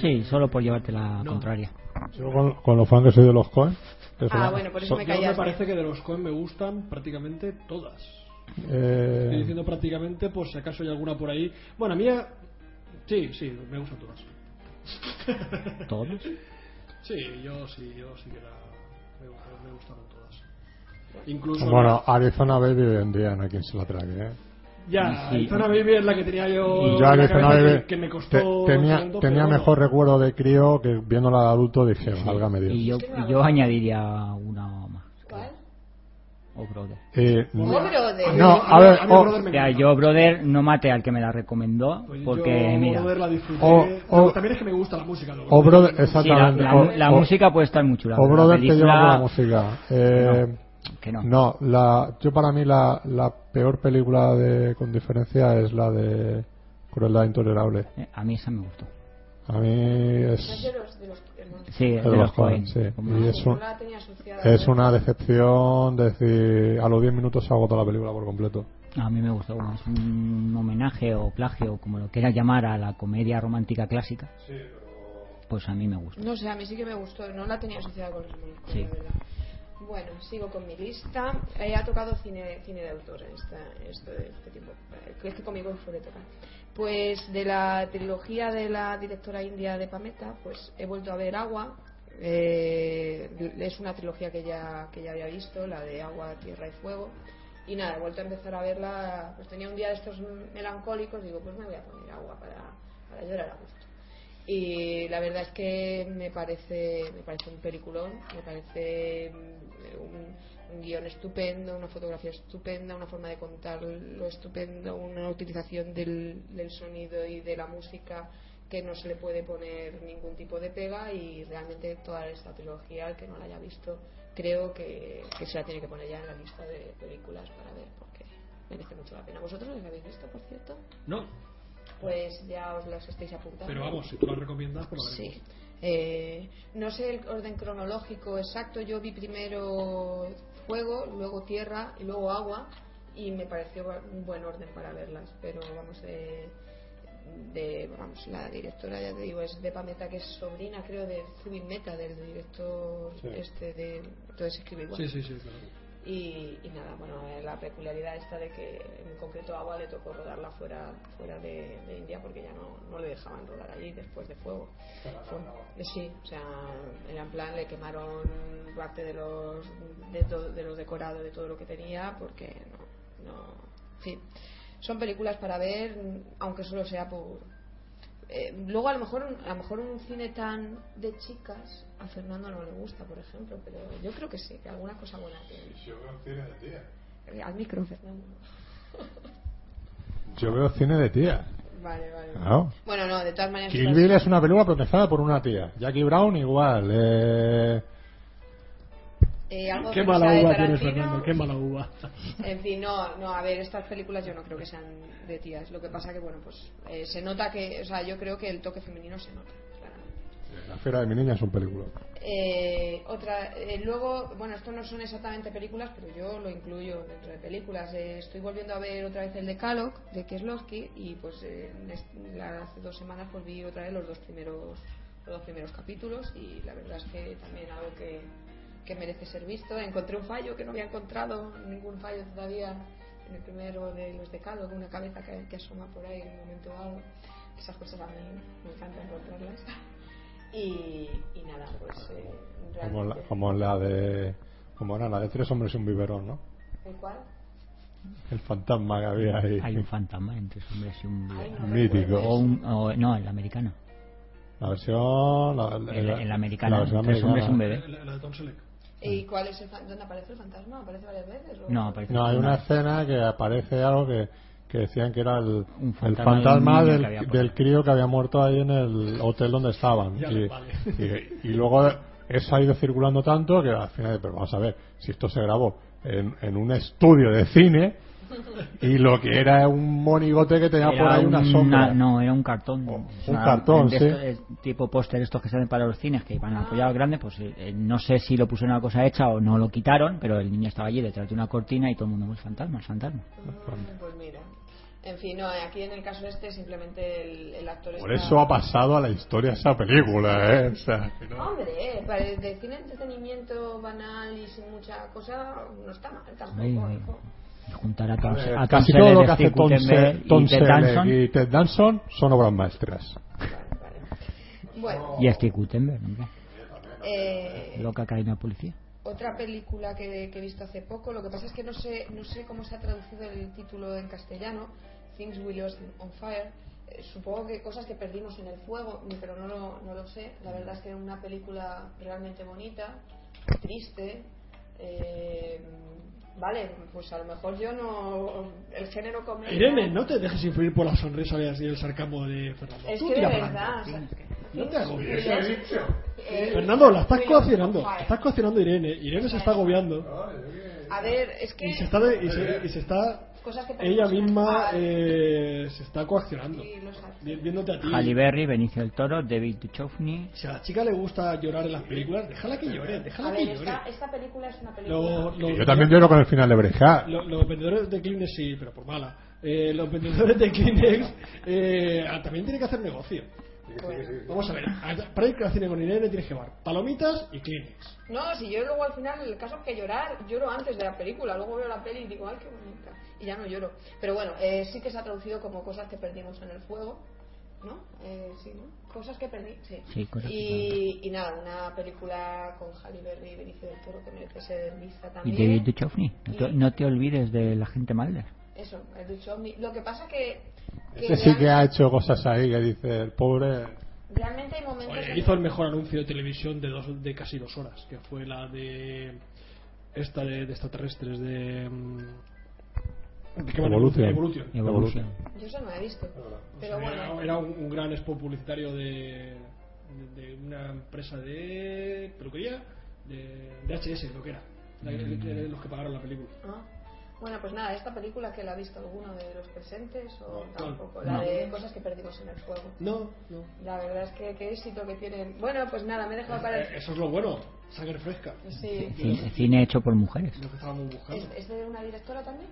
Sí, solo por llevarte la
no.
contraria.
Yo con, con los fans que soy de los Coen. que son-
Ah, bueno, por eso
son-
me
Yo me
callas.
parece que de los Coen me gustan prácticamente todas.
eh,
Estoy diciendo prácticamente por si acaso hay alguna por ahí. Bueno, a mí ya- sí, sí, me gustan todas.
¿Todos?
Sí, yo sí, yo sí que la... me, gustaron, me gustaron todas. Incluso...
Bueno, Arizona Baby vendrían a quien se la trague. ¿eh?
ya,
sí.
Arizona Baby es la que tenía
Yo
yo... en Oh, la
Arizona
cabeza
Baby
que, que me
te-
costó...
tenía,
tanto,
tenía
pero bueno.
mejor recuerdo de crío que viéndola de adulto dije, válgame Dios.
Y yo, y yo añadiría una más.
¿Cuál?
O Brother.
Eh,
Oh, brother.
No, a ver,
mí
o-
Brother me
O sea,
encanta.
yo Brother no mate al que me la recomendó,
Pues
porque
yo
mira...
Brother la disfruté.
O- o-
Luego también es que me gusta la música. luego.
o Brother-
Sí, la,
exactamente.
la-
o-
la
o-
música puede estar muy chula.
o
pero la
Brother te
película-
lleva por la música. Eh,
Que no.
No, la, yo para mí la, la peor película de, con diferencia es la de Crueldad Intolerable.
Eh, A mí esa me gustó.
A mí
Es de
es,
los, de los hermanos.
Sí, de
de
los
los Coen,
Coen.
sí.
Como-
Y es
No
un-
la tenía asociada,
es
¿no?
una decepción decir a los 10 minutos se agota la película por completo.
A mí me gustó. bueno, es un homenaje o plagio, como lo quieras llamar, a la comedia romántica clásica. Pues a mí me gustó.
No sé, a mí sí que me gustó, no la tenía asociada con los hermanos Coen,
Sí.
la verdad. Bueno, sigo con mi lista. Eh, ha tocado cine, cine de autor en esta, esto de este tiempo. Eh, Es que conmigo fue de tocar. Pues de la trilogía de la directora india de Pameta, pues he vuelto a ver Agua. Eh, es una trilogía que ya, que ya había visto, la de Agua, Tierra y Fuego. Y nada, he vuelto a empezar a verla. Pues tenía un día de estos melancólicos, digo, pues me voy a poner agua para, para llorar a gusto y la verdad es que me parece me parece un peliculón me parece mm, un, un guión estupendo una fotografía estupenda una forma de contar lo estupendo una utilización del, del sonido y de la música que no se le puede poner ningún tipo de pega y realmente toda esta trilogía el que no la haya visto creo que, que se la tiene que poner ya en la lista de películas para ver porque merece mucho la pena vosotros las habéis visto por cierto
No,
pues ya os las estáis apuntando
pero vamos, si tú la recomiendas, pues la veremos.
Sí. Eh, no sé el orden cronológico exacto. Yo vi primero fuego, luego tierra y luego agua. Y me pareció ba- un buen orden para verlas. Pero vamos, eh, de, vamos la directora, ya te digo, es de Pameta, que es sobrina, creo, de Zubin Meta, del director
Sí.
este de. Entonces escribe igual.
Sí, sí, sí, claro.
Y, y nada, bueno, eh, la peculiaridad esta de que en concreto a Agua le tocó rodarla fuera, fuera de, de India porque ya no, no le dejaban rodar allí después de fuego. Fue- eh, sí, o sea, era en plan, le quemaron parte de los, de, todo- de los decorados, de todo lo que tenía porque no, no. En fin, son películas para ver, aunque solo sea por. eh, luego a lo mejor a lo mejor un cine tan de chicas a Fernando no le gusta por ejemplo pero yo creo que sí que alguna cosa buena tiene eh, Al micro, Fernando.
Yo veo cine de tía.
Vale, vale.
Ah.
Claro.
Bueno, no, de todas maneras.
Kill Bill es una película protagonizada por una tía. Jackie Brown igual. Eh,
Eh, algo
Qué
que
mala
sea de
uva tienes,
Tarantino.
Fernando, qué mala uva.
En fin, no, no, a ver, estas películas yo no creo que sean de tías. Lo que pasa que, bueno, pues eh, se nota que, o sea, yo creo que el toque femenino se nota, claramente.
la Fiera de mi niña es un película.
Eh, otra, eh, luego, bueno, esto no son exactamente películas, pero yo lo incluyo dentro de películas. Eh, estoy volviendo a ver otra vez el de Kalok, de Kieslowski, y pues eh, en est- la- hace dos semanas pues vi otra vez los dos primeros los dos primeros capítulos y la verdad es que también algo que, que merece ser visto. Encontré un fallo que no había encontrado, ningún fallo todavía en el primero de los de Kalok, una cabeza que, que asoma por ahí en un momento dado. Esas cosas a mí me encanta encontrarlas. Y, y nada, pues eh,
Como la,
realmente-
como la de. Como era la de Tres Hombres y un Biberón, ¿no?
¿El cual?
El fantasma que había ahí.
Hay un fantasma entre esos hombres y un...
Ay, no
Mítico.
recuerdo
O un- o- no, el americano.
La versión. La, la-
El,
la-
el
la
americano.
versión
Tres hombres y un
americana.
bebé.
La, la de Tom Selleck.
¿Y cuál es el fan- ¿Dónde aparece el fantasma? ¿Aparece varias veces? o-
No, aparece
No, hay
una
una
vez.
escena que aparece algo que, que decían que era el,
Un fantasma
el fantasma
de un niño
del,
que había por
del
ahí.
crío que había muerto ahí en el hotel donde estaban.
Ya
y,
le vale.
y- y luego eso ha ido circulando tanto que al final, pero vamos a ver, si esto se grabó en, en un estudio de cine, Y lo que era un monigote que tenía por ahí una
un-
sombra.
na- no, era un cartón.
Oh,
O
un cartón,
de
sí.
estos- eh, tipo póster estos que salen para los cines que van apoyados grandes, pues eh, eh, no sé si lo pusieron a cosa hecha o no lo quitaron, pero el niño estaba allí detrás de una cortina y todo el mundo, muy fantasma, es fantasma.
Pues mira. En fin, no, aquí en el caso este simplemente el, el actor
Por
está-
eso ha pasado a la historia esa película, ¿eh? O sea, que no-
Hombre, para el de cine entretenimiento banal y sin mucha cosa, no está mal tampoco,
Ay, ay.
hijo.
Y juntar a
A
Tom,
ver,
Pues, a Tom
Eh, casi
Selleck
todo lo
de
que hace
Steve
Tom,
Guttenberg
Se- Tom
y Ted
Selleck
Danson
y Ted Danson son obras maestras.
Vale, vale. Bueno,
y Steve Gutenberg, hombre.
eh,
Loca Academia de Policía.
otra película que, que he visto hace poco, lo que pasa es que no sé, no sé cómo se ha traducido el título en castellano, Things We Lost on Fire. Eh, Supongo que cosas que perdimos en el fuego, pero no lo, no lo sé. La verdad es que era una película realmente bonita, triste. eh, vale, pues a lo mejor yo no. El género comedia.
Irene, no te dejes influir por la sonrisa y el sarcasmo de Fernando.
Es
Tú
que de
tira para
verdad.
adelante.
o sea,
No te agobies.
Things We Lost- eh,
Fernando, la estás
We Lost on
coaccionando.
Fire.
Estás coaccionando a Irene. Irene se está agobiando.
A ver, es que.
Y se está. de- y se- y se está
Cosas que
ella
perdimos en el
misma
fuego.
eh, se está coaccionando.
Y los actores.
Vi- Viéndote a ti.
Halle Berry, Benicio del Toro, David Duchovny.
Si a la chica le gusta llorar en las películas, déjala que llore,
A
déjala
ver,
que llore.
esta, esta película es una película.
Lo- lo-
Yo también lloro con el final de Breja.
lo- los vendedores de Kleenex sí, pero por mala. Eh, los vendedores de Kleenex eh, también tienen que hacer negocio.
Bueno.
Vamos a ver, a- para ir al cine con Irene tienes que llevar palomitas y Kleenex.
No, si yo luego al final, el caso es que llorar, lloro antes de la película, luego veo la peli y digo, ay, qué bonita, y ya no lloro. Pero bueno, eh, sí que se ha traducido como cosas que perdimos en el fuego, ¿no? Eh, sí, ¿no? Cosas que perdí, sí.
Sí, cosas que
y, y nada, una película con Halle Berry y Benicio del Toro que merece ser vista
Y
también.
David Duchovny. No te,
Y-
no te olvides de la gente Malder.
Eso, el Duchovny. Lo que pasa que...
Ese sí que
realmente-
ha hecho cosas ahí que dice el pobre.
Realmente hay momentos...
Oye,
en-
hizo el mejor anuncio de televisión de, dos, de casi dos horas, que fue la de. Esta de, de extraterrestres de. mm, ¿de qué van a-
Evolution.
Evolution.
Evolution.
Yo eso no la he visto.
O
Pero
sea,
bueno,
Era, era un, un gran expo publicitario de, de, de una empresa de peluquería, de, de HS, lo que era. La- de los que pagaron la película.
Ah. Bueno, pues nada, esta película que la ha visto alguno de los presentes o
No.
tampoco,
No.
la de cosas que perdimos en el fuego.
No, no.
La verdad es que qué éxito que tienen. Bueno, pues nada, me he dejado para
Eh,
el...
Eso es lo bueno, sangre fresca.
Sí.
Cine, cine hecho por mujeres.
Lo que estábamos
¿Es,
buscando.
es de una directora también?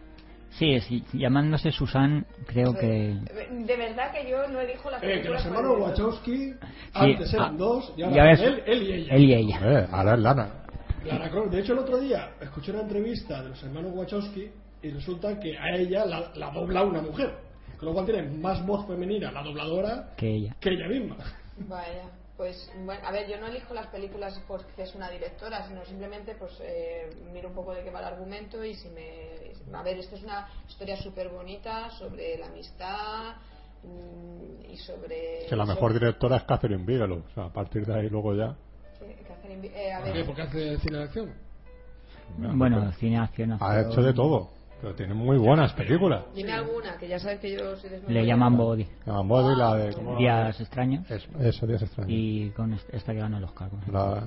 Sí, sí, llamándose Susan, creo que.
De verdad que yo no elijo las
Eh, que
películas
los
por el
hermanos
director.
Wachowski antes
Sí,
eran
ah,
dos y
ya
ahora
ves.
él, él y ella.
Él y ella.
Eh, ahora es lana.
Lara Croft. De hecho, el otro día escuché una entrevista de los hermanos Wachowski y resulta que a ella la, la dobla una mujer. Con lo cual tiene más voz femenina la dobladora
Que ella.
que ella misma.
Vaya, pues bueno, a ver, yo no elijo las películas porque es una directora, sino simplemente pues eh, miro un poco de qué va el argumento y si me... A ver, esto es una historia súper bonita sobre la amistad mm, y sobre...
Que la mejor directora es Catherine Bigelow. O sea, a partir de ahí luego ya.
Sí, que hacen invi- eh, a
¿Por qué?
ver,
Porque hace cine de acción.
Bueno, cine acción.
Ha
acción.
hecho de todo. Pero tiene muy buenas películas.
dime alguna, que ya sabes que yo soy desnudo.
Le llaman Body.
La Modi, la de. ¿cómo?
Días extraños.
Es- Eso, Días extraños.
Y con est- esta que ganó el Oscar. ¿cómo se llama?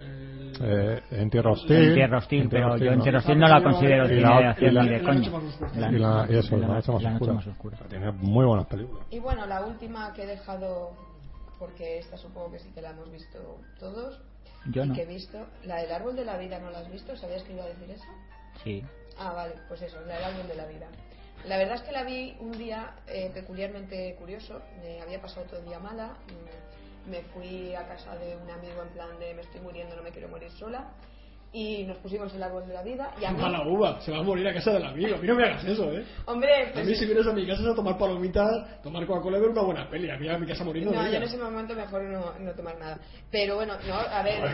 Eh, La,
El-
eh, en Tierra Hostil.
En Tierra Hostil,
En
pero yo en
Hostil, ¿no?
Tierra Hostil no la considero
Y
cine
la-
de acción
y la-
ni de
la noche
coño.
más oscura.
La-
Y la, y eso, la, noche más
la noche
oscura.
más oscura.
O sea, Tiene muy buenas películas.
Y bueno, la última que he dejado, porque esta supongo que sí que la hemos visto todos.
Yo
y
no.
que he visto, la del árbol de la vida, ¿no la has visto? ¿Sabías que iba a decir eso?
Sí.
Ah, vale, pues eso, la del árbol de la vida. La verdad es que la vi un día eh, peculiarmente curioso. Me había pasado todo el día mala. mm, Me fui a casa de un amigo en plan de me estoy muriendo, no me quiero morir sola. Y nos pusimos el árbol de la vida. Y a mí,
Mala uva, se va a morir a casa del amigo. A mí no me hagas eso, ¿eh?
hombre,
A
pues,
mí si vienes a mi casa es a tomar palomitas, tomar Coca-Cola y ver una buena peli. A mí a mi casa muriendo
no,
de
yo
ella.
en ese momento mejor no, no tomar nada. Pero bueno, no, a ver.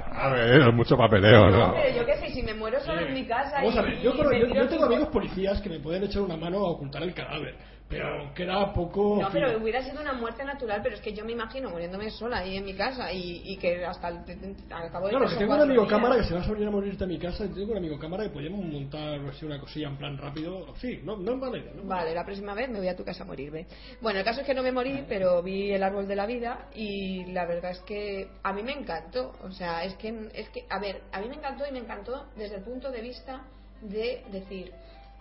A ver, es mucho papeleo,
No,
¿no?
pero yo qué sé, si me muero sola en mi casa.
Vamos
y,
a ver, yo,
y
creo-
me
yo-
tiro
yo tengo
cinco-
amigos policías que me pueden echar una mano a ocultar el cadáver, pero queda poco...
No, pero hubiera sido una muerte natural, pero es que yo me imagino muriéndome sola ahí en mi casa y, y que hasta el, al cabo de
Claro, que
tres o
tengo un
cuatro
amigo
días-
cámara que se va a venir a morirte a mi casa, y tengo un amigo cámara que podemos montar así una cosilla en plan rápido. Sí, no, no es mala idea, ¿no?
Vale, la próxima vez me voy a tu casa a morirme. Bueno, el caso es que no me morí, pero vi el árbol de la vida y la verdad es que a mí me encantó. O sea, es que, es que a ver, a mí me encantó y me encantó desde el punto de vista de decir,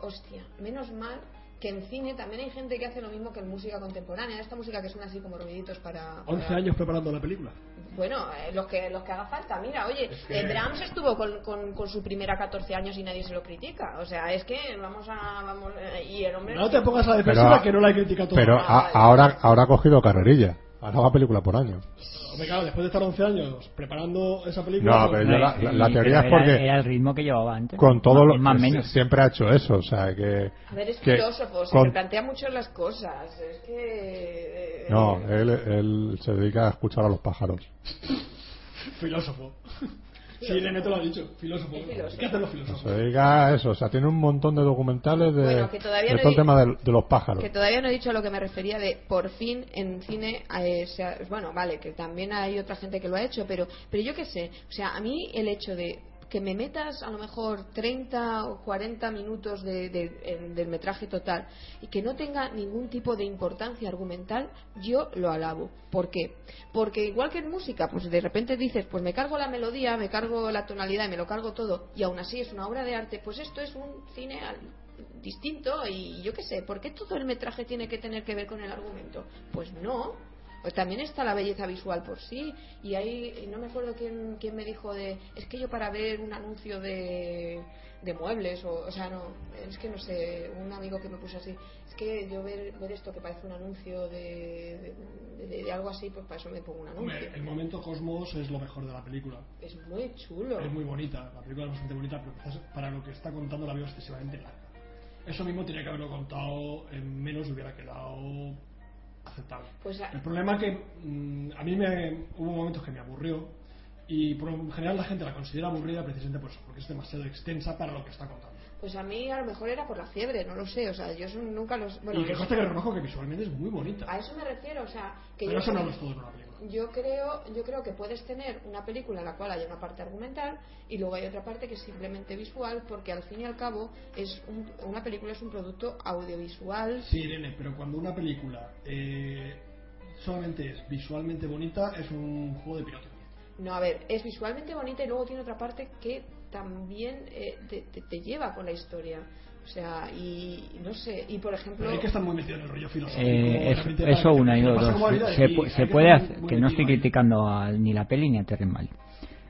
hostia, menos mal que en cine también hay gente que hace lo mismo que en música contemporánea, esta música que suena así como ruiditos para...
11
para-
años preparando la película.
Bueno, eh, los que los que haga falta, mira, oye,
Es que-
eh, Brahms estuvo con, con, con su primera 14 años y nadie se lo critica, o sea, es que vamos a... Vamos, eh, y el hombre...
No te pongas a la defensiva
a-
que no la he criticado todo.
Pero a- ahora, ahora ha cogido carrerilla. Ahora va película por año.
Hombre, claro, después de estar 11 años preparando esa película.
No, pero yo la, la- la teoría
Y- pero
es
era-
porque
Era el ritmo que llevaba antes.
con todo
Más-
lo
Más
que
menos.
se- siempre ha hecho eso, o sea que.
A ver, es
que
filósofo, se
con-
le plantea mucho las cosas, es que... eh,
No, él, él se dedica a escuchar a los pájaros.
Filósofo. Sí, Irene te lo ha dicho. Filósofo.
Es filósofo.
¿Qué hacen los
Se
filósofos?
dedica a eso, o sea, tiene un montón de documentales de,
Bueno, que todavía
de
no
todo el
di-
tema de, de los pájaros.
Que todavía no he dicho a lo que me refería de por fin en cine, eh, se ha- bueno, vale, que también hay otra gente que lo ha hecho, pero, pero yo qué sé, o sea, a mí el hecho de que me metas a lo mejor 30 o 40 minutos de, de- en- del metraje total y que no tenga ningún tipo de importancia argumental, yo lo alabo. ¿Por qué? Porque igual que en música, pues de repente dices, pues me cargo la melodía, me cargo la tonalidad, me lo cargo todo, y aún así es una obra de arte, pues esto es un cine al- distinto y yo qué sé, ¿por qué todo el metraje tiene que tener que ver con el argumento? Pues no, pues también está la belleza visual por sí y ahí y no me acuerdo quién, quién me dijo de, es que yo para ver un anuncio de, de muebles o, o sea, no, es que no sé, un amigo que me puso así, es que yo ver, ver esto que parece un anuncio de, de, de- de algo así, pues para eso me pongo un anuncio.
Hombre, el momento Cosmos es lo mejor de la película.
Es muy chulo.
Es muy bonita, la película es bastante bonita, pero quizás para lo que está contando la veo excesivamente larga. Eso mismo tenía que haberlo contado en menos y hubiera quedado aceptable.
Pues a-
El problema es que mm, a mí me, hubo momentos que me aburrió y por lo general la gente la considera aburrida precisamente por eso, porque es demasiado extensa para lo que está contando.
Pues a mí a lo mejor era por la fiebre, no lo sé, o sea, yo eso nunca los... Bueno,
y que
los-
conste que reconozco que visualmente es muy bonita.
a eso me refiero, o sea, que
pero
yo...
eso no lo es todo en una película.
Yo creo, yo creo que puedes tener una película en la cual hay una parte argumental y luego hay otra parte que es simplemente visual, porque al fin y al cabo es un- una película es un producto audiovisual.
Sí, Irene, pero cuando una película eh, solamente es visualmente bonita, es un juego de pirotecnia.
No, a ver, es visualmente bonita y luego tiene otra parte que también eh, te, te- te lleva con la historia. O sea, y no sé, y por ejemplo...
Pero hay que estar muy metido en el rollo filosófico.
Eh, es-
realmente,
eso
para que
una y
te
dos.
pase como la vida
Se,
y
se
hay
pu-
que
se
estar
puede
muy-
hacer,
muy
que no estoy
metido ahí.
criticando a- ni la peli ni a Terry Malick.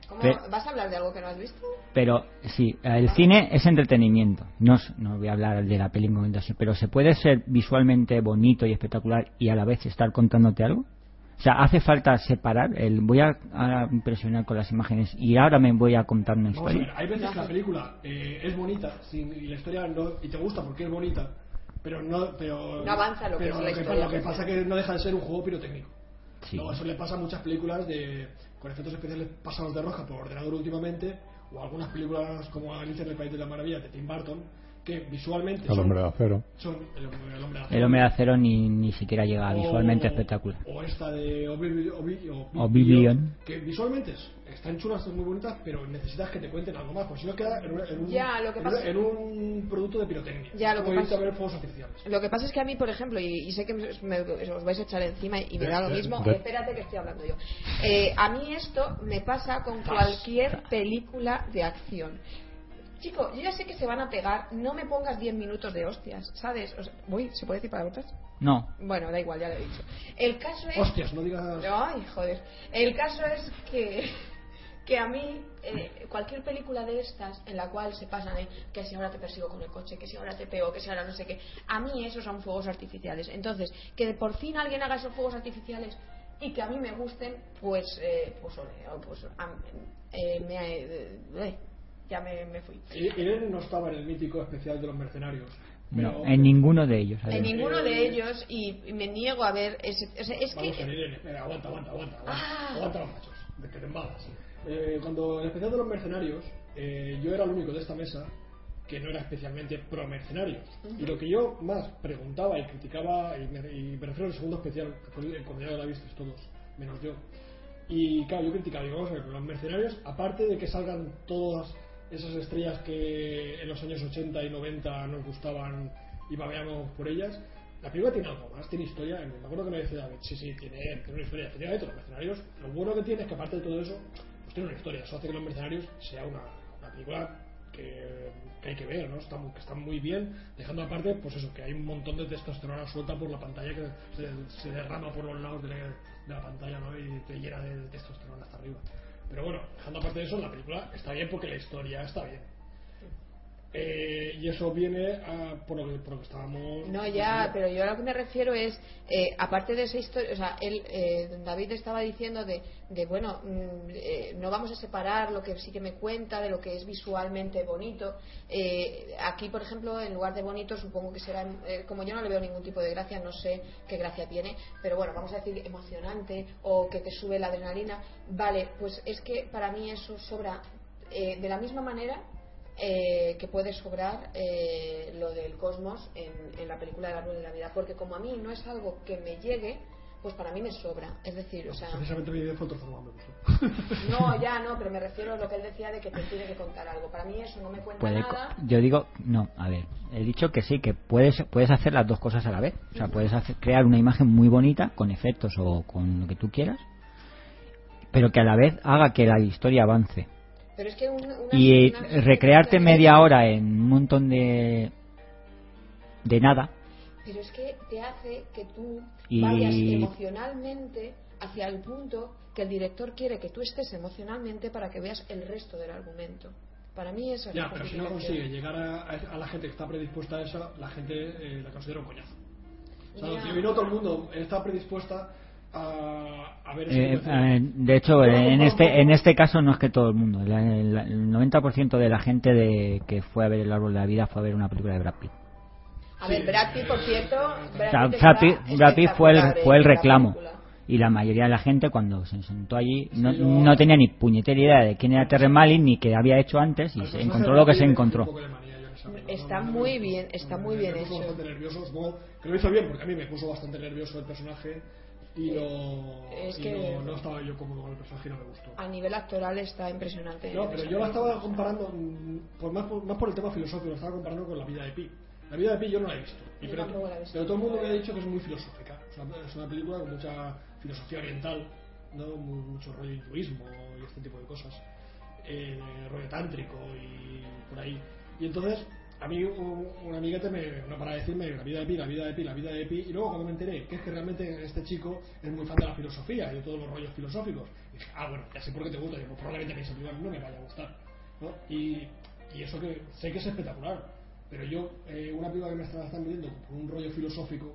¿cómo-
te-
¿Vas a hablar de algo que no has visto?
Pero sí, el cine es entretenimiento. No, es- no voy a hablar de la peli en momento así, pero ¿se puede ser visualmente bonito y espectacular y a la vez estar contándote algo? O sea, hace falta separar el voy a, a impresionar con las imágenes y ahora me voy a contar una
Vamos a ver,
historia.
hay veces que la película eh, es bonita sin- y la historia no, y te gusta porque es bonita, pero no, pero,
No avanza lo que
pero
es la
pa-
historia.
Lo que pasa es que no deja de ser un juego pirotécnico.
Sí.
No, eso le pasa a muchas películas de, con efectos especiales pasados de roja por ordenador últimamente, o algunas películas como Alicia en el País de la Maravilla de Tim Burton, que visualmente
El
son,
hombre de acero.
son el, hombre- el hombre de acero.
El hombre de acero ni, ni siquiera llega a
O-
Ah, visualmente espectacular.
O esta de Obliv- Obliv-
Oblivion.
Que visualmente es- están chulas, son muy bonitas, pero necesitas que te cuenten algo más, porque si no queda en un, en un-
Ya, lo que
en
pasa
un- en un producto de pirotecnia.
Ya, lo que
Como irte
pasa-
a ver fuegos artificiales.
Lo que pasa es que a mí, por ejemplo, y, y sé que me- me- os vais a echar encima y me
De-
da lo
de-
mismo,
de-
espérate que estoy hablando yo. Eh, a mí esto me pasa con cualquier película de acción. Chico, yo ya sé que se van a pegar, no me pongas 10 minutos de hostias, ¿sabes? O sea, uy, ¿se puede decir palabrotas?
No,
Bueno, da igual, ya lo he dicho. El caso es...
Hostias, no digas.
Ay, joder. El caso es que, que a mí, eh, cualquier película de estas en la cual se pasan, eh, que si ahora te persigo con el coche, que si ahora te pego, que si ahora no sé qué, a mí esos son fuegos artificiales. Entonces, que por fin alguien haga esos fuegos artificiales y que a mí me gusten, pues, eh, pues, ole, o pues a- eh, me, eh, eh, ya me, me fui.
I- Irene no estaba en el mítico especial de los mercenarios.
no,
pero-
en ninguno de ellos.
En
además.
ninguno de ellos, y y me niego a ver, ese, o sea, es
Vamos a ver,
que...
Irene, espera, aguanta, aguanta, aguanta. Aguanta,
Ah.
aguanta los machos, de que te embalas. Eh, cuando el especial de los mercenarios, eh, yo era el único de esta mesa que no era especialmente pro mercenarios. Y lo que yo más preguntaba y criticaba, y me, y me refiero al segundo especial, que fue el el condenado la visteis todos, menos yo. Y claro, yo criticaba, digo, vamos a ver, los mercenarios, aparte de que salgan todas esas estrellas que en los años 80 y 90 nos gustaban y babeábamos por ellas, la película tiene algo más, tiene historia. Me acuerdo que me decía David, sí, sí, tiene, tiene una historia. Efectivamente, los mercenarios, lo bueno que tiene es que aparte de todo eso, pues tiene una historia. Eso hace que los mercenarios sea una, una película que que hay que ver, ¿no? Están, que están muy bien, dejando aparte, pues eso, que hay un montón de testosterona suelta por la pantalla que se, se derrama por los lados de la, de la pantalla, ¿no? Y te llena de, de testosterona hasta arriba. Pero bueno, dejando aparte de eso, la película está bien porque la historia está bien. Eh, y eso viene a- por, lo que, por lo que estábamos.
No,
Pues
ya, pero yo a lo que me refiero es, eh, aparte de esa historia, o sea, él, eh, don David estaba diciendo de, de bueno, mm, eh, no vamos a separar lo que sí que me cuenta de lo que es visualmente bonito. Eh, aquí, por ejemplo, en lugar de bonito, supongo que será, eh, como yo no le veo ningún tipo de gracia, no sé qué gracia tiene, pero bueno, vamos a decir emocionante o que te sube la adrenalina. Vale, pues es que para mí eso sobra eh, de la misma manera eh, que puede sobrar eh, lo del cosmos en, en la película del árbol de Navidad, porque como a mí no es algo que me llegue, pues para mí me sobra. Es decir, o sea,
Precisamente mi idea fue otro formato, pues. me gustó.
no, ya no, pero me refiero a lo que él decía de que te tiene que contar algo. Para mí eso no me cuenta
Puede co-
nada.
yo digo, no, a ver, he dicho que sí, que puedes, puedes hacer las dos cosas a la vez. O sea, puedes hacer- crear una imagen muy bonita, con efectos o con lo que tú quieras, pero que a la vez haga que la historia avance.
Pero es que un- una-
Y eh,
una-
recrearte media hora en un montón de. de nada.
Pero es que te hace que tú
Y-
vayas emocionalmente hacia el punto que el director quiere que tú estés emocionalmente para que veas el resto del argumento. Para mí eso es
Ya,
la
pero si no
justificación.
consigue llegar a, a- a la gente que está predispuesta a eso, la gente eh, la considera un coñazo. O sea,
Ya.
tío, y no todo el mundo está predispuesta a, a ver ese
Eh,
tipo de-
eh, de hecho,
Pero
en
como-
este, en este caso no es que todo el mundo. la- la- el 90% de la gente de, que fue a ver El Árbol de la Vida fue a ver una película de Brad Pitt.
A ver,
Sí.
Brad Pitt, por cierto,
O
Brad
sea,
Pitt
Brad
está
Pitt- Brad Pitt fue el,
espectacular
fue el
en la
reclamo.
película.
Y la mayoría de la gente, cuando se sentó allí, no,
Sí, yo-
no tenía ni puñetera idea de quién era Terry Malin ni qué había hecho antes y
Al
se
personaje
encontró lo que se
de Bobby le
encontró.
tengo un poco de manía yo en esa película,
Está
¿no?
muy
Me-
bien, está
me-
muy
me
bien
puso
hecho.
bastante nervioso, supongo que lo hizo bien porque a mí me puso bastante nervioso el personaje y no,
Es
y
que-
no, no estaba yo cómodo con el personaje y no me gustó.
A nivel actoral está impresionante.
No, pero yo la estaba comparando, mm, por más, por, más por el tema filosófico, la estaba comparando con la vida de Pi. La vida de Pi yo no la he visto. Y
Yo
pero,
tampoco la he visto.
pero todo el mundo me ha dicho que es muy filosófica. Es una, es una película con mucha filosofía oriental, ¿no? Mu- mucho rollo hinduismo y este tipo de cosas. Eh, rollo tántrico y por ahí. Y entonces, a mí un- una amiguete me, no para de decirme la vida de Pi, la vida de Pi, la vida de Pi. Y luego cuando me enteré que es que realmente este chico es muy fan de la filosofía y de todos los rollos filosóficos, dije, ah, bueno, ya sé por qué te gusta. Y digo, probablemente a mí esa película no me vaya a gustar. ¿no? Y, y eso que sé que es espectacular, pero yo, eh, una película que me está, están vendiendo con un rollo filosófico,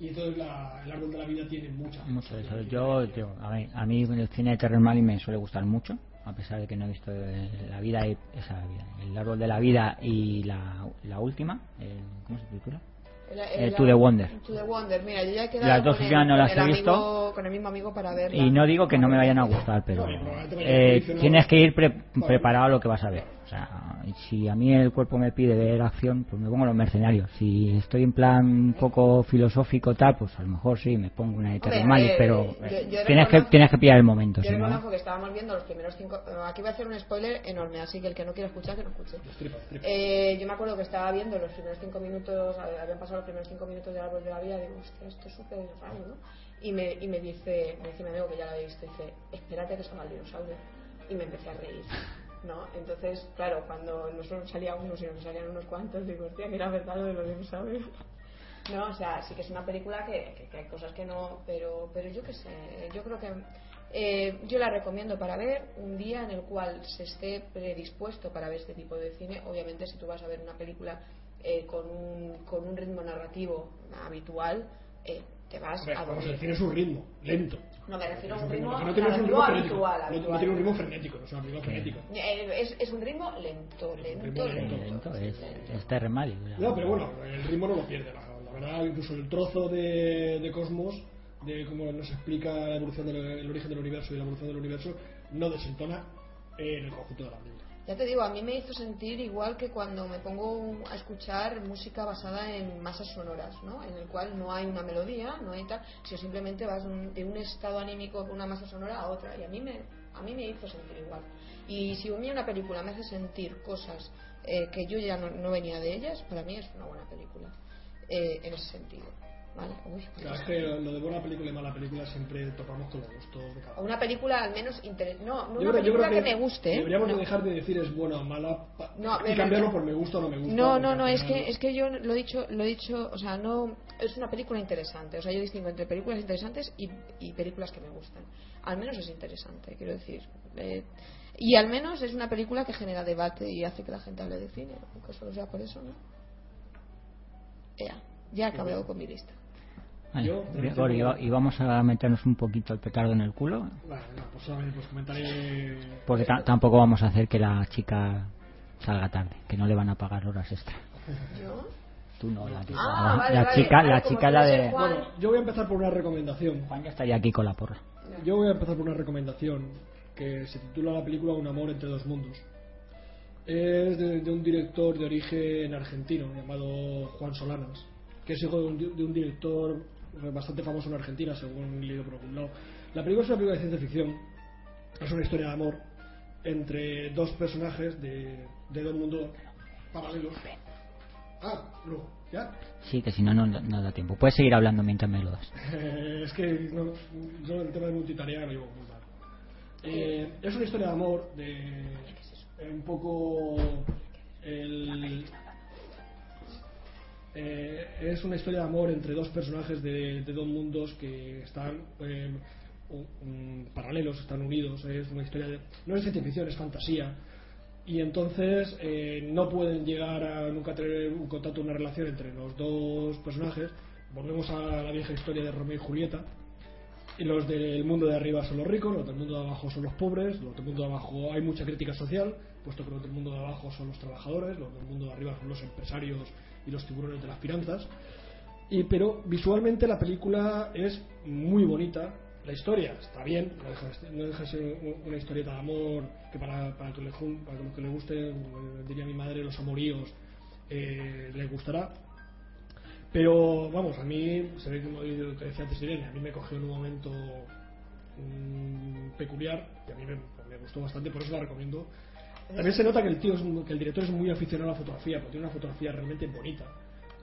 y entonces la- el árbol de la vida tiene mucha
Mucho de eso.
filosofía.
Yo, yo- a, ver, a mí el cine de Terry Malin me suele gustar mucho, a pesar de que no he visto el- la vida, y- esa vida, el árbol de la vida y la, la última, el- ¿cómo se titula? eh, To the Wonder.
To the Wonder, mira, yo ya he quedado
Las dos
con, el,
últimas no
con
las
el
he
amigo-
visto.
con el mismo amigo para verla.
Y no digo que no me vayan a gustar, pero
No, y probablemente vaya a
eh,
condicionar.
tienes que ir pre-
Claro.
preparado a lo que vas a ver. O sea, si a mí el cuerpo me pide ver acción, pues me pongo los mercenarios. Si estoy en plan un poco filosófico tal, pues a lo mejor sí, me pongo una de
Hombre,
Terry
a
Malin,
ver,
pero
yo-
eh,
yo
tienes, que,
reconozco-
tienes que pillar el momento.
Yo
si no-
reconozco que estábamos viendo los primeros cinco. eh, Aquí voy a hacer un spoiler enorme, así que el que no quiera escuchar, que no escuche.
Las tripas, las tripas.
Eh, yo me acuerdo que estaba viendo los primeros cinco minutos, hab- habían pasado los primeros cinco minutos del árbol de la vida, digo, hostia, esto es súper raro, ¿no? Y me, y me dice, me dice mi amigo que ya lo había visto, dice, espérate que salga el dinosaurio. Y me empecé a reír, ¿no? Entonces, claro, cuando no solo salía uno, sino que salían unos cuantos, digo, hostia, que era verdad lo de los dinosaurios. No, o sea, sí que es una película que, que- que hay cosas que no, pero, pero yo qué sé, yo creo que eh, yo la recomiendo para ver un día en el cual se esté predispuesto para ver este tipo de cine. Obviamente, si tú vas a ver una película eh, con, un, con un ritmo narrativo habitual, eh, te vas
Hombre,
a
vamos a
dormir.
decir, tiene su ritmo, lento.
No me refiero a
Es
un ritmo
no tiene un
narrativo
ritmo frenético. No-
habitual.
No,
habitual.
tiene un ritmo frenético, no es una película frenética.
Eh, es, es un ritmo lento, lento,
ritmo
lento.
Lento, es, eh, es Terry Malin, o sea.
No, pero bueno, el ritmo no lo pierde, la, la verdad, incluso el trozo de, de Cosmos, de cómo nos explica la evolución del el origen del universo y la evolución del universo, no desentona en el conjunto de la película.
Ya te digo, a mí me hizo sentir igual que cuando me pongo un- a escuchar música basada en masas sonoras, ¿no? En el cual no hay una melodía, no hay tal, sino simplemente vas un- de un estado anímico con una masa sonora a otra. Y a mí me, a mí me hizo sentir igual. Y si a mí una película me hace sentir cosas eh, que yo ya no, no venía de ellas, para mí es una buena película eh, en ese sentido.
¿vale? Uy,
Claro, es que lo de buena película y mala película siempre topamos con los gustos de cada
o
uno.
una película al menos inter... no, no una
Yo creo- yo
película
creo
que, me guste ¿eh?
Deberíamos de
No.
dejar de decir es buena o mala pa-
No,
y
pero-
cambiarlo por me gusta o no me gusta.
No,
porque
no,
al
no, es
final-
que, es que yo lo he dicho, lo he dicho, o sea, no, es una película interesante, o sea, yo distingo entre películas interesantes y, y películas que me gustan. Al menos es interesante, quiero decir. eh, y al menos es una película que genera debate y hace que la gente hable de cine, aunque solo sea por eso, ¿no? Ya, ya he acabado con mi lista.
Vale,
Yo, este
Gregor, y, va- y vamos a meternos un poquito el petardo en el culo,
Vale, no, pues solamente pues comentaré.
porque ta- tampoco vamos a hacer que la chica salga tarde, que no le van a pagar horas extra.
¿Yo?
Tú no, la chica.
Ah,
la,
vale,
la
vale,
chica,
vale,
la
como
chica
tú
la
eres el
de.
Juan.
Bueno, yo voy a empezar por una recomendación.
Juan ya está ya aquí con la porra.
Yo voy a empezar por una recomendación que se titula la película Un amor entre dos mundos. Es de, de un director de origen argentino llamado Juan Solanas, que es hijo de un, di- de un director bastante famoso en Argentina, según he leído por algún lado. La película es una película de ciencia ficción, es una historia de amor entre dos personajes de, de dos mundos paralelos. Ah, no, ya.
Sí, que si no, no, no da tiempo. Puedes seguir hablando mientras me lo das.
Eh, es que no, yo el tema de multitarea lo llevo muy mal. Eh, es una historia de amor, de eh, un poco el, eh, es una historia de amor entre dos personajes de, de dos mundos que están eh, u- mm, paralelos, están unidos. Es una historia de, no es ciencia ficción, es fantasía. Y entonces eh, no pueden llegar a nunca tener un contacto, una relación entre los dos personajes. Volvemos a la vieja historia de Romeo y Julieta. Y los del mundo de arriba son los ricos, los del mundo de abajo son los pobres, los del mundo de abajo hay mucha crítica social, puesto que los del mundo de abajo son los trabajadores, los del mundo de arriba son los empresarios y los tiburones de las finanzas. Y, pero visualmente la película es muy bonita. La historia está bien, no deja, de ser- no deja de ser u- una historieta de amor que para, para, que le, jun- para los que le guste, diría mi madre, los amoríos, eh, les gustará. Pero vamos, a mí, se ve como lo que decía antes Irene, a mí me cogió en un momento mm, peculiar y a mí me, me gustó bastante, por eso la recomiendo. También se nota que el tío, es un- que el director es muy aficionado a la fotografía, porque tiene una fotografía realmente bonita.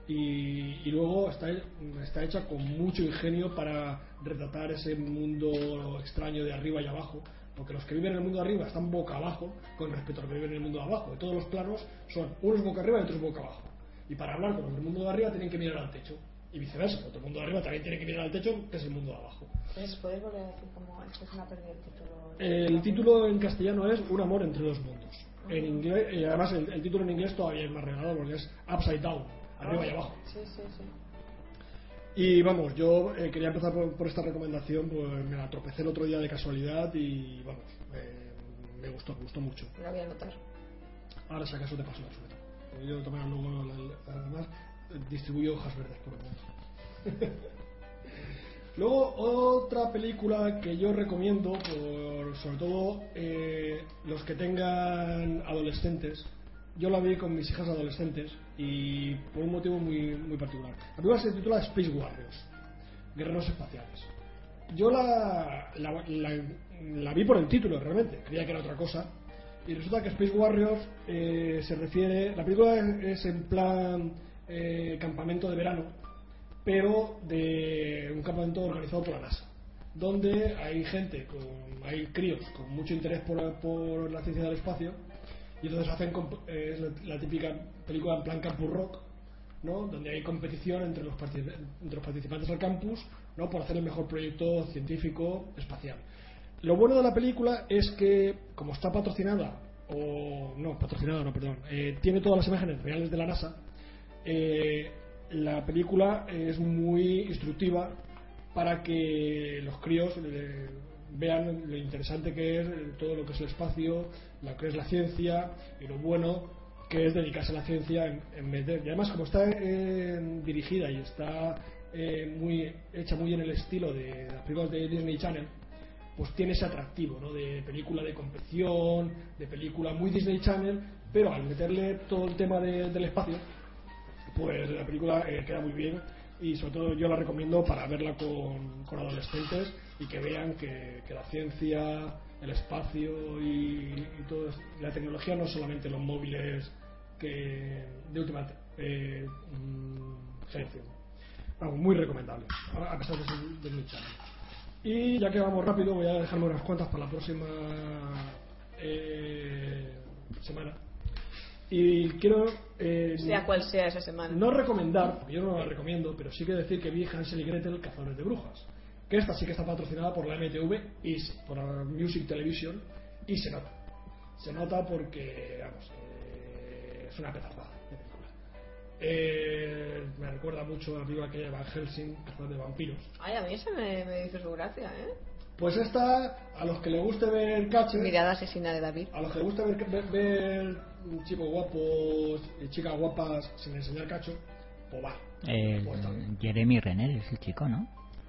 Y, y luego está, he- está hecha con mucho ingenio para retratar ese mundo extraño de arriba y abajo. Porque los que viven en el mundo de arriba están boca abajo con respecto a los que viven en el mundo de abajo. Y todos los planos son unos boca arriba y otros boca abajo. Y para hablar con los del mundo de arriba tienen que mirar al techo. Y viceversa, otro mundo de arriba también tiene que mirar al techo, que es el mundo de abajo.
Entonces, ¿puedes volver a decir cómo es que se me ha perdido el título?
El título en castellano es Un amor entre dos mundos. En inglés, y además el, el título en inglés todavía es más regalado porque es Upside Down, arriba y abajo.
Sí, sí, sí.
Y vamos, yo eh, quería empezar por, por esta recomendación, pues me la tropecé el otro día de casualidad y vamos, eh, me gustó, me gustó mucho.
La voy a anotar.
Ahora si acaso te paso la suerte. Porque Yo de todas maneras, luego, la- la- además, eh, distribuyo hojas verdes por el mundo. Luego, otra película que yo recomiendo, por, sobre todo eh, los que tengan adolescentes. Yo la vi con mis hijas adolescentes y por un motivo muy, muy particular. La película se titula Space Warriors, Guerreros Espaciales. Yo la, la, la- la vi por el título, realmente. Creía que era otra cosa. Y resulta que Space Warriors eh, se refiere. La película es en plan eh, campamento de verano, pero de un campamento organizado por la NASA. Donde hay gente, con- hay críos con mucho interés por, la- por la ciencia del espacio. Y entonces hacen. comp- eh, es la, la típica película en plan campus rock, ¿no? donde hay competición entre los, partici- entre los participantes al campus ¿no? por hacer el mejor proyecto científico espacial. Lo bueno de la película es que, como está patrocinada, o no, patrocinada, no, perdón, eh, tiene todas las imágenes reales de la NASA, eh, la película es muy instructiva para que los críos eh, vean lo interesante que es eh, todo lo que es el espacio, lo que es la ciencia y lo bueno que es dedicarse a la ciencia en, en vez de- Y además, como está eh, dirigida y está eh, muy hecha muy en el estilo de las películas de Disney Channel, pues tiene ese atractivo, ¿no? De película de competición, de película muy Disney Channel, pero al meterle todo el tema de- del espacio, pues la película eh, queda muy bien y sobre todo yo la recomiendo para verla con, con adolescentes y que vean que, que la ciencia, el espacio y, y todo es- la tecnología no es solamente los móviles que de última te- eh, mm, generación. Vamos, muy recomendable, a pesar de ser de mi charla. Y ya que vamos rápido, voy a dejarme unas cuantas para la próxima eh, semana. Y quiero. eh,
sea cual sea esa semana.
no recomendar, porque yo no la recomiendo, pero sí que decir que vi Hansel y Gretel Cazadores de Brujas. Que esta sí que está patrocinada por la MTV y s- por la Music Television y se nota. Se nota porque, vamos, eh, es una petardada de película. Eh, me recuerda mucho a la película aquella de Van Helsing, Cazador de Vampiros.
Ay, a mí esa me, me hizo su gracia, ¿eh?
Pues esta, a los que le guste ver caches,
Mirada asesina de David.
a los que les gusta ver, ver, ver chicos guapos y chicas guapas sin enseñar cacho, pues va.
El-
Pues también.
Jeremy Renner es el chico, ¿no?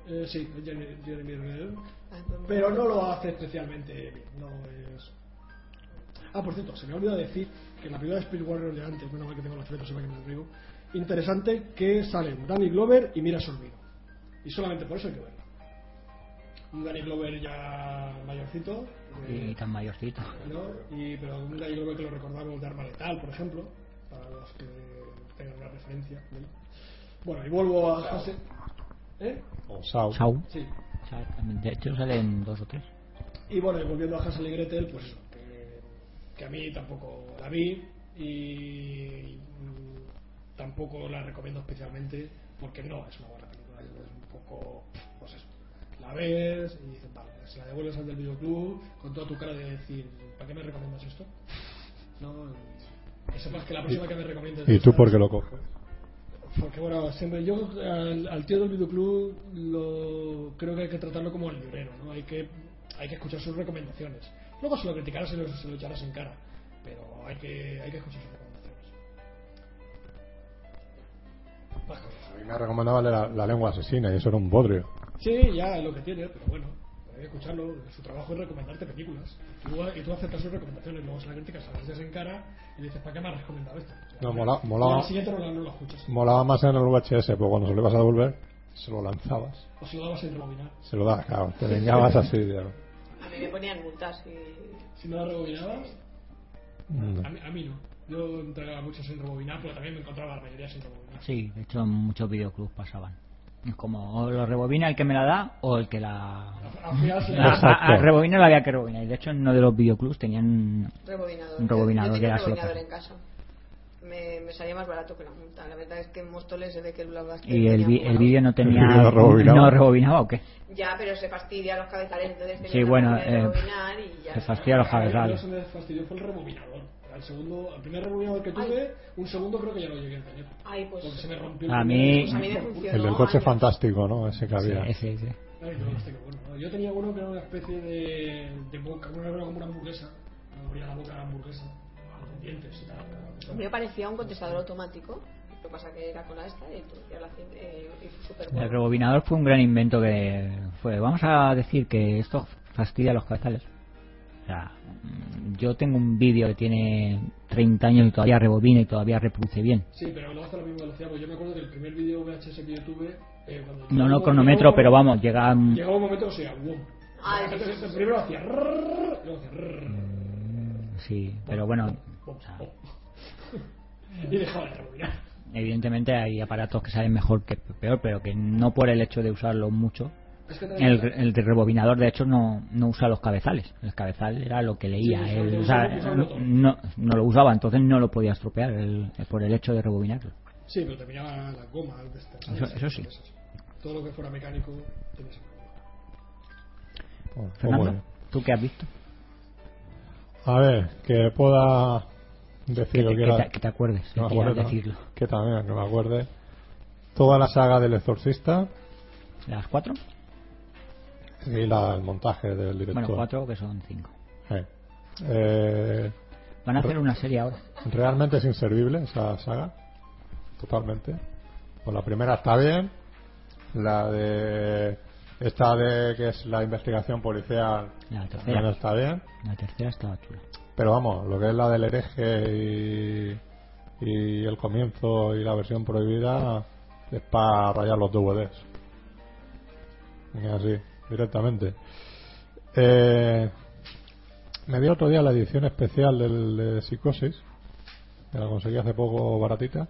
Eh, sí, Jeremy- Jeremy Renner.
Ay, pues me-
Pero no lo hace especialmente bien. No es... Ah, por cierto, se me ha olvidado decir que en la película de Spirit Warrior de antes, menos mal que tengo las fotos, se me quedan arriba, interesante que salen Danny Glover y Mira Sorvino. Y solamente por eso hay que verla. Un Danny Glover ya mayorcito. eh,
Y tan mayorcito.
¿no? Y, pero un Danny Glover que lo recordamos de Arma Letal, por ejemplo, para los que tengan una referencia. ¿no? Bueno, y vuelvo a Hansel. ¿Eh?
O Sao.
Chau.
Sí,
Chau. De hecho salen dos o tres.
Y bueno, y volviendo a Hansel y Gretel, pues eso, que, que a mí tampoco la vi y mm, tampoco la recomiendo especialmente porque no es una buena película, es un poco, pues eso, la ves y dices, vale, se la devuelves al del videoclub con toda tu cara de decir, ¿para qué me recomiendas esto? No, y que sepas que la próxima que me recomiendes...
¿Y tú
esta-
por qué lo coges?
porque bueno, siempre yo al, al tío del videoclub lo, creo que hay que tratarlo como el librero, ¿no? Hay que, hay que escuchar sus recomendaciones. Luego se lo criticarás y lo- se lo echarás en cara, pero hay que, hay que escuchar sus recomendaciones. Más cosas.
A mí me recomendaba la, la lengua asesina y eso era un bodrio.
Sí, ya es lo que tiene, pero bueno, hay que escucharlo. Su trabajo es recomendarte películas. Y tú, y tú aceptas sus recomendaciones, luego se la criticas, se las echas en cara y dices, ¿para qué me has recomendado esto?
No, mola-
Y
molaba.
al siguiente no, la- no lo escuchas.
Molaba más en el VHS, porque cuando se lo ibas a devolver, se lo lanzabas.
O si lo dabas en rebobinar.
Se lo dabas, claro. Te vengabas así. de-
A mí me ponían multas y...
Si no la rebobinabas,
Mm.
A mí, a mí no. Yo entregaba mucho sin rebobinar, pero también me encontraba la mayoría sin rebobinar.
Sí, de hecho en muchos videoclubs pasaban. Es como, o lo rebobina el que me la da o el que la...
A- Al final se
A,
le-
Exacto.
a- a rebobinar la había que rebobinar. Y de hecho en uno de los videoclubs tenían...
Rebobinador.
Un rebobinador
Yo tenía
de
un
las
rebobinador
flotas.
en casa. Me, me salía más barato que la multa. La verdad es que en Móstoles se ve que el Blaugrana
Y
tenía
el, vi-
muy
el
bajo.
vídeo no tenía...
vídeo no rebobinaba.
¿No rebobinaba o qué?
Ya, pero se fastidia los cabezales, entonces tenía
Sí,
que
bueno,
volver a
eh,
rebobinar y ya.
se fastidia los
a mí lo que
cabezales.
se me fastidió fue el rebobinador. Al segundo, al primer rebobinador que tuve, un segundo creo que ya lo llegué a tener.
Ay, pues...
Porque se me rompió
A
el
mí-
pues a mí me funcionó.
El del coche
años.
fantástico, ¿no? Ese que había.
Ese, ese.
Ay, no, este, qué bueno. No, Yo tenía uno que era una especie de, de boca, una, era como una hamburguesa. Me abría la boca a la hamburguesa, con dientes y tal.
A mí me parecía un contestador automático. Lo que pasa que era con la esta y tú ya la hacías, eh, y fue súper
El
bueno.
rebobinador fue un gran invento que fue. Vamos a decir que esto fastidia los cabezales. O sea, mm, yo tengo un vídeo que tiene 30 años y todavía rebobina y todavía reproduce bien.
Sí, pero lo hace a la misma velocidad. Porque yo me acuerdo que el primer vídeo VHS que yo tuve. eh, cuando
No,
llegó-
no cronometro,
llegó-
pero vamos, llega. mm,
Llegaba un momento que se iba, boom.
Ah,
Entonces,
sí, sí,
entonces primero hacía rrrr, luego hacía rrrr,
Sí, pero bueno,
bom,
o sea,
bom. y dejaba de rebobinar.
evidentemente hay aparatos que salen mejor que peor, pero que no por el hecho de usarlo mucho.
Es que también-
El, el rebobinador, de hecho, no, no usa los cabezales. El cabezal era lo que leía.
Sí, sí,
él,
sí,
o sea,
sí, sí, sí,
no,
sí.
no, no lo usaba, entonces no lo podía estropear el- por el hecho de rebobinarlo.
Sí, pero te miraba la goma al despertar.
Eso- eso sí.
Todo lo que fuera mecánico tenía esa goma.
Bueno, pues
Fernando,
bueno.
¿tú qué has visto?
A ver, que pueda
Que
decir lo
te,
que
que
era-
te- que te acuerdes,
que me
que quieras
acuerde, ¿no?
decirlo.
Que también, que me acuerde. Toda la saga del exorcista
¿Las cuatro?
y la- el montaje del director.
Bueno, cuatro que son cinco.
Eh. Eh,
Van a hacer una serie ahora.
realmente es inservible esa saga. Totalmente. Pues la primera está bien. La de. Esta de que es la investigación policial.
La
Ya no
tercera.
está bien.
La tercera estaba chula.
Pero vamos, lo que es la del hereje y, y el comienzo y la versión prohibida es para rayar los DVDs. Y así, directamente. Eh, me vi el otro día la edición especial del de Psicosis, que la conseguí hace poco baratita,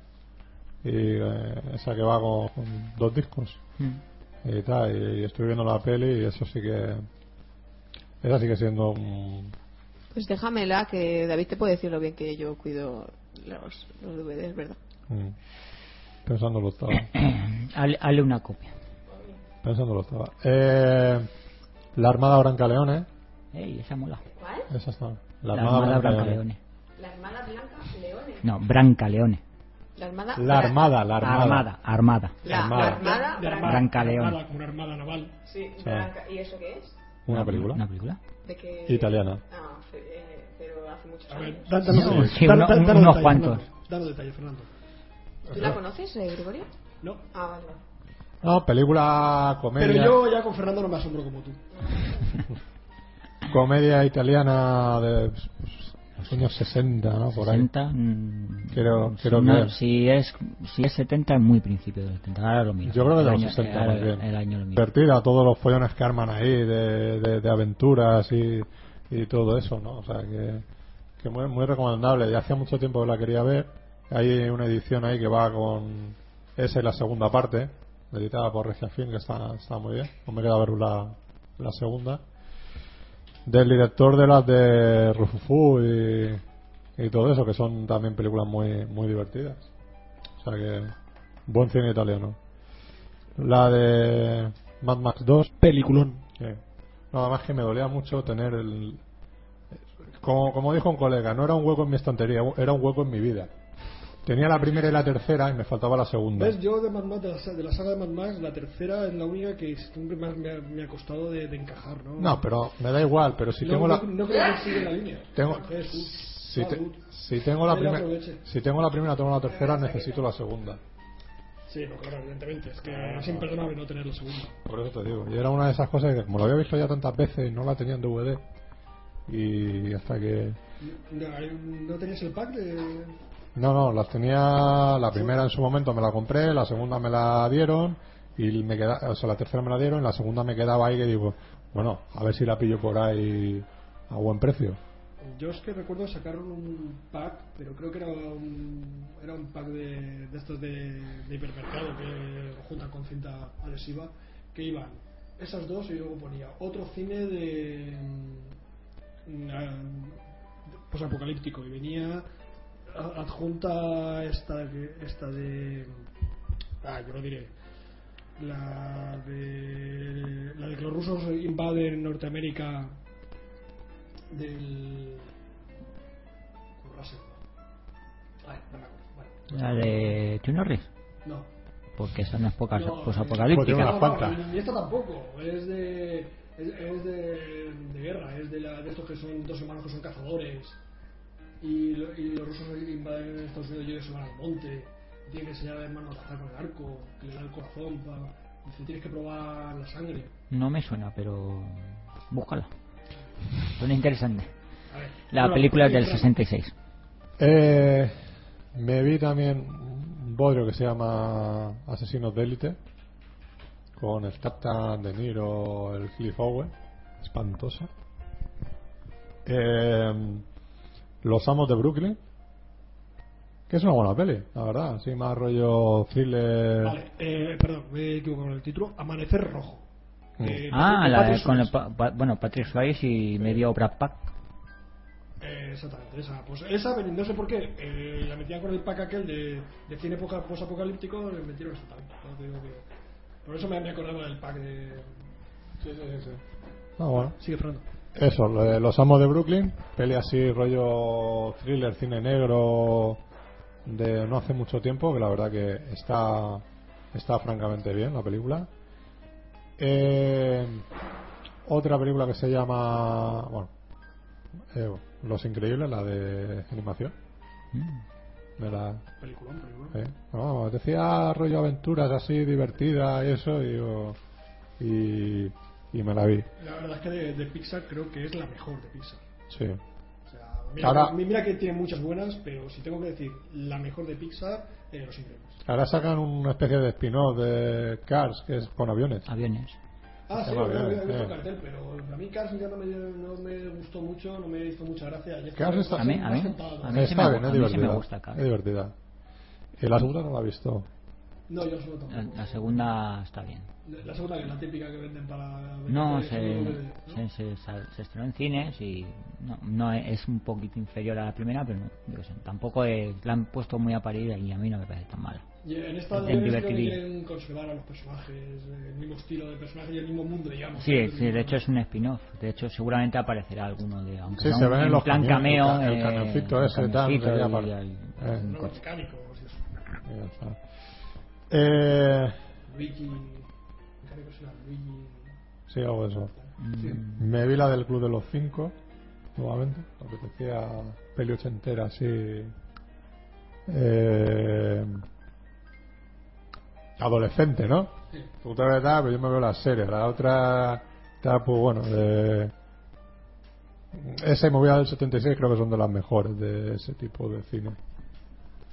y eh, esa que va con, con dos discos y tal, y, y estoy viendo la peli y eso sí que esa sigue siendo un-
Pues déjamela, que David te puede decir lo bien que yo cuido los, los DVDs, ¿verdad?
un- Mm. pensándolo estaba
Hazle hazle una copia.
pensándolo estaba eh, la armada Branca Leone
Ey, esa mola.
¿Cuál?
esa está
La Armada Branca Leone.
La Armada Blanca Leones.
No, Branca Leone.
La Armada.
la armada la armada
Armada, armada.
Armada.
La, la Armada.
De
Blanca.
armada,
Branca
de
León.
armada, como una armada naval.
Sí,
Sí.
Blanca. ¿Y eso qué es?
una película
Una película.
¿De qué?
italiana
Ah, fe- eh, pero hace muchos
A ver,
años.
dan- danos
Sí,
detalles.
sí,
Dan-
uno-
dan-
un-
danos
unos
detalles,
cuantos.
Fernando. Danos detalles, Fernando.
¿Tú la conoces, eh, Gregorio?
No.
Ah, vale. vale.
no película comedia
Pero yo ya con Fernando no me asombro como tú.
comedia italiana de pues, los años 60 no por ahí
60, mm,
Creo-
si
creo
no-
que es.
si es si es 70 es muy principio del 70 ahora lo miro
Yo creo que
El
de los
año-
60
ahora
más bien.
el año lo miro.
Divertida, todos los follones que arman ahí de, de, de aventuras y, y todo eso, ¿no? O sea, que, que muy, muy recomendable. Ya hacía mucho tiempo que la quería ver. Hay una edición ahí que va con esa y la segunda parte, editada por Regia Film, que está, está muy bien. No me queda ver la, la segunda. Del director de las de Rufufu y, y todo eso, que son también películas muy, muy divertidas. O sea que, buen cine italiano. La de Mad Max 2.
Peliculón.
que- no, además que me dolía mucho tener el. Como, como dijo un colega, no era un hueco en mi estantería, era un hueco en mi vida. Tenía la primera y la tercera y me faltaba la segunda.
¿Ves? Yo de Mad Max, de la, sa- de la saga de Mad Max, la tercera es la única que siempre más me ha, me ha costado de, de encajar, ¿no?
No, pero me da igual, pero si
no,
tengo
no-
la.
no creo que siga la línea.
Tengo-
Jesús.
Si, te-
Salud.
si tengo la
Que la
primera,
aproveche.
si tengo la primera, tengo la tercera, necesito la segunda.
Sí, no, claro, evidentemente. Es
Ah.
que es imperdonable no tener la segunda.
Por eso te digo. Y era una de esas cosas que, como lo había visto ya tantas veces, no la tenía en DVD. Y hasta que.
No, hay un- ¿No tenías el pack de.?
No, no, las tenía. La primera en su momento me la compré, la segunda me la dieron y me queda, o sea, la tercera me la dieron, la segunda me quedaba ahí que digo, bueno, a ver si la pillo por ahí a buen precio.
Yo es que recuerdo sacaron un pack, pero creo que era un, era un pack de, de estos de, de hipermercado que lo juntan con cinta adhesiva, que iban esas dos y luego ponía otro cine de. mm, ah, pues apocalíptico, y venía a- adjunta esta, que- esta de. Ah, yo lo diré. La de, la de que los rusos invaden Norteamérica del con Russell. Ay, no me acuerdo. Bueno,
la de Chuck Norris
no.
porque esa no es poca
No,
pues
eh,
Tiene
apocalíptica
unas cuantas.
no, y esta tampoco. Es de es, es de, de guerra, es de, la, de estos que son dos hermanos que son cazadores y, lo- y los rusos invaden Estados Unidos y ellos se van al monte. Tiene que enseñar al hermano a cazar con el arco, que le da el corazón para dice tienes que probar la sangre.
no me suena pero búscala suena interesante
A ver.
la
Bueno,
película es del
sí,
66
Eh, me vi también un bodrio que se llama Asesinos de Élite con el Captain De Niro, el Cliff Owen, espantosa. Eh, Los Amos de Brooklyn, que es una buena peli, la verdad, así más rollo thriller.
Vale, eh, perdón, me he equivocado con el título. Amanecer rojo.
Mm.
Eh,
ah la
Patrick
con el
Swayze.
pa- pa- bueno Patrick Swayze y medio Brad Pack
Eh, exactamente, esa. Pues esa, no sé por qué, eh, la metían con el pack aquel de, de cine poca- posapocalíptico, le metieron esta también. ¿no? Te digo que- por eso me, me acordaba del pack de. Sí, sí, sí.
Ah, bueno.
Sigue, Fernando.
Eso, lo de Los Amos de Brooklyn, peli así rollo thriller, cine negro de no hace mucho tiempo, que la verdad que está está francamente bien la película. Eh, otra película que se llama, bueno, eh, Los Increíbles, la de animación.
Mm,
Me la,
Peliculón, peliculón.
eh, no, decía rollo aventuras así divertidas y eso y, digo, y y me la vi.
La verdad es que de, de Pixar creo que es la mejor de Pixar.
Sí.
O sea, mira,
Ahora-
mi- mira que tiene muchas buenas, pero si tengo que decir la mejor de Pixar, eh, Los Increíbles.
Ahora sacan una especie de spin-off de Cars, que es con aviones.
aviones
Ah, sí,
Está
lo
bien,
he visto
eh.
el cartel, pero a mí Cars ya no me, no me gustó mucho, no me hizo mucha gracia. Y es que
Cars está-
A mí- a mí-
me ha sentado.
a mí- se
Está
me
bien,
gu-
es
a mí se me
divertida.
gusta Cars.
Es divertida. Eh, La segunda no la he visto.
No, yo solo
La,
tampoco.
la segunda está bien.
La, la segunda que es la típica que venden para...
No,
para-
se,
¿no?
se, se- se- se estrenó en cines y no, no es un poquito inferior a la primera, pero no, yo qué sé, tampoco es- la han puesto muy a parir y a mí no me parece tan mala.
Y en esta
en
yo he visto
Liberty
que
Lee.
quieren conservar a los personajes, eh, el mismo estilo de personaje y el mismo mundo, digamos.
Sí,
El
sí,
mismo-
de hecho es un spin-off. De hecho, seguramente aparecerá alguno de. Aunque
Sí,
sea
se
un-
ven en
en
los
plan
camiones,
cameo.
el ca- el
eh,
camioncito
un
ese, tal,
camioncito
que ya
y-
para-
y- y-
eh.
un
No,
coche.
mecánico, o sea, es-
Ya está. Eh,
Ricky... Mecánico será Luigi...
sí, algo de eso.
Sí.
Mm,
Me vi la del Club de los Cinco, nuevamente. Me apetecía peli ochentera, así. Eh, adolescente, ¿no?
Sí.
Puta verdad, pero yo me veo la serie. La otra está, pues bueno, de. Esa y Movida del 76 creo que son de las mejores de ese tipo de cine.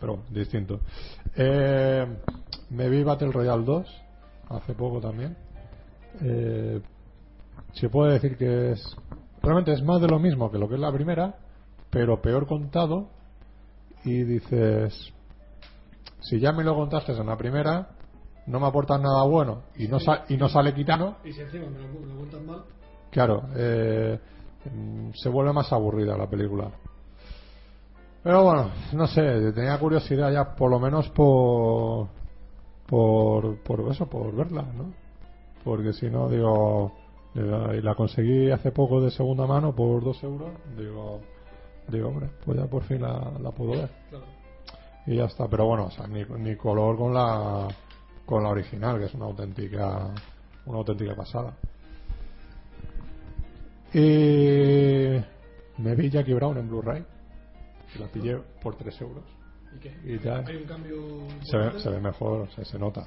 Pero bueno, distinto. Eh, me vi Battle Royale 2 hace poco también. Eh, se puede decir que es realmente es más de lo mismo que lo que es la primera pero peor contado y dices si ya me lo contaste en la primera no me aportas nada bueno y no, sa- y no sale quitano
Y si encima me lo, me lo cuentan mal,
Claro, eh, mm, se vuelve más aburrida la película. Pero bueno, no sé, tenía curiosidad ya por lo menos por por, por eso, por verla, ¿no? Porque si no, digo, eh, y la conseguí hace poco de segunda mano por dos euros, digo, digo hombre, pues ya por fin la, la puedo ver.
claro.
Y ya está, pero bueno, o sea, ni, ni color con la con la original, que es una auténtica una auténtica pasada. Y me vi Jackie Brown en Blu-ray, y la pillé por 3 euros.
¿Y qué?
Y ya
Hay un cambio...
se ve,
importante?
se ve mejor, o sea, se nota.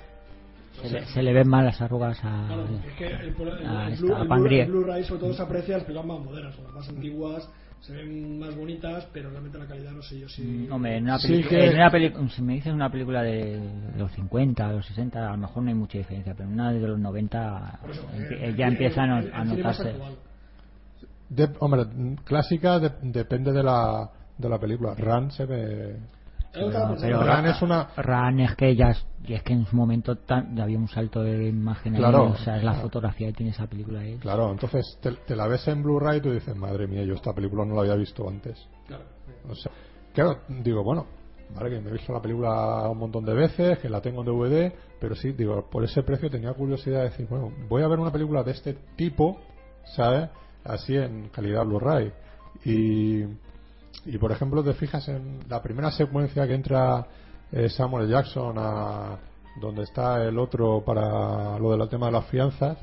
Se le, se le ven mal las arrugas a.
Claro, es que el, pro- el-
Ah,
el
está,
Blu-
a
el
Pan
Blu-
Grier.
el Blu-ray sobre todo se aprecia las películas más modernas, o las más antiguas, se ven más bonitas, pero realmente la calidad no sé yo si...
Mm, Hombre, en una
Sí
pelicu-
que-
en una pelicu- si me dices una película de los 50, de los 60, a lo mejor no hay mucha diferencia, pero una de los 90
Por eso,
empie-
eh,
ya
el-
empieza a, no-
el- el
a
cine más
notarse.
actual.
De- hombre, mm, clásica de- depende de la, de la película. Run se ve...
Yo estaba pensando-
pero-
Run es una...
Ran es que ya es, y es que en su momento tan, ya había un salto de imagen ahí,
Claro.
o sea, es la
Claro.
fotografía que tiene esa película ahí.
Claro, entonces te, te la ves en Blu-ray y tú dices, madre mía, yo esta película no la había visto antes.
Claro,
O sea, claro, digo, bueno, vale que me he visto la película un montón de veces, que la tengo en DVD, pero sí, digo, por ese precio tenía curiosidad de decir, bueno, voy a ver una película de este tipo, ¿sabes? Así en calidad Blu-ray. Y, y, por ejemplo, te fijas en la primera secuencia que entra eh, Samuel Jackson a donde está el otro para lo del tema de las fianzas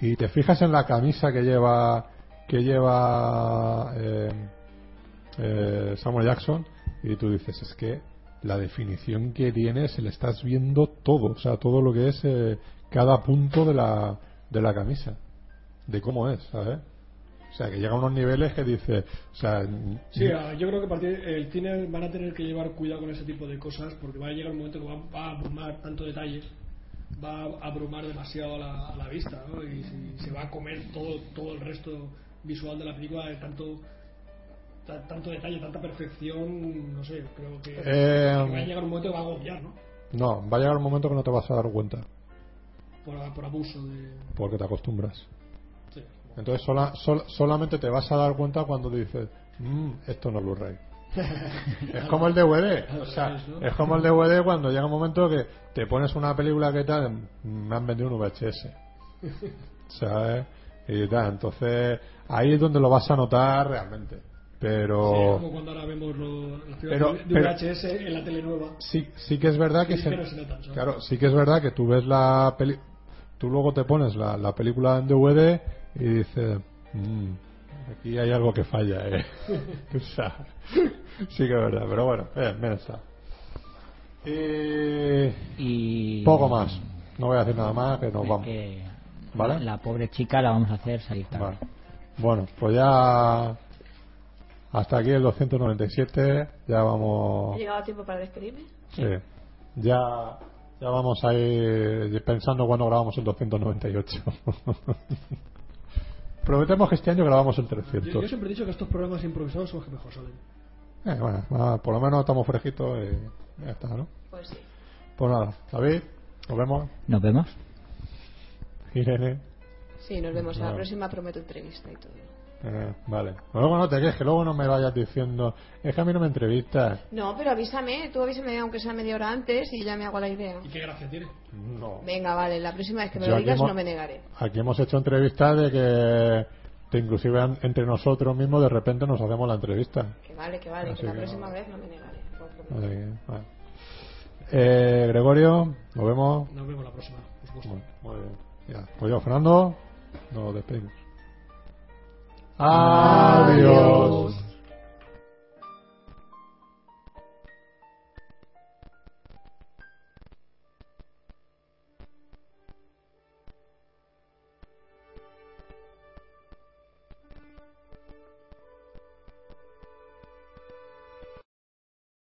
y te fijas en la camisa que lleva que lleva eh, eh, Samuel Jackson y tú dices es que la definición que tiene se le estás viendo todo o sea todo lo que es eh, cada punto de la de la camisa de cómo es ¿sabes? o sea que llega a unos niveles que dice o sea
Sí, ah, yo creo que a partir el cine van a tener que llevar cuidado con ese tipo de cosas porque va a llegar un momento que va, va a abrumar tanto detalle, va a abrumar demasiado a la, a la vista ¿no? y si- se va a comer todo, todo el resto visual de la película de tanto, ta- tanto detalle, tanta perfección, no sé, creo que,
Eh,
que va a llegar un momento que va a agobiar, ¿no?
no va a llegar un momento que no te vas a dar cuenta
Por, por abuso de...
porque te acostumbras
sí.
entonces sola- sol- solamente te vas a dar cuenta cuando dices "Mm, esto no es Blu-ray Es como el DVD. O sea, es como el DVD cuando llega un momento que te pones una película que tal, me han vendido un VHS. ¿Sabes? Y tal. Entonces, ahí es donde lo vas a notar realmente.
Sí,
Pero
como cuando ahora vemos lo- la ciudad
Oh. Pero-
de,
pero-
VHS en la tele nueva.
sí, sí que es verdad que
Sí,
se-
pero se notan, ¿sabes?
claro, sí que es verdad que tú ves la peli, tú luego te pones la, la película en DVD y dices, "Mm, aquí hay algo que falla, eh. O sea, sí que es verdad, pero bueno, eh, bien está. Eh,
Y
Poco más. No voy a decir nada más, que nos vamos.
Pues que
¿Vale?
la, la pobre chica la vamos a hacer salir tarde.
Vale. Bueno, pues ya. Hasta aquí el 297. Ya
¿He
vamos.
llegado a tiempo para despedirme?
sí. Ya, ya vamos a ir pensando cuando grabamos el 298. Prometemos que este año grabamos el
Yo, yo
300.
siempre he dicho que estos programas improvisados son los que mejor salen.
Eh, bueno, nada, por lo menos estamos fresquitos y ya está, ¿no?
Pues sí.
Pues nada, David, nos vemos.
Nos vemos.
Irene.
Sí, nos vemos. A
Vale.
la próxima prometo entrevista y todo.
eh, vale. Luego no te quejes, que luego no me vayas diciendo, es que a mí no me entrevistas.
No, pero avísame, tú avísame aunque sea media hora antes y ya me hago la idea.
¿Y qué gracia tiene?
No.
Venga, vale, la próxima vez que me
Yo
lo
aquí
digas
mo-
no me negaré.
Aquí hemos hecho entrevistas de que de inclusive an- entre nosotros mismos de repente nos hacemos la entrevista.
Que vale, que vale,
Así
Ah, que la
que
próxima
no.
vez no me negaré. por favor.
Así que, bueno. Eh, Gregorio, nos vemos.
Nos vemos la próxima, por supuesto.
Muy, muy bien. Ya. Pues yo, Fernando, nos despedimos. Adiós.